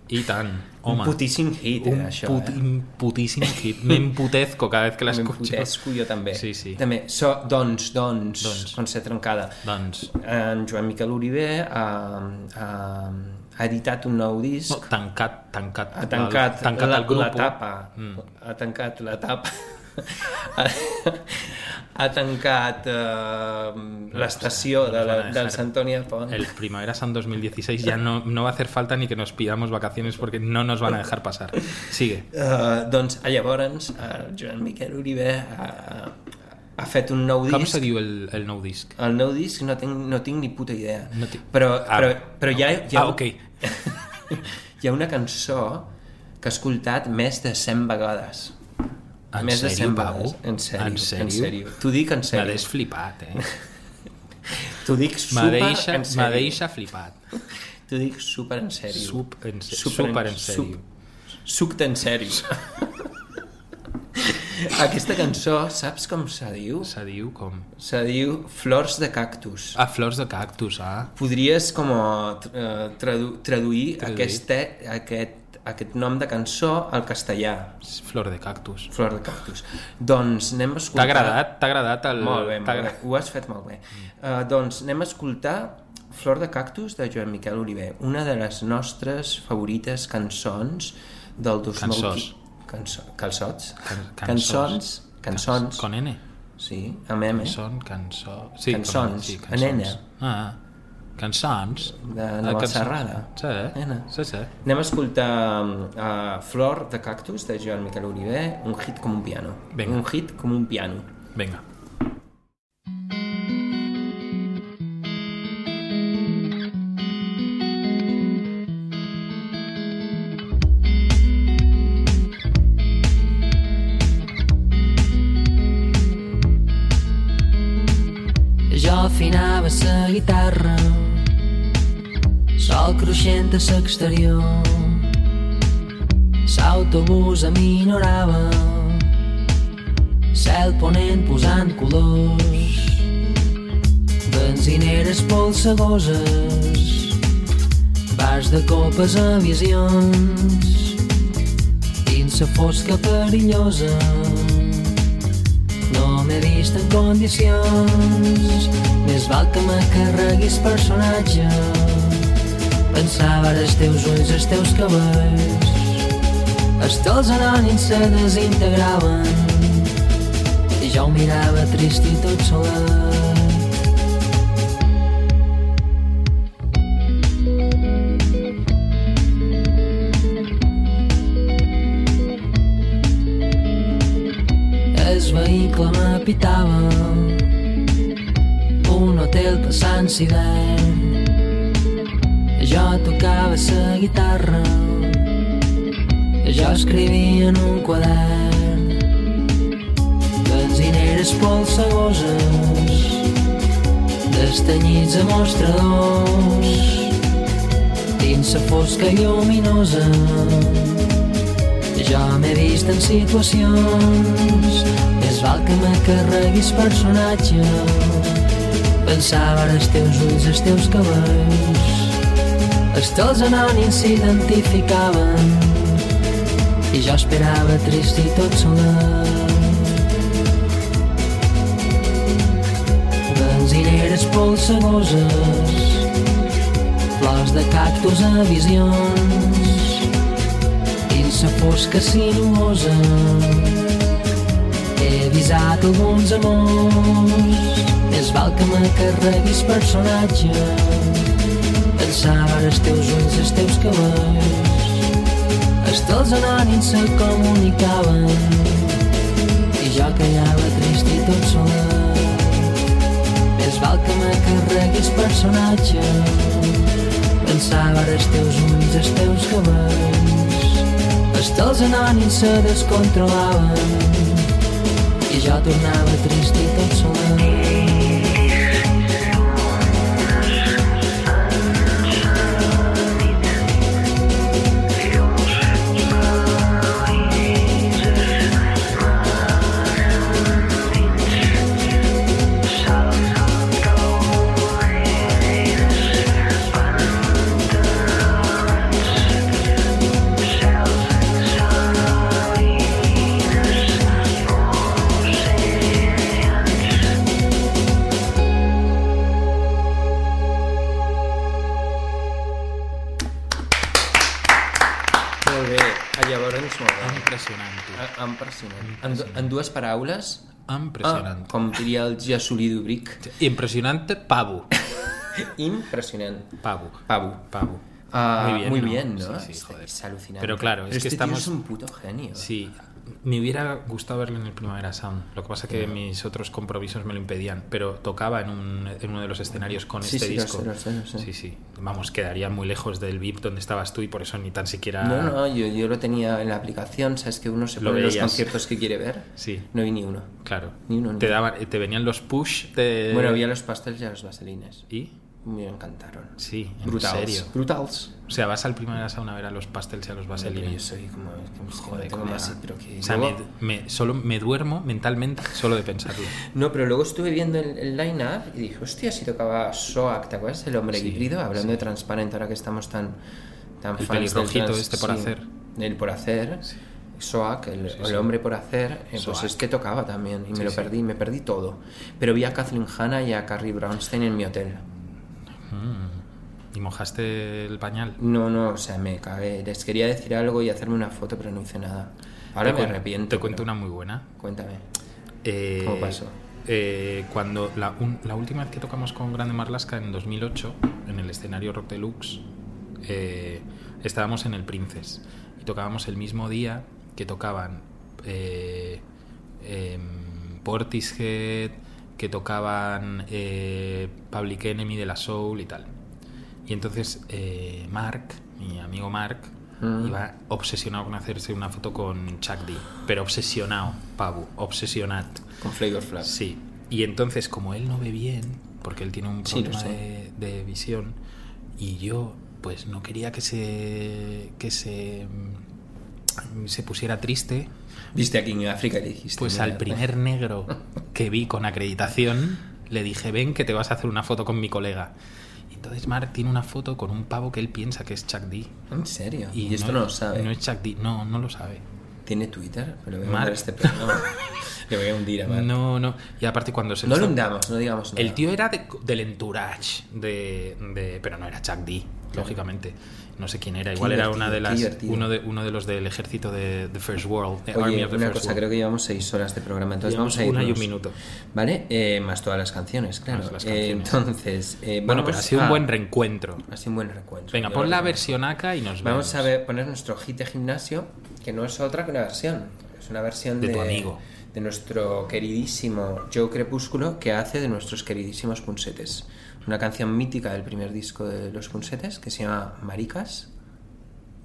Speaker 2: I tant, home.
Speaker 3: Un putíssim hit,
Speaker 2: un
Speaker 3: era això,
Speaker 2: put,
Speaker 3: eh?
Speaker 2: un putíssim hit. M'emputezco
Speaker 3: *laughs*
Speaker 2: cada vez que l'escucho.
Speaker 3: M'emputezco jo també.
Speaker 2: eh? Sí, sí.
Speaker 3: També, so, doncs, doncs,
Speaker 2: Doncs.
Speaker 3: doncs, on ser trencada.
Speaker 2: Doncs,
Speaker 3: En Joan Miquel Oliver ha, ha, ha editat un nou disc,
Speaker 2: no, tancat, tancat.
Speaker 3: ha tancat,
Speaker 2: el, tancat
Speaker 3: la,
Speaker 2: el Mm. grup.
Speaker 3: la tapa, ha tancat la tapa, *laughs* ha, ha tancat eh, l'estació de, la- del Sant Antoni de Pont.
Speaker 2: El Primavera Sound 2016 ya no, no va a hacer falta ni que nos pidamos vacaciones porque no nos van a dejar pasar. Sigue.
Speaker 3: Eh, doncs llavors el Joan Miquel Oliver ha, ha fet un nou
Speaker 2: Com
Speaker 3: disc
Speaker 2: se diu el, el nou disc?
Speaker 3: el nou disc no tinc, no tinc ni puta idea
Speaker 2: No tinc-
Speaker 3: però,
Speaker 2: Ah,
Speaker 3: però, però hi ha, hi ha,
Speaker 2: ah, ok.
Speaker 3: *laughs* hi ha una cançó que he escoltat més de 100 vegades
Speaker 2: En
Speaker 3: més de
Speaker 2: sèrio,
Speaker 3: 100 vegades
Speaker 2: Pau?
Speaker 3: en sèrio,
Speaker 2: En sèrio?
Speaker 3: en sèrio. t'ho dic en
Speaker 2: M'ha
Speaker 3: sèrio
Speaker 2: desflipat, eh?
Speaker 3: t'ho dic *laughs*
Speaker 2: M'ha
Speaker 3: super
Speaker 2: deixa,
Speaker 3: en
Speaker 2: m'ha
Speaker 3: sèrio
Speaker 2: deixa flipat.
Speaker 3: t'ho dic super en sèrio
Speaker 2: Sup, en, se-
Speaker 3: Super en-
Speaker 2: super en sèrio.
Speaker 3: suc d'en
Speaker 2: *laughs*
Speaker 3: sèrio aquesta cançó saps com se diu?
Speaker 2: Se diu com...
Speaker 3: Se diu Flors de cactus.
Speaker 2: Ah, flors de cactus, ah.
Speaker 3: Podries com a, eh, tradu traduir aquest, e, aquest, aquest nom de cançó al castellà,
Speaker 2: Flor de cactus.
Speaker 3: Flor de cactus. Doncs anem a
Speaker 2: T'ha
Speaker 3: escoltar...
Speaker 2: agradat? T'ha agradat el...
Speaker 3: Molt bé,
Speaker 2: t'ha
Speaker 3: molt bé.
Speaker 2: agra-
Speaker 3: Ho has fet molt bé. Uh, doncs anem a escoltar Flor de cactus de Joan Miquel Oliver, una de les nostres favorites cançons del 2000...
Speaker 2: Cançons.
Speaker 3: Cançó, calçots?
Speaker 2: Can-
Speaker 3: Cançons. Cançons.
Speaker 2: Con N.
Speaker 3: Sí, amb M.
Speaker 2: Cançon, cançó... Sí,
Speaker 3: Cançons,
Speaker 2: com-
Speaker 3: en
Speaker 2: cançons.
Speaker 3: N.
Speaker 2: Ah, cançons.
Speaker 3: De Nova Serrada.
Speaker 2: Sí, eh?
Speaker 3: N.
Speaker 2: sí, sí.
Speaker 3: Anem a escoltar uh, Flor de Cactus de Joan Miquel Oliver, un hit com un piano.
Speaker 2: Vinga.
Speaker 3: Un hit com un piano.
Speaker 2: Vinga.
Speaker 11: Jo afinava la guitarra Sol cruixent a l'exterior L'autobús aminorava Cel ponent posant colors Benzineres polsegoses Bars de copes a visions Dins la fosca perillosa no m'he vist en condicions Més val que me carreguis personatge Pensava els teus ulls, els teus cabells Els teus anònims se desintegraven I jo ho mirava trist i tot solet El vehicle m'apitava Un hotel passant d'hivern Jo tocava la guitarra Jo escrivia en un quadern Benzineres polsegoses Destanyits a mostradors Dins la fosca lluminosa jo m'he vist en situacions Més val que me carreguis personatge Pensava en els teus ulls, els teus cabells Els teus anònims s'identificaven I jo esperava trist i tot solet Benzineres polsegoses Flors de cactus a visions dins la fosca sinuosa he visat alguns amors
Speaker 12: Més val que m'encarreguis personatge Pensava en els teus ulls, els teus cabells Els teus anònims se comunicaven I jo callava trist i tot solet Més val que m'encarreguis personatge Pensava en els teus ulls, els teus cabells Els teus anònims se descontrolaven i jo tornava trist i tot solet.
Speaker 3: Molt bé. A llavors molt bé.
Speaker 2: Impressionant.
Speaker 3: Ah, Impressionant. En, du- en dues paraules...
Speaker 2: Impressionant.
Speaker 3: Ah, com diria el Jasolí d'Ubric.
Speaker 2: Impressionant pavo.
Speaker 3: Impressionant.
Speaker 2: Pavo.
Speaker 3: Pavo.
Speaker 2: Pavo.
Speaker 3: Ah, muy bien, ¿no?
Speaker 2: Sí, sí,
Speaker 3: Es-
Speaker 2: joder.
Speaker 3: es alucinante.
Speaker 2: Pero claro, es
Speaker 3: Pero
Speaker 2: que
Speaker 3: este tío
Speaker 2: estamos...
Speaker 3: es un puto genio.
Speaker 2: Sí. Me hubiera gustado verlo en el Primavera Sound. Lo que pasa que mis otros compromisos me lo impedían. Pero tocaba en, un- en uno de los escenarios con
Speaker 3: Sí,
Speaker 2: este
Speaker 3: sí, lo
Speaker 2: disco.
Speaker 3: sé, lo sé, lo sé.
Speaker 2: Sí, sí. Vamos, quedaría muy lejos del VIP donde estabas tú y por eso ni tan siquiera...
Speaker 3: No, no, yo, yo lo tenía en la aplicación, sabes que uno se
Speaker 2: Lo
Speaker 3: pone los
Speaker 2: veías.
Speaker 3: conciertos que quiere ver.
Speaker 2: Sí.
Speaker 3: No vi ni uno.
Speaker 2: Claro.
Speaker 3: Ni uno, ni
Speaker 2: te,
Speaker 3: uno.
Speaker 2: daban, te venían los push de...
Speaker 3: Bueno, había los pasteles y las vaselines.
Speaker 2: ¿Y?
Speaker 3: Me encantaron.
Speaker 2: Sí, en
Speaker 3: Brutals,
Speaker 2: serio.
Speaker 3: Brutals.
Speaker 2: O sea, vas al Primavera Sound a ver a los pastels y a los vaselines.
Speaker 3: Yo soy como... es que no
Speaker 2: Joder,
Speaker 3: tengo
Speaker 2: colega.
Speaker 3: más, pero que
Speaker 2: O sea,
Speaker 3: luego-
Speaker 2: me, me- solo me duermo mentalmente solo de pensarlo.
Speaker 3: No, pero luego estuve viendo el, el line-up y dije, hostia, si tocaba Soak, ¿te acuerdas? El hombre
Speaker 2: Sí,
Speaker 3: híbrido, hablando
Speaker 2: sí.
Speaker 3: de transparente, ahora que estamos tan, tan
Speaker 2: El
Speaker 3: fans del
Speaker 2: pelirrojito
Speaker 3: trans-
Speaker 2: este por hacer.
Speaker 3: El por hacer. Soak, el,
Speaker 2: Sí,
Speaker 3: el
Speaker 2: sí.
Speaker 3: hombre por hacer, eh, pues
Speaker 2: Soak.
Speaker 3: es que tocaba también y
Speaker 2: Sí,
Speaker 3: me lo
Speaker 2: sí.
Speaker 3: perdí, me perdí todo. Pero vi a Kathleen Hanna y a Carrie Brownstein en mi hotel.
Speaker 2: Mm. ¿Y mojaste el pañal?
Speaker 3: No, no, o sea, me cagué. Les quería decir algo y hacerme una foto, pero no hice nada. Ahora
Speaker 2: Te
Speaker 3: me
Speaker 2: cuen-
Speaker 3: arrepiento.
Speaker 2: Te cuento
Speaker 3: pero-
Speaker 2: una muy buena.
Speaker 3: Cuéntame.
Speaker 2: Eh,
Speaker 3: ¿Cómo pasó?
Speaker 2: eh, cuando la, un- la última vez que tocamos con Grande Marlaska en 2008, en el escenario Rock Deluxe, eh, estábamos en el Princes y tocábamos el mismo día que tocaban eh, em, Portishead, que tocaban eh, Public Enemy de la Soul y tal. Y entonces eh, Mark, mi amigo Mark,
Speaker 3: Mm.
Speaker 2: iba obsesionado con hacerse una foto con Chuck D. Pero obsesionado, Pabu, obsesionado.
Speaker 3: Con Flavor Flav.
Speaker 2: Sí. Y entonces, como él no ve bien, porque él tiene un
Speaker 3: Sí, lo
Speaker 2: problema
Speaker 3: sé.
Speaker 2: de, de visión, y yo, pues no quería que se. que se. mm, se pusiera triste,
Speaker 3: Viste aquí en África y dijiste.
Speaker 2: pues
Speaker 3: "Mira,
Speaker 2: al primer negro que vi con acreditación, le dije, ven que te vas a hacer una foto con mi colega. Y entonces Mark tiene una foto con un pavo que él piensa que es Chuck D.
Speaker 3: pues, ¿En serio? Y, esto no, lo sabe.
Speaker 2: No es Chuck D, no, no lo sabe.
Speaker 3: ¿Tiene Twitter? Pero voy a
Speaker 2: Mark.
Speaker 3: mandar este
Speaker 2: *laughs*
Speaker 3: programa. Le voy a hundir a Mark. No,
Speaker 2: No, no. Y aparte cuando se
Speaker 3: lo
Speaker 2: hizo-
Speaker 3: hundamos, no digamos nada.
Speaker 2: El tío era de- del entourage, de, de- pero no era Chuck D, lógicamente. No sé quién era, igual era
Speaker 3: divertido,
Speaker 2: una de
Speaker 3: qué
Speaker 2: las,
Speaker 3: divertido.
Speaker 2: uno, de, uno de los del ejército de The First World, de Army
Speaker 3: Oye,
Speaker 2: of the
Speaker 3: una
Speaker 2: First
Speaker 3: cosa,
Speaker 2: World.
Speaker 3: creo que llevamos seis horas de programa, entonces
Speaker 2: Llevamos
Speaker 3: vamos a ir.
Speaker 2: una y un minuto.
Speaker 3: ¿Vale? Eh, más todas las canciones, claro.
Speaker 2: Más las
Speaker 3: Eh,
Speaker 2: canciones.
Speaker 3: entonces. eh,
Speaker 2: Bueno,
Speaker 3: vamos
Speaker 2: pero ha sido
Speaker 3: a-
Speaker 2: un buen reencuentro.
Speaker 3: Ha sido un buen recuento.
Speaker 2: Venga,
Speaker 3: Yo
Speaker 2: pon
Speaker 3: lo
Speaker 2: la
Speaker 3: reconozco.
Speaker 2: versión acá y
Speaker 3: Vamos
Speaker 2: nos vemos.
Speaker 3: a ver, poner nuestro hit de gimnasio, que no es otra que una versión. Es una versión de,
Speaker 2: De tu amigo.
Speaker 3: de nuestro queridísimo Joe Crepúsculo, que hace de nuestros queridísimos punsetes. Una canción mítica del primer disco de los punsetes, que se llama Maricas.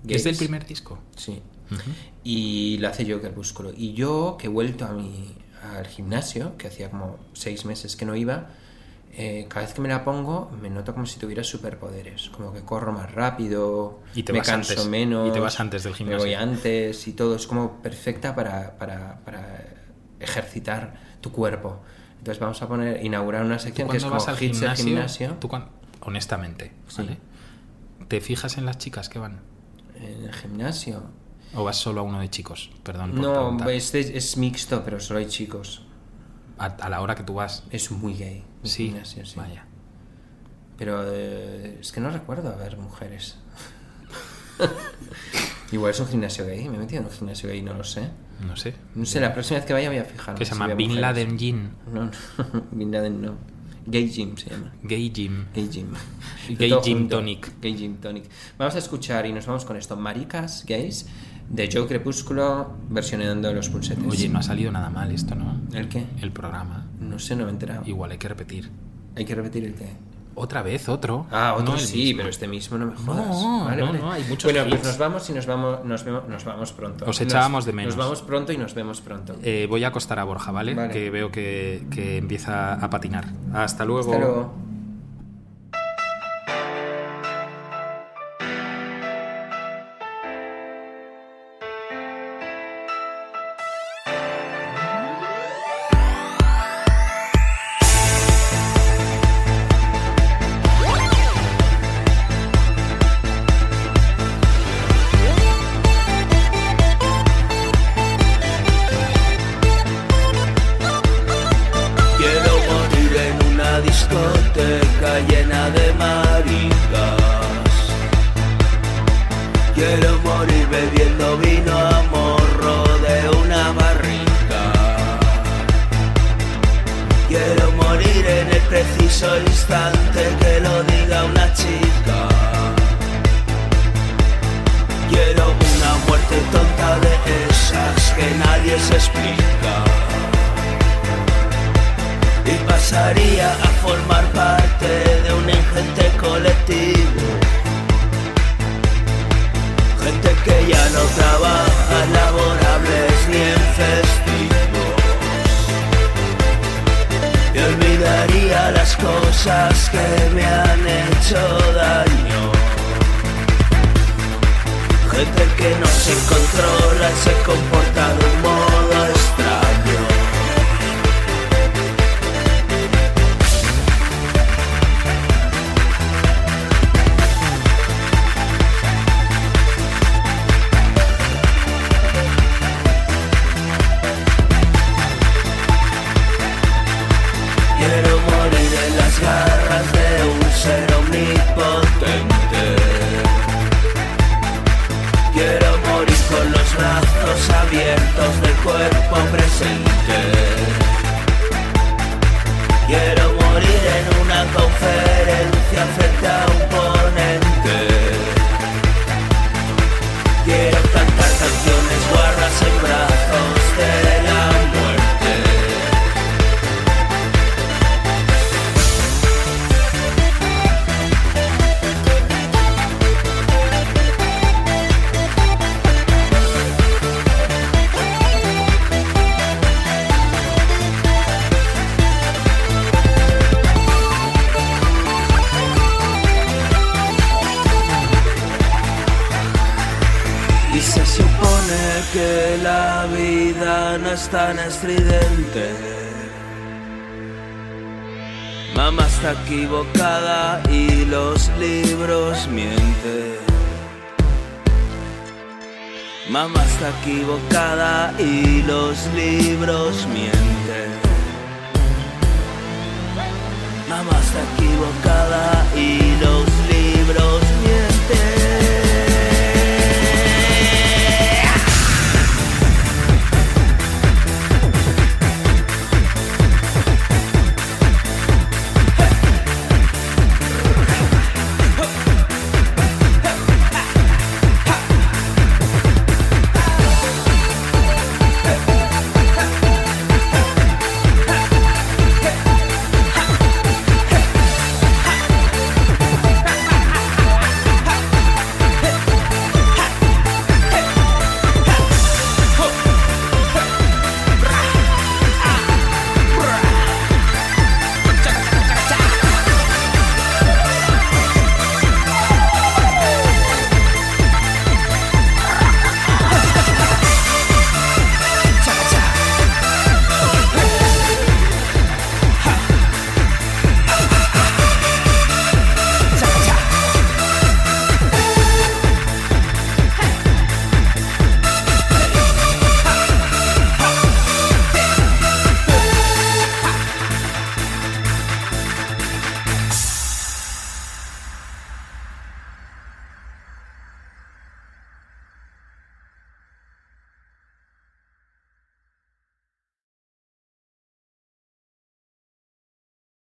Speaker 2: Es del
Speaker 3: Gays.
Speaker 2: primer disco.
Speaker 3: Sí.
Speaker 2: Ujú.
Speaker 3: Y la hace Joe Crepúsculo. Y yo, que he vuelto a mi, al gimnasio, que hacía como seis meses que no iba, eh, cada vez que me la pongo me noto como si tuviera superpoderes. Como que corro más rápido,
Speaker 2: Y te
Speaker 3: me
Speaker 2: vas
Speaker 3: canso
Speaker 2: antes.
Speaker 3: menos.
Speaker 2: Y te vas antes del
Speaker 3: Me voy
Speaker 2: gimnasio.
Speaker 3: antes y todo. Es como perfecta para, para, para ejercitar tu cuerpo. Entonces vamos a poner, inaugurar una
Speaker 2: ¿Tú
Speaker 3: sección que es
Speaker 2: cuando
Speaker 3: como
Speaker 2: vas al
Speaker 3: hits del
Speaker 2: gimnasio,
Speaker 3: gimnasio.
Speaker 2: tú cuan- honestamente,
Speaker 3: Sí.
Speaker 2: ¿vale? ¿Te fijas en las chicas que van?
Speaker 3: En el gimnasio.
Speaker 2: ¿O vas solo a uno de chicos? Perdón por
Speaker 3: No, pues este
Speaker 2: preguntar.
Speaker 3: es, es mixto, pero solo hay chicos.
Speaker 2: A, a la hora que tú vas.
Speaker 3: Es muy gay. el
Speaker 2: Sí,
Speaker 3: gimnasio, sí.
Speaker 2: vaya.
Speaker 3: Pero eh, es que no recuerdo haber
Speaker 2: *laughs*
Speaker 3: mujeres. Igual es un gimnasio gay. Me he metido en un gimnasio gay, no lo sé.
Speaker 2: No sé.
Speaker 3: No sé, la próxima vez que vaya voy a fijarme.
Speaker 2: que se
Speaker 3: si
Speaker 2: llama
Speaker 3: veo
Speaker 2: Bin
Speaker 3: mujeres.
Speaker 2: Laden Jin.
Speaker 3: No, no, *laughs* Bin Laden no. Gay Gym se llama.
Speaker 2: Gay Gym.
Speaker 3: Gay Gym.
Speaker 2: Gay
Speaker 3: Todo
Speaker 2: Gym
Speaker 3: junto.
Speaker 2: Tonic.
Speaker 3: Gay Gym Tonic. Vamos a escuchar y nos vamos con esto. Maricas gays de Joe Crepúsculo versionando los pulsetes.
Speaker 2: Oye, no ha salido nada mal esto, ¿no?
Speaker 3: ¿El qué?
Speaker 2: El programa.
Speaker 3: No sé, no me he enterado.
Speaker 2: Igual hay que repetir.
Speaker 3: Hay que repetir el qué.
Speaker 2: Otra vez, otro.
Speaker 3: Ah, otro
Speaker 2: No el
Speaker 3: sí,
Speaker 2: mismo.
Speaker 3: pero este mismo no me jodas.
Speaker 2: No,
Speaker 3: Vale,
Speaker 2: no,
Speaker 3: vale.
Speaker 2: no, hay muchos
Speaker 3: Bueno, pues
Speaker 2: hits.
Speaker 3: nos vamos y nos vamos, nos vemos, nos vamos pronto.
Speaker 2: Os
Speaker 3: Nos-
Speaker 2: echábamos de menos.
Speaker 3: Nos vamos pronto y nos vemos pronto.
Speaker 2: Eh, voy a acostar a Borja, ¿vale?
Speaker 3: Vale.
Speaker 2: Que veo que, que empieza a patinar. Hasta luego.
Speaker 3: Hasta luego.
Speaker 13: Quiero morir en una discoteca llena de maricas. Quiero morir bebiendo vino a morro de una barrica. Quiero morir en el preciso instante que lo diga una chica. Quiero una muerte tonta de esas que nadie se explica y pasaría a formar parte de un ingente colectivo. Gente que ya no trabaja en laborables ni en festivos. Y olvidaría las cosas que me han hecho daño. Gente que no se controla y se comporta de un modo extraño. Quiero morir en las garras de un ser omnipotente. Quiero morir con los brazos abiertos del cuerpo presente. Quiero morir en una conferencia frente a un ponente. Quiero cantar canciones guarras en brazos de la muerte. Y se supone que la vida no es tan estridente. Mamá está equivocada y los libros mienten. Mamá está equivocada y los libros mienten. Mamá está equivocada y los